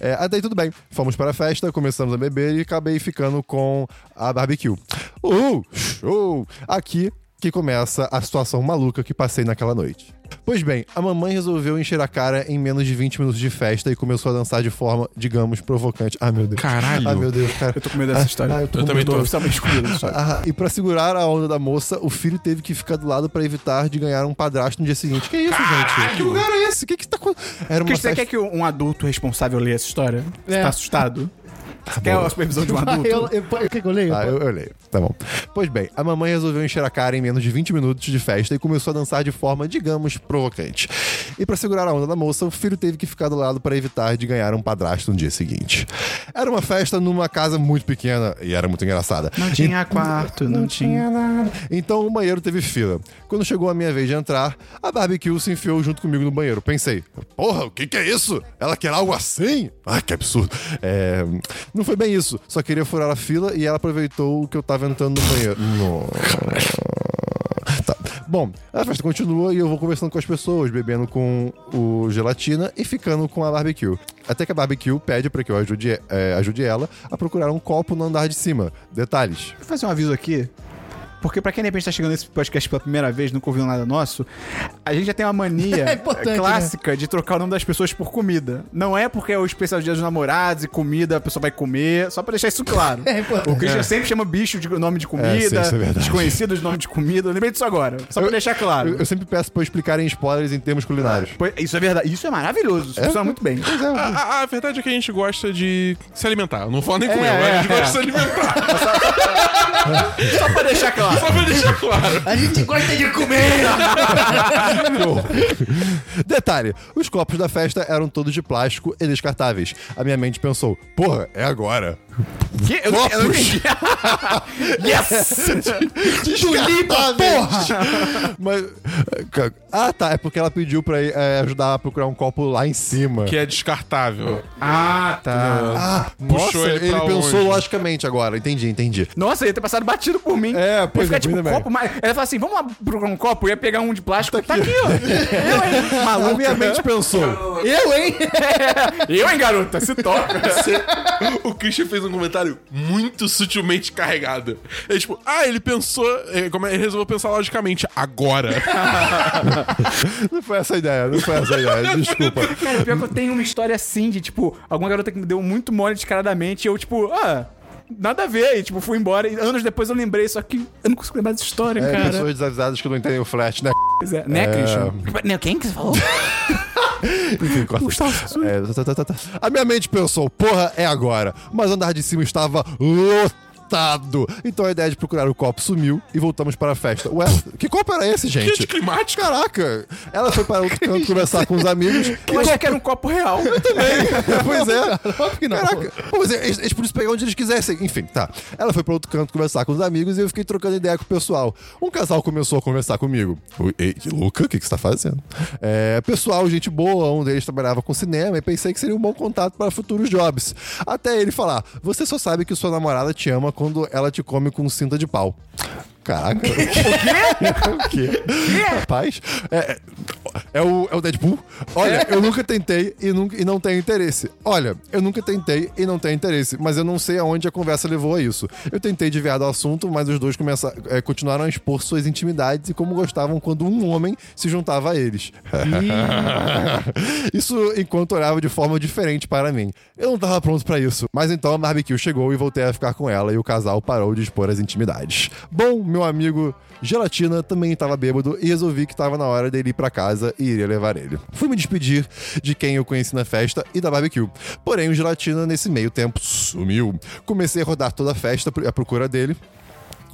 B: é. Até aí tudo bem. Fomos para a festa, começamos a beber e acabei ficando com a barbecue. Uhul! Show! Aqui que começa a situação maluca que passei naquela noite. Pois bem, a mamãe resolveu encher a cara em menos de 20 minutos de festa e começou a dançar de forma, digamos, provocante. Ah, meu Deus.
F: Caralho.
B: Ah, meu Deus, cara.
A: Eu tô com medo dessa história.
B: Ah, eu tô
F: Eu
B: com
F: também
B: medo.
F: tô.
A: Oficialmente com medo, sabe?
B: Ah, e pra segurar a onda da moça, o filho teve que ficar do lado pra evitar de ganhar um padrasto no dia seguinte. Que isso, gente? Que lugar é esse? O que que tá acontecendo? Era uma
A: Porque você
B: festa-
A: quer que um adulto responsável leia essa história? Você
E: É.
A: tá assustado? Você quer a supervisão de um adulto?
E: Eu, eu, eu, que eu leio?
B: Ah, eu, eu leio. Tá bom. Pois bem, a mamãe resolveu encher a cara em menos de 20 minutos de festa e começou a dançar de forma, digamos, provocante. E pra segurar a onda da moça, o filho teve que ficar do lado para evitar de ganhar um padrasto no dia seguinte. Era uma festa numa casa muito pequena e era muito engraçada.
A: Não tinha quarto, não, tinha.
B: Então o banheiro teve fila. Quando chegou a minha vez de entrar, a barbecue se enfiou junto comigo no banheiro. Pensei, porra, o que, que é isso? Ela quer algo assim? Ah, que absurdo. É, Não foi bem isso. Só queria furar a fila e ela aproveitou que eu tava entrando no banheiro. Nossa. Tá. Bom, a festa continua e eu vou conversando com as pessoas, bebendo com o gelatina e ficando com a barbecue. Até que a barbecue pede pra que eu ajude, eh, ajude ela a procurar um copo no andar de cima. Detalhes.
A: Vou fazer um aviso aqui. Porque pra quem de repente tá chegando nesse podcast pela primeira vez, nunca ouviu nada nosso, a gente já tem uma mania
E: É importante, né?
A: clássica de trocar o nome das pessoas por comida. Não é porque é o especial dia dos namorados e comida, a pessoa vai comer, só pra deixar isso claro.
E: É importante.
A: O Christian sempre chama bicho de nome de comida,
B: É, sim, isso é verdade.
A: desconhecido de nome de comida. Eu lembrei disso agora, só pra
B: Eu-
A: deixar claro.
B: Eu, eu sempre peço pra eu explicarem spoilers em termos culinários.
A: Pois- Isso é verdade, isso é maravilhoso, isso funciona muito bem.
F: A, a- a verdade é que a gente gosta de se alimentar. Eu não vou nem comer,
A: É,
F: mas a gente
A: é,
F: gosta de se alimentar.
A: Só pra deixar claro.
F: Só pra deixar claro.
E: A gente gosta de comer!
B: Detalhe: os copos da festa eram todos de plástico e descartáveis. A minha mente pensou: porra, é agora.
A: Que? Eu, eu não entendi. yes!
B: Descartáveis! Mas. ca- Ah, tá. É porque ela pediu pra eh, ajudar a procurar um copo lá em cima.
F: Que é descartável.
A: Ah, tá.
B: Ah,
F: Puxou
B: nossa,
F: ele
B: ele,
F: pra
B: pensou
F: longe.
B: logicamente agora. Entendi, entendi.
A: Nossa, ia ter passado batido por mim.
B: É,
A: Ia
B: pois
A: ficar,
B: é,
A: tipo,
B: ainda bem.
A: copo, mas... Ela fala assim, vamos lá procurar um copo. Eu ia pegar um de plástico. Tá aqui, ó. Eu, hein?
B: A
A: Maluco.
B: minha mente pensou.
A: Eu, hein? Eu, hein, garota? Se toca.
F: O Christian fez um comentário muito sutilmente carregado. É tipo, ah, ele pensou. é, como é- Ele resolveu pensar logicamente, agora.
B: Não foi essa a ideia, não foi essa a ideia. Desculpa.
A: Cara, pior que eu tenho uma história assim de, tipo, alguma garota que me deu muito mole descaradamente e eu, tipo, ah... Nada a ver, e tipo, fui embora. E anos depois eu lembrei, só que eu não consigo lembrar dessa história,
B: É,
A: cara. É.
B: pessoas desavisadas que não entendem o flash, né?
A: Pois é, Né, Christian? Né, quem que você falou?
B: Enfim, corta. É, tá, tá, tá, tá. A minha mente pensou, porra, é agora. Mas o andar de cima estava lotado. Então a ideia de procurar o copo sumiu e voltamos para a festa. Ué, que copo era esse, gente?
F: Gente climática.
B: Caraca! Ela foi para outro canto conversar com os amigos.
A: Eu achei que era um copo real.
B: pois é.
E: Óbvio que não.
B: Caraca, pois é, eles, eles podiam pegar onde eles quisessem. Enfim, tá. Ela foi para outro canto conversar com os amigos e eu fiquei trocando ideia com o pessoal. Um casal começou a conversar comigo. Ui, ei, que louca, o que, que você tá fazendo? É, pessoal, gente boa, um deles trabalhava com cinema e pensei que seria um bom contato para futuros jobs. Até ele falar: Você só sabe que sua namorada te ama quando ela te come com cinta de pau. Caraca. o quê? o quê? Rapaz, é, é, o, é o Deadpool? Olha, eu nunca tentei e, nunca, e não tenho interesse. Olha, eu nunca tentei e não tenho interesse, mas eu não sei aonde a conversa levou a isso. Eu tentei desviar do assunto, mas os dois começa, é, continuaram a expor suas intimidades e como gostavam quando um homem se juntava a eles. isso enquanto olhava de forma diferente para mim. Eu não tava pronto para isso. Mas então a barbecue chegou e voltei a ficar com ela e o casal parou de expor as intimidades. Bom, meu amigo Gelatina também estava bêbado e resolvi que estava na hora dele ir para casa e iria levar ele. Fui me despedir de quem eu conheci na festa e da barbecue. Porém, o Gelatina nesse meio tempo sumiu. Comecei a rodar toda a festa à procura dele.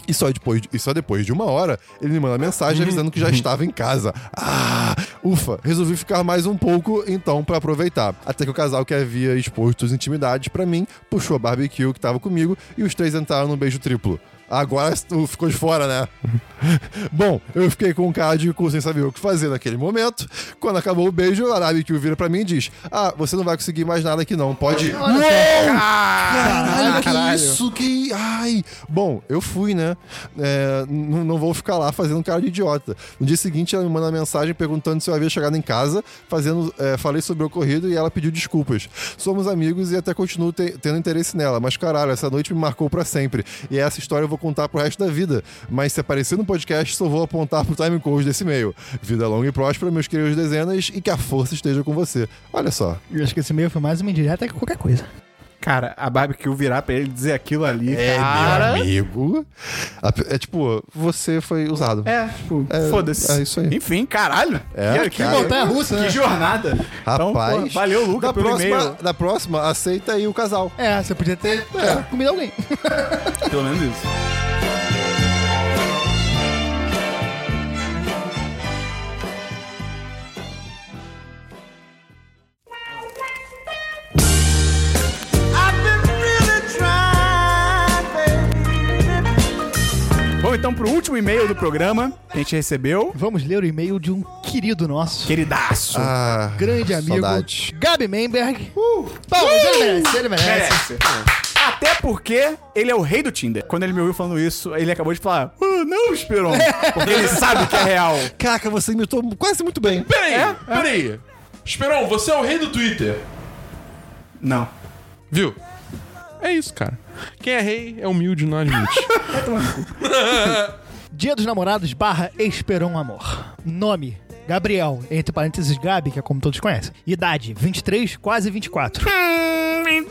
B: E só, depois, e só depois de uma hora, ele me manda mensagem avisando que já estava em casa. Ah, ufa, resolvi ficar mais um pouco, então, pra aproveitar. Até que o casal que havia exposto as intimidades pra mim, puxou a barbecue que tava comigo e os três entraram num beijo triplo. Agora tu ficou de fora, né? Bom, eu fiquei com um cara de cu sem saber o que fazer naquele momento. Quando acabou o beijo, a barbecue vira pra mim e diz: Ah, você não vai conseguir mais nada aqui não, pode ir. Caralho, que isso, que. Ai! Bom, eu fui, né? É, n- não vou ficar lá fazendo cara de idiota. No dia seguinte, ela me manda uma mensagem perguntando se eu havia chegado em casa, fazendo, é, falei sobre o ocorrido e ela pediu desculpas. Somos amigos e até continuo te- tendo interesse nela, mas caralho, essa noite me marcou pra sempre. E essa história eu vou contar pro resto da vida. Mas se aparecer no podcast, só vou apontar pro time code desse e-mail. Vida longa e próspera, meus queridos dezenas, e que a força esteja com você. Olha só.
E: Eu acho que esse meio foi mais uma indireta que qualquer coisa.
A: Cara, a barbecue virar pra ele dizer aquilo ali.
B: É,
A: cara.
B: meu amigo. A pe- É tipo, você foi usado.
A: É, tipo,
B: É,
A: foda-se.
B: é isso aí.
A: Enfim, caralho.
B: É,
A: que, que
B: cara.
E: tá
A: montanha russa, né? Que jornada. Então,
B: Rapaz.
A: pô, valeu, Luca,
B: da
A: pelo
B: próxima,
A: e-mail.
B: da próxima, aceita aí o casal.
E: É, você podia ter é. comido alguém.
A: Pelo menos isso. Bom, então, pro último e-mail do programa que a gente recebeu.
E: Vamos ler o e-mail de um querido nosso.
A: Queridaço.
B: Ah,
E: Grande amigo
B: Saudade.
E: Gabi Memberg. Uh, ele merece, ele merece.
A: Merece. Até porque ele é o rei do Tinder. Quando ele me ouviu falando isso, ele acabou de falar: "Ah, Não, Esperon. Porque ele sabe que é real.
B: Caraca, você imitou quase muito bem.
F: Peraí,
A: É,
F: peraí. Esperão, você é o rei do Twitter.
A: Não.
F: Viu? É isso, cara. Quem é rei é humilde, não admite.
E: Dia dos Namorados barra Esperão Amor. Nome. Gabriel, entre parênteses Gabi, que é como todos conhecem. Idade, 23, quase 24.
B: Ai,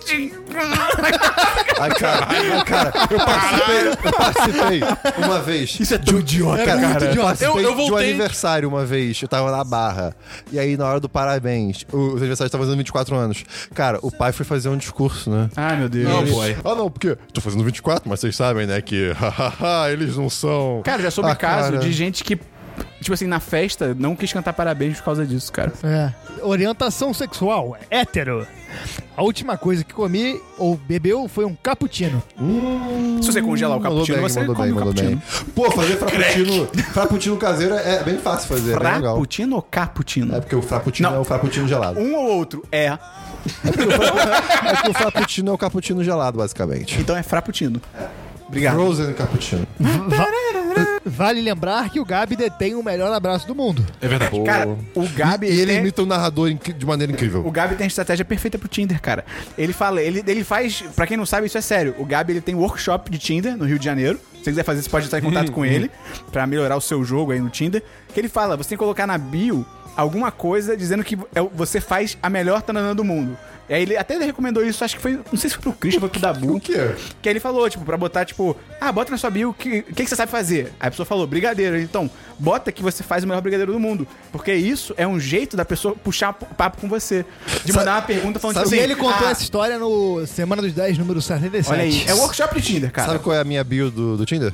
B: cara, ai, cara, eu participei, eu participei uma vez. Isso é tão idiota, cara. Eu participei
F: Eu- eu
B: de um
F: voltei-
B: aniversário uma vez, eu tava na barra. E aí, na hora do parabéns, o- os aniversários estavam fazendo 24 anos. Cara, o pai foi fazer um discurso, né?
A: Ai, meu Deus.
F: Não,
B: Eles-
F: boy.
B: Ah, não, porque tô fazendo 24, mas vocês sabem, né, que eles não são...
A: Cara, já soube
B: Ah,
A: caso
B: cara.
A: de gente que, tipo assim, na festa, não quis cantar parabéns por causa disso, cara.
E: É. Orientação sexual, hétero. A última coisa que comi ou bebeu foi um cappuccino.
A: Se você congelar o
B: Hum, Mandou
A: cappuccino,
B: bem,
A: você
B: mandou
A: come
B: bem,
A: o
B: mandou
A: cappuccino.
B: bem. Pô, fazer frappuccino, frappuccino caseiro é bem fácil fazer, é bem legal.
A: Frappuccino ou cappuccino?
B: É porque o frappuccino
A: Não.
B: é o frappuccino gelado.
A: Um ou outro é,
B: É porque o frappuccino é o cappuccino gelado, basicamente.
A: então é frappuccino. Obrigado.
B: Frozen cappuccino.
E: Vale lembrar que o Gabi detém o melhor abraço do mundo.
F: É verdade.
A: Cara, o Gabi,
B: E ele
A: tem-
B: imita o narrador inc- de maneira
A: O
B: incrível.
A: Gabi tem a estratégia perfeita pro Tinder, cara. Ele fala, ele, ele faz, pra quem não sabe, isso é sério. O Gabi ele tem workshop de Tinder no Rio de Janeiro. Se você quiser fazer, você pode entrar em contato com ele pra melhorar o seu jogo aí no Tinder. Que ele fala, você tem que colocar na bio alguma coisa dizendo que é o- você faz a melhor tananã do mundo. E aí ele até recomendou isso, acho que foi, não sei se foi pro Christian, foi pro Dabu.
B: O quê?
A: Que aí ele falou, tipo, pra botar, tipo, ah, bota na sua bio o que, o que, que você sabe fazer. Aí a pessoa falou, brigadeiro. Então, bota que você faz o melhor brigadeiro do mundo. Porque isso é um jeito da pessoa puxar p- papo com você. De mandar uma pergunta falando
E: E
A: assim,
E: ele contou
A: "Ah,
E: essa história no Semana dos 10, número 77.
A: Olha aí, é o workshop de Tinder, cara.
B: Sabe qual é a minha bio do, do Tinder?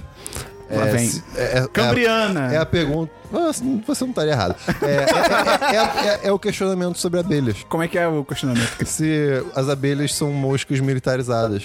A: Lá vem.
B: se- é- é-
A: Cambriana.
B: É a, é a pergunta. Ah, você não- você não estaria errado. É, é- é- é- é- é o questionamento sobre abelhas.
A: Como é que é o questionamento?
B: Se as abelhas são moscas militarizadas.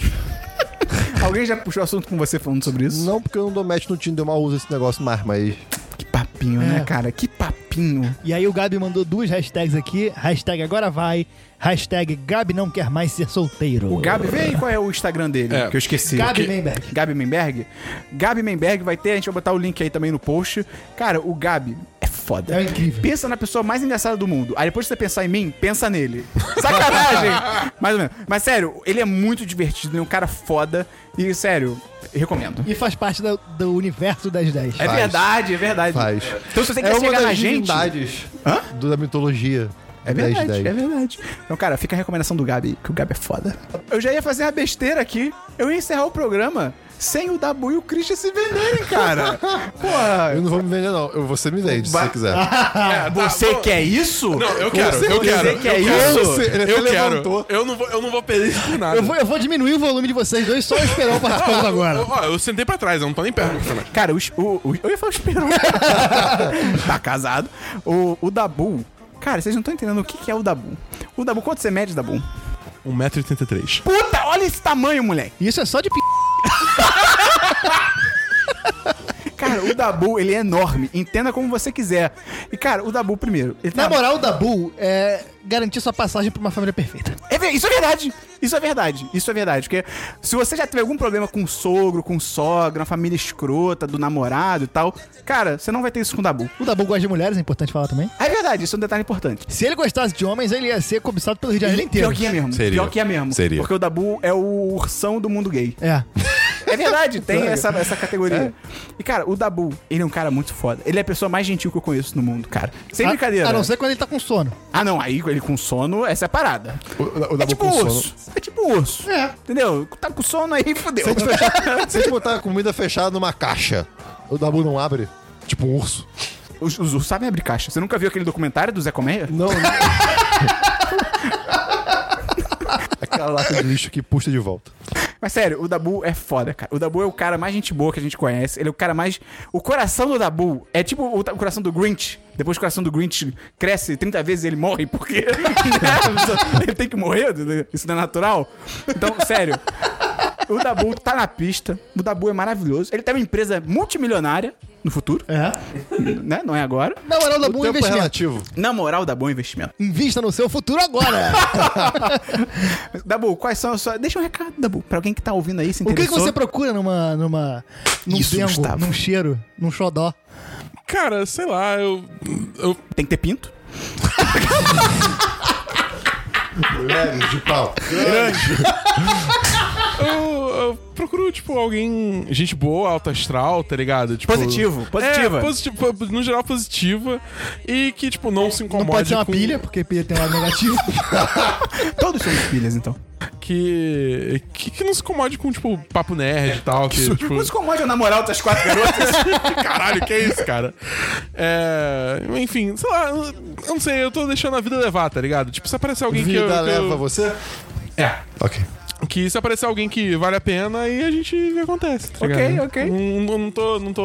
A: Alguém já puxou assunto com você falando sobre isso?
B: Não porque eu não dou match no Tinder, eu mal uso esse negócio mais, mas.
A: Que papinho,
B: É.
A: né, cara? Que papinho.
E: E aí o Gabi mandou duas hashtags aqui. Hashtag agora vai. Hashtag Gabi não quer mais ser solteiro.
A: O Gabi, vê aí qual é o Instagram dele,
F: É.
A: que eu esqueci.
E: Gabi
A: Que-
E: Menberg.
A: Gabi Menberg? Gabi Menberg vai ter, a gente vai botar o link aí também no post. Cara, o Gabi é foda.
E: É incrível.
A: Pensa na pessoa mais engraçada do mundo. Aí depois que você pensar em mim, pensa nele. Sacanagem! mais ou menos. Mas sério, ele é muito divertido, ele é um cara foda. E sério, recomendo.
E: E faz parte da- do universo das 10.
A: É verdade, é verdade.
B: Faz. É
A: Então se você quer chegar na gente.
B: divindades
A: Hã?
B: do- da mitologia.
A: É verdade,
B: 10.
A: é verdade. Então, cara, fica a recomendação do Gabi, que o Gabi é foda. Eu já ia fazer a besteira aqui. Eu ia encerrar o programa sem o Dabu e o Christian se venderem, cara. Porra.
B: Eu não vou me vender, não. Eu, você me vende, se
A: Ba-
B: você quiser.
F: É, tá,
A: Você
F: bom.
A: quer isso?
F: Não, eu quero,
A: Você
F: eu quero.
A: quer
F: eu
A: isso?
F: quero.
B: Ele até
F: é eu
B: levantou.
F: quero. Eu não vou, eu não vou perder isso por nada.
E: Eu vou, eu vou diminuir o volume de vocês dois, só o Esperão participando agora.
F: Ah, Eu, ó, eu sentei pra trás, eu não tô nem perto. do microfone.
A: Cara, o, es- o- o- eu ia falar o Esperon. tá casado. O, o Dabu. Cara, vocês não estão entendendo o que, que é o Dabu. O Dabu, quanto você mede, Dabu?
F: 1,83m.
A: Puta, olha esse tamanho, moleque.
E: Isso é só de p.
A: Cara, o Dabu, ele é enorme. Entenda como você quiser. E, cara, o Dabu, primeiro. Ele
E: Na
A: tá-
E: moral, o Dabu é garantir sua passagem pra uma família perfeita.
A: É ver- isso é verdade. Isso é verdade. Isso é verdade. Porque se você já teve algum problema com o sogro, com sogra, uma família escrota, do namorado e tal, cara, você não vai ter isso com o Dabu.
E: O Dabu gosta de mulheres, é importante falar também.
A: É verdade, isso é um detalhe importante.
E: Se ele gostasse de homens, ele ia ser cobiçado pelo Rio de Janeiro inteiro.
A: Pior que é mesmo.
B: Seria.
A: Pior que é mesmo.
B: Seria.
A: Porque o Dabu é o ursão do mundo gay.
E: É.
A: É verdade, tem essa, essa categoria. E, cara, o Dabu, ele é um cara muito foda. Ele é a pessoa mais gentil que eu conheço no mundo, cara. Sem brincadeira.
E: A, a não ser quando ele tá com sono.
A: Ah, não, aí ele com sono, essa é a parada.
B: O, o
A: É
B: Dabu
A: tipo
B: com sono.
A: urso. É tipo urso.
E: É.
A: Entendeu? Tá com sono aí, fodeu.
B: Se a gente fechar- se a gente botar a comida fechada numa caixa, o Dabu não abre? Tipo um urso.
A: Os, os ursos sabem abrir caixa. Você nunca viu aquele documentário do Zé Colmeia?
B: Não. Aquela lata de lixo que puxa de volta.
A: Mas sério, o Dabu é foda, cara. O Dabu é o cara mais gente boa que a gente conhece. Ele é o cara mais. O coração do Dabu é tipo o, ta- o coração do Grinch. Depois que o coração do Grinch cresce 30 vezes, ele morre, porque. né? ele tem que morrer, isso não é natural. Então, sério. O Dabu tá na pista. O Dabu é maravilhoso. Ele tem uma empresa multimilionária no futuro,
E: É.
A: né? Não é agora.
E: Na moral, o Dabu é um
B: Tempo é
E: investimento.
B: relativo.
A: Na moral, o Dabu é um investimento.
E: Invista no seu futuro agora.
A: Dabu, quais são as suas. Deixa um recado, Dabu, pra alguém que tá ouvindo aí, se
E: o que, que
A: interessou.
E: você procura numa. numa num
A: Isso,
E: dengo,
A: Gustavo.
E: num cheiro, num xodó?
F: Cara, sei lá, eu. eu
A: Tem que ter pinto.
B: Mulheres de pau.
F: Eu, eu procuro, tipo, alguém. Gente boa, alta astral, tá ligado? Tipo,
A: Positivo, positiva.
F: É, positivo, po- no geral, positiva. E que, tipo, não se incomode.
E: Não pode ser uma
F: com-
E: pilha, porque pilha tem um lado negativo.
A: Todos somos pilhas, então.
F: Que, que. que não se incomode com, tipo, papo nerd e tal. Que, tipo,
A: Não se incomode eu namorar outras tá quatro garotas.
F: Caralho, que é isso, cara? É, enfim, sei lá, eu não sei, eu tô deixando a vida levar, tá ligado? Tipo, se aparecer alguém que eu.
B: Vida
F: que eu-
B: leva você?
F: É.
B: Ok.
F: Que se aparecer alguém que vale a pena, aí a gente vê o que acontece, tá
A: Ok,
F: ligado?
A: ok.
F: Não, não, tô, não tô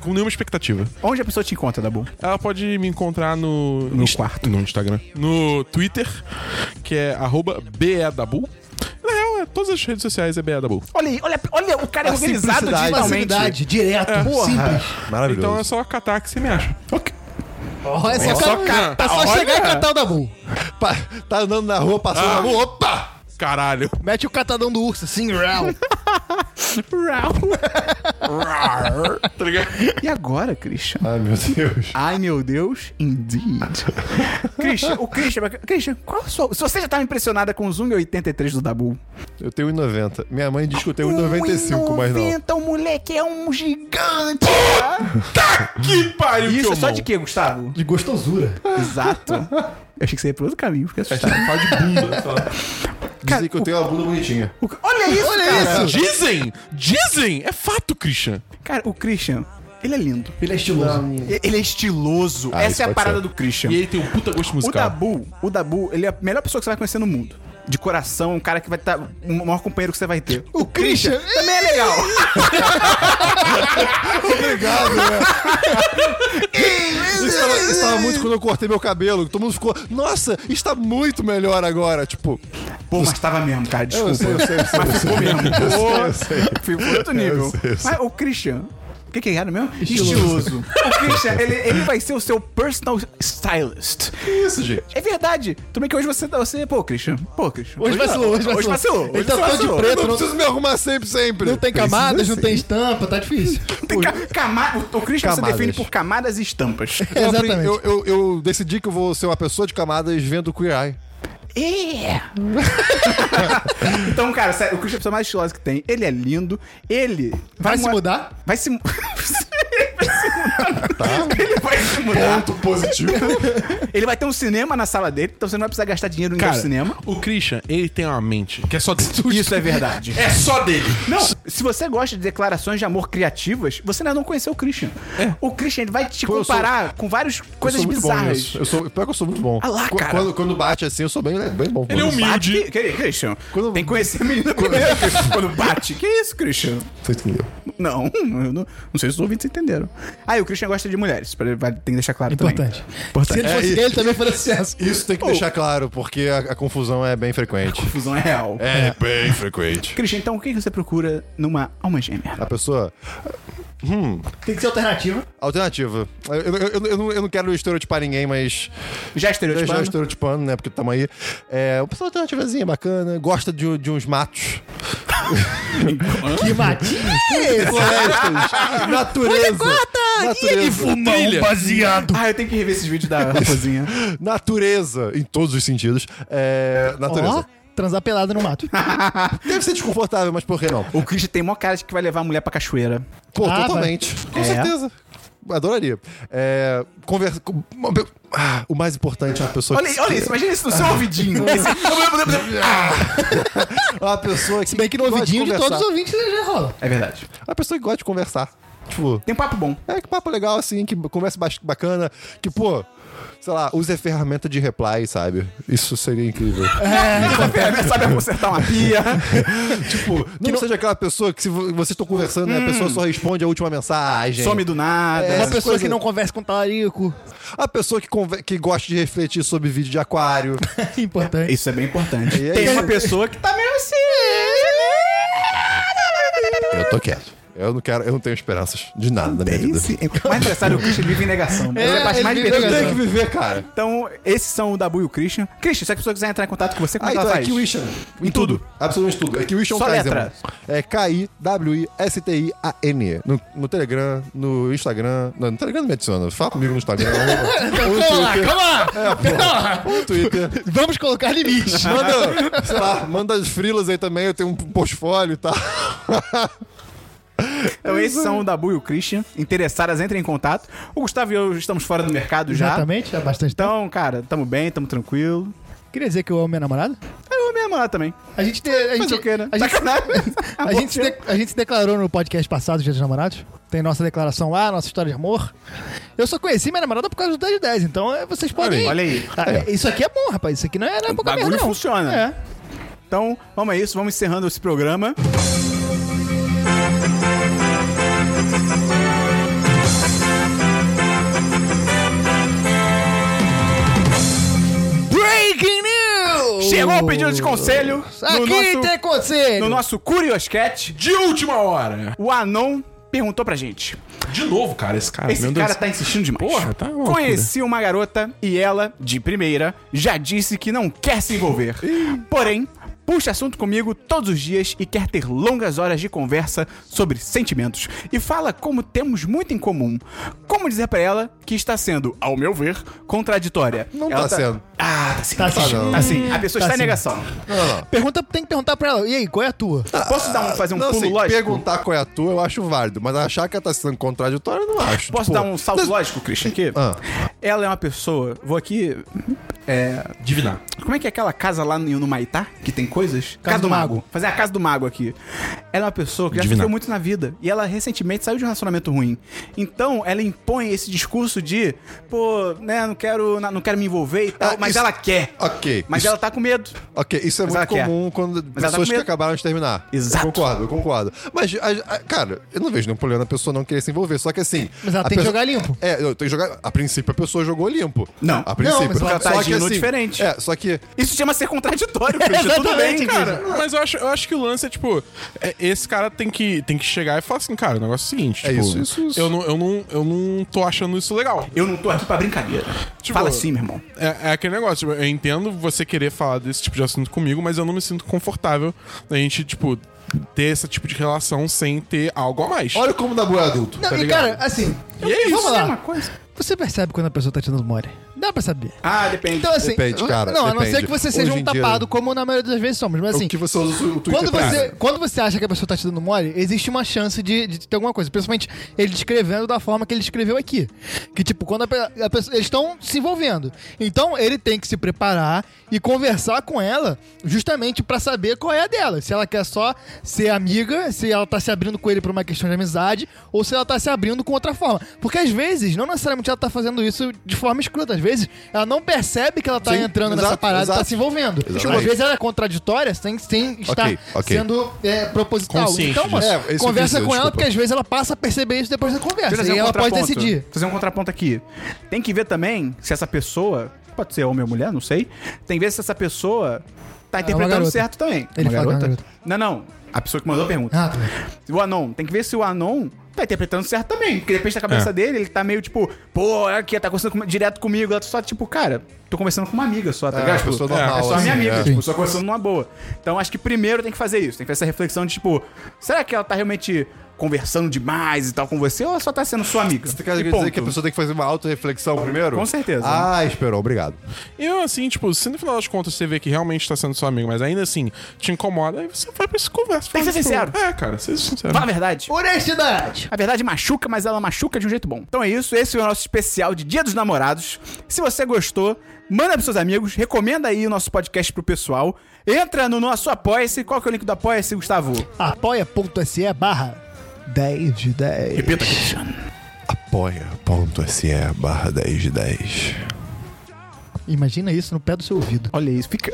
F: com nenhuma expectativa.
A: Onde a pessoa te encontra, Dabu?
F: Ela pode me encontrar no.
A: No
F: Inst-
A: quarto.
F: No Instagram. No Twitter, que é arroba BEDabu. Na real, é, todas as redes sociais é BEDabu.
A: Olha aí, olha, olha o cara é
B: A
A: organizado
B: simplicidade.
A: digitalmente.
E: Facilidade, direto, simples.
B: Maravilhoso.
F: Então é só catar que você me acha.
E: Ó, essa é
F: só
E: só,
F: ca-
E: é só
F: olha.
E: chegar e catar o Dabu.
B: Pa- tá andando na rua, passando na rua.
F: Opa! Caralho.
E: Mete o catadão do urso, assim, rau.
A: Rau.
F: Arr, tá ligado?
A: E agora, Christian?
B: Ai, meu Deus.
A: Ai, meu Deus, indeed. Christian, o Christian, Christian, qual a sua. Se você já tava impressionada com o Zoom 83 do Dabu.
B: Eu tenho 1,90. Minha mãe diz que eu tenho 1,95, mas não.
A: 90, Um o moleque é um gigante.
F: Que pariu,
A: E isso é
F: Kiomon.
A: só de quê, Gustavo?
E: De gostosura.
A: Exato. Eu achei que você ia pro outro caminho, fiquei assustado.
F: Fala de bunda. só.
B: Dizem que eu tenho uma bunda bonitinha.
A: O- Olha isso, cara.
F: É. Dizem! Dizem! É fato, Christian.
A: Cara, o Christian, ele é lindo.
E: Ele é estiloso.
A: E- Ele é estiloso.
B: Ah, isso
A: Essa é a
B: pode
A: parada
B: ser.
A: do Christian.
F: E ele tem um puta gosto
A: O
F: musical.
A: Dabu, o Dabu, ele é a melhor pessoa que você vai conhecer no mundo. De coração, um cara que vai estar. o maior companheiro que você vai ter. O Christian também é legal.
B: Obrigado, né? Isso tava, isso tava muito quando eu cortei meu cabelo. que Todo mundo ficou, nossa, está muito melhor agora. Tipo,
A: Pô, mas tava mesmo, cara. Desculpa. mas ficou mesmo. Pô, ficou em outro nível.
B: sei, eu sei.
A: Mas o Christian. O que, que é errado mesmo? Estiloso. o Christian, ele, ele vai ser o seu personal stylist.
B: isso, gente.
A: É verdade. Tudo bem que hoje você tá. Você, pô, Christian. Pô, Christian.
E: Hoje vacilou, hoje
A: Hoje
E: vacilou.
A: vacilou.
E: Ele
A: hoje
E: tá todo de
A: vacilou.
E: preto,
B: Eu não
E: não-
B: preciso me arrumar sempre, sempre.
E: Não tem camadas, não tem estampa, tá difícil.
A: Tem ca- cama- o- O Christian
B: Camadas.
A: se define por camadas e estampas.
B: Eu apre-
E: Exatamente.
B: Eu, eu, eu decidi que eu vou ser uma pessoa de camadas vendo Queer Eye.
A: É! então, cara, sério, o Christian é a pessoa mais estilosa que tem. Ele é lindo. Ele.
E: Vai se
A: mo-
E: mudar?
A: Vai se. mu- Ele vai se mudar. Ele vai se mudar.
B: Tá. Ponto positivo.
A: Ele vai ter um cinema na sala dele, então você não vai precisar gastar dinheiro em ir
F: Cara,
A: ao cinema.
F: o Christian, ele tem uma mente que é só dele.
A: Isso é verdade.
F: É só dele.
A: Não, se você gosta de declarações de amor criativas, você ainda não conheceu o Christian. O Christian ele vai te
B: É. Pô, eu sou-
A: comparar com várias coisas
B: eu sou muito bom
A: bizarras.
B: nisso. Eu sou, pior que eu sou muito bom.
A: Ah lá,
B: Qu-
A: cara.
B: Quando, quando bate assim, eu sou bem, bem bom.
F: Ele é
B: Não
F: humilde.
A: Bate, que, Christian,
B: Quando-
A: tem que conhecer a menina primeiro, Christian. quando bate. Que isso, Christian?
B: Você entendeu?
A: Não, eu não, não sei se os ouvintes entenderam. Ah, e o Christian gosta de mulheres, pra- vai- tem que deixar claro
E: Importante.
A: também.
E: Se
A: Importante.
E: ele fosse
B: É, e-
E: ele, também faria sucesso.
B: Isso tem que deixar claro, porque a, a confusão é bem frequente.
A: A confusão é real.
B: É, bem frequente.
A: Christian, então o que que você procura numa alma gêmea?
B: A pessoa.
E: Tem que ser alternativa.
B: Alternativa. Eu, eu, eu- eu não, eu não quero estereotipar ninguém, mas.
A: Já é
B: Já, já
A: estereotipando?
B: estereotipando, né? Porque tamo aí. É, uma pessoa alternativazinha, bacana, gosta de, de uns matos.
E: Que matinho. Ah,
B: Florestas, natureza. Natureza.
E: Um
F: Trilha.
A: Ah, eu tenho que rever esses vídeos da raposinha.
B: Natureza, em todos os sentidos. É, natureza.
E: Ó, transar pelado no mato.
B: Deve ser desconfortável, mas por que não?
A: o Christian tem mó cara de que vai levar a mulher pra cachoeira.
B: Pô,
E: Ah,
B: totalmente. Com
A: É.
B: certeza. Adoraria. É, conversa. com- uma pe- Ah, o mais importante é uma pessoa
A: Olha,
B: que.
A: olha isso, imagina isso no seu ouvidinho. Esse-
B: Uma pessoa que.
E: Se bem que no
B: gosta
E: ouvidinho de,
B: conversar.
E: todos os ouvintes já rola.
A: é verdade.
B: Uma pessoa que gosta de conversar. Tipo,
A: Tem um papo bom.
B: é que papo legal, assim, que conversa ba- bacana. Que, pô, sei lá, use a ferramenta de reply, sabe? Isso seria incrível.
E: É. um
A: Essa ferramenta sabe consertar uma pia.
B: tipo, que não seja aquela pessoa que se vo- vocês estão conversando, né, a pessoa só responde a última mensagem.
A: Hum. Some do nada.
B: É.
E: Uma
B: Essas
E: pessoa
B: coisas-
E: que não conversa com talarico.
B: A pessoa que, conver- que gosta de refletir sobre vídeo de aquário.
E: Importante.
A: Isso é bem importante.
B: E é
A: Tem
B: isso.
A: uma pessoa que tá meio assim.
B: Eu tô quieto. Eu não quero, eu não tenho esperanças de nada na minha
A: Tem
B: vida.
A: sim. O mais engraçado é o Christian vive em negação.
E: É,
A: Essa é a parte
E: ele
A: mais
E: vive em
B: Eu tenho
A: divertida.
B: que viver, cara.
A: Então, esses são o Dabu e o Christian. Christian, se a pessoa quiser entrar em contato com você, como
B: Ah,
A: é que
B: então
A: ela
B: é
A: faz?
B: Kiwishan. Em tudo. Absolutamente tudo. É Kiwishan
A: Só
B: Kaiser.
A: letra.
B: É K-I-W-I-S-T-I-A-N. No, no Telegram, no Instagram. Não, no Telegram não me adiciona. Fala comigo no Instagram. ou, no
E: Calma lá,
B: Twitter.
E: calma lá.
B: É, pô. Ou no Twitter.
E: Vamos colocar limites.
B: Manda, sei lá, manda as frilas aí também. Eu tenho um portfólio e tal.
A: Então, esses são o Dabu e o Christian. Interessadas, entrem em contato. O Gustavo e eu estamos fora do mercado já.
E: Exatamente, há bastante tempo.
A: Então, cara, tamo bem, tamo tranquilo.
E: Queria dizer que eu amo minha namorada.
A: Eu mesmo lá também.
E: A gente, te- a gente,
A: Fazer o quê, né?
E: a gente,
A: Sacanagem.
E: a gente se de- a gente se declarou no podcast passado, Dia dos Namorados. Tem nossa declaração lá, nossa história de amor. Eu só conheci minha namorada por causa do 10 de 10, então é, vocês podem.
A: Olha aí.
E: Ah, é, Isso aqui é bom, rapaz. Isso aqui não é, não é pouca
A: bagulho
E: merda, não.
A: funciona.
E: É.
A: Então, vamos a isso, vamos encerrando esse programa.
E: Breaking news!
A: Chegou o pedido de conselho no
E: Oh. Aqui
A: nosso,
E: tem conselho!
A: no nosso Curiosquete.
F: De última hora.
A: O Anon perguntou pra gente.
F: De novo, cara, esse cara.
A: Esse
F: Ah, meu Deus.
A: cara tá insistindo demais.
F: Porra, tá uma
A: Conheci uma garota e ela, de primeira, já disse que não quer se envolver. Porém, puxa assunto comigo todos os dias e quer ter longas horas de conversa sobre sentimentos e fala como temos muito em comum. Como dizer pra ela que está sendo, ao meu ver, contraditória?
B: Não
A: Ela
B: tá sendo.
A: Ah, tá sim.
E: Tá sim.
A: Tá sim. A pessoa
E: Tá
A: está
E: sim.
A: em negação.
E: Pergunta, tem que perguntar pra ela, e aí, qual é a tua?
A: Posso dar um, fazer um
B: não,
A: pulo
B: assim,
A: lógico?
B: perguntar qual é a tua, eu acho válido, mas achar que ela tá sendo contraditória, eu não acho.
A: Posso
B: Tipo,
A: dar um salto lógico, Christian, aqui?
B: Ah.
A: Ela é uma pessoa. Vou aqui. É,
F: Divinar.
A: como é que é aquela casa lá no, no Maitá, que tem coisas?
E: Casa do Mago.
A: Fazer a casa do mago aqui. Ela é uma pessoa que já
F: Divinar.
A: sofreu muito na vida. E ela recentemente saiu de um relacionamento ruim. Então, ela impõe esse discurso de, pô, né, não quero, na- não quero me envolver e tal.
B: Ah,
A: mas
B: isso-
A: ela quer.
B: Ok.
A: Mas
B: isso,
A: ela tá com medo.
B: Ok, isso é
A: Mas ela
B: muito
A: quer.
B: comum quando
A: ela tá
B: pessoas
A: com
B: que
A: medo.
B: acabaram de terminar.
A: Exato.
B: Eu concordo, eu concordo. Mas, a- a- cara, eu não vejo nenhum problema na pessoa não querer se envolver, só que assim.
E: Mas ela
B: a
E: tem que
B: pessoa-
E: jogar limpo.
B: É, eu tenho que jogar. A princípio a pessoa jogou limpo.
A: Não.
B: A princípio.
E: Não, mas ela
A: tá
B: Só que,
A: agindo diferente.
B: É, só que.
A: Isso chama ser contraditório, Christian. Tudo bem,
E: Exatamente,
A: cara.
F: Mas eu acho, eu acho que o lance é, tipo, é- esse cara tem que, tem que chegar e falar assim, cara, o negócio é o seguinte,
B: É
F: tipo,
B: isso, isso, isso.
F: Eu, não, eu, não, eu não tô achando isso legal.
A: Eu não tô aqui pra brincadeira.
F: Tipo,
A: Fala assim, meu irmão.
F: É, é aquele negócio, tipo, eu entendo você querer falar desse tipo de assunto comigo, mas eu não me sinto confortável da gente, tipo, ter esse tipo de relação sem ter algo a mais.
B: Olha como dá boa adulto.
E: Não,
B: tá
E: e
B: ligado?
E: cara, assim,
F: e é
E: vamos
F: isso.
E: lá. Você percebe quando a pessoa tá te dando mole. Dá pra saber.
A: Ah, depende.
E: Então, assim.
B: Depende, cara,
E: Não, a não
B: depende.
E: ser que você seja
B: Hoje
E: um
B: em dia-
E: tapado, como na maioria das vezes somos. Mas assim,
B: o que você usa o Twitter
E: quando
B: pra-
E: você, quando você acha que a pessoa tá te dando mole, existe uma chance de, de ter alguma coisa. Principalmente ele descrevendo da forma que ele descreveu aqui. Que, tipo, quando a, pe- a pessoa. Eles estão se envolvendo. Então ele tem que se preparar e conversar com ela justamente pra saber qual é a dela. Se ela quer só ser amiga, se ela tá se abrindo com ele por uma questão de amizade, ou se ela tá se abrindo com outra forma. Porque às vezes, não necessariamente ela tá fazendo isso de forma escrota, às vezes ela não percebe que ela tá
B: Sim,
E: entrando nessa
B: exato,
E: parada, tá
B: exato.
E: se envolvendo.
B: Exatamente.
E: Às vezes ela é contraditória, sem, sem estar
B: Ok, ok.
E: sendo é, proposital.
F: Consciente
E: Então, mano,
B: disso. É, isso
E: conversa
B: eu quis,
E: com ela,
B: desculpa.
E: porque às vezes ela passa a perceber isso depois da
A: Deixa eu
E: conversa.
A: fazer
E: E ela pode
A: contraponto.
E: um decidir.
A: Vou fazer um contraponto aqui. Tem que ver também se essa pessoa, pode ser homem ou mulher, não sei, tem que ver se essa pessoa tá interpretando
E: É garota.
A: certo também.
E: Ele
A: Uma
E: fala que é uma garota.
A: Não, não. A pessoa que mandou a pergunta.
E: Ah, tá bem.
A: O Anon, tem que ver se o Anon tá interpretando certo também. Porque depois da cabeça
F: É.
A: dele, ele tá meio tipo, pô, é aqui, tá conversando com- direto comigo. Ela tá só tipo, cara, tô conversando com uma amiga só, tá
B: É,
A: ligado?
B: uma pessoa
A: Tipo,
B: normal,
A: é só a minha
B: assim,
A: amiga,
B: é.
A: tipo, só conversando numa boa. Então acho que primeiro tem que fazer isso. Tem que fazer essa reflexão de tipo, será que ela tá realmente conversando demais e tal com você ou ela só tá sendo sua amiga?
B: Você quer
A: E
B: dizer
A: ponto.
B: que a pessoa tem que fazer uma autorreflexão primeiro?
A: Com certeza.
B: Ah, esperou, obrigado.
F: Eu, assim, tipo, se no final das contas você vê que realmente tá sendo seu amigo, mas ainda assim te incomoda, aí você vai pra essa conversa.
A: Tem que
F: fala,
A: ser
F: tipo,
A: sincero.
F: É, cara, seja sincero.
A: Fala a verdade.
E: Honestidade!
A: A verdade machuca, mas ela machuca de um jeito bom. Então é isso, esse foi o nosso especial de Dia dos Namorados. Se você gostou, manda pros seus amigos, recomenda aí o nosso podcast pro pessoal. Entra no nosso Apoia-se. Qual que é o link do Apoia-se, Gustavo?
E: Apoia.se barra 10 de 10.
A: Repita, Cristiano.
B: apoia.se barra 10 de 10.
E: Imagina isso no pé do seu ouvido.
A: Olha isso, fica...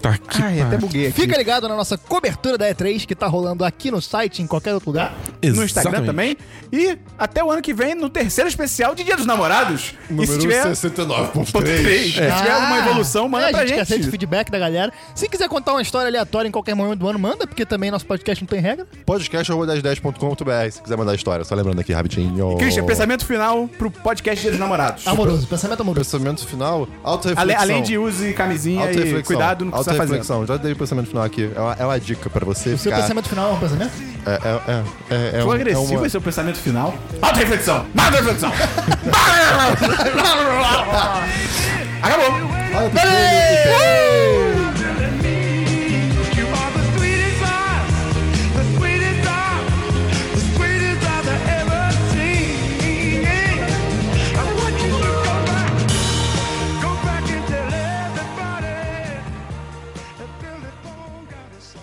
F: Tá que
A: Ai, até buguei aqui.
E: Fica ligado na nossa cobertura da E3 que tá rolando aqui no site, em qualquer outro lugar.
A: no Instagram
F: Exatamente.
A: também. E até o ano que vem, no terceiro especial de Dia dos Namorados. e se
B: Número
A: tiver...
B: 69.3.
A: Se tiver alguma evolução, manda
E: é,
A: pra
E: a gente. quer
A: gente.
E: sempre feedback da galera. Se quiser contar uma história aleatória em qualquer momento do ano, manda, porque também nosso podcast não tem regra.
B: Podcast.com.br se quiser mandar história, só lembrando aqui rapidinho.
A: Christian, pensamento final pro podcast Dia dos Namorados.
E: Amoroso, pensamento amoroso.
B: Pensamento final,
A: Ale-
B: autorreflexão.
A: além de use camisinha e
B: Autoreflexão.
A: cuidado no que você tá fazendo.
B: Autoreflexão. Já dei o pensamento final aqui. É uma, é uma dica pra você
E: Seu
B: ficar...
E: pensamento final é um pensamento?
B: É, é, é, é, é
A: Tão
B: um- é
A: agressivo
B: uma-
A: esse seu pensamento final. Alta reflexão! Nada reflexão! Acabou!
H: You are the sweetest eyes, the sweetest eyes, the sweetest eyes I ever seen. I want you to go back, go back and tell everybody that Billy Bone got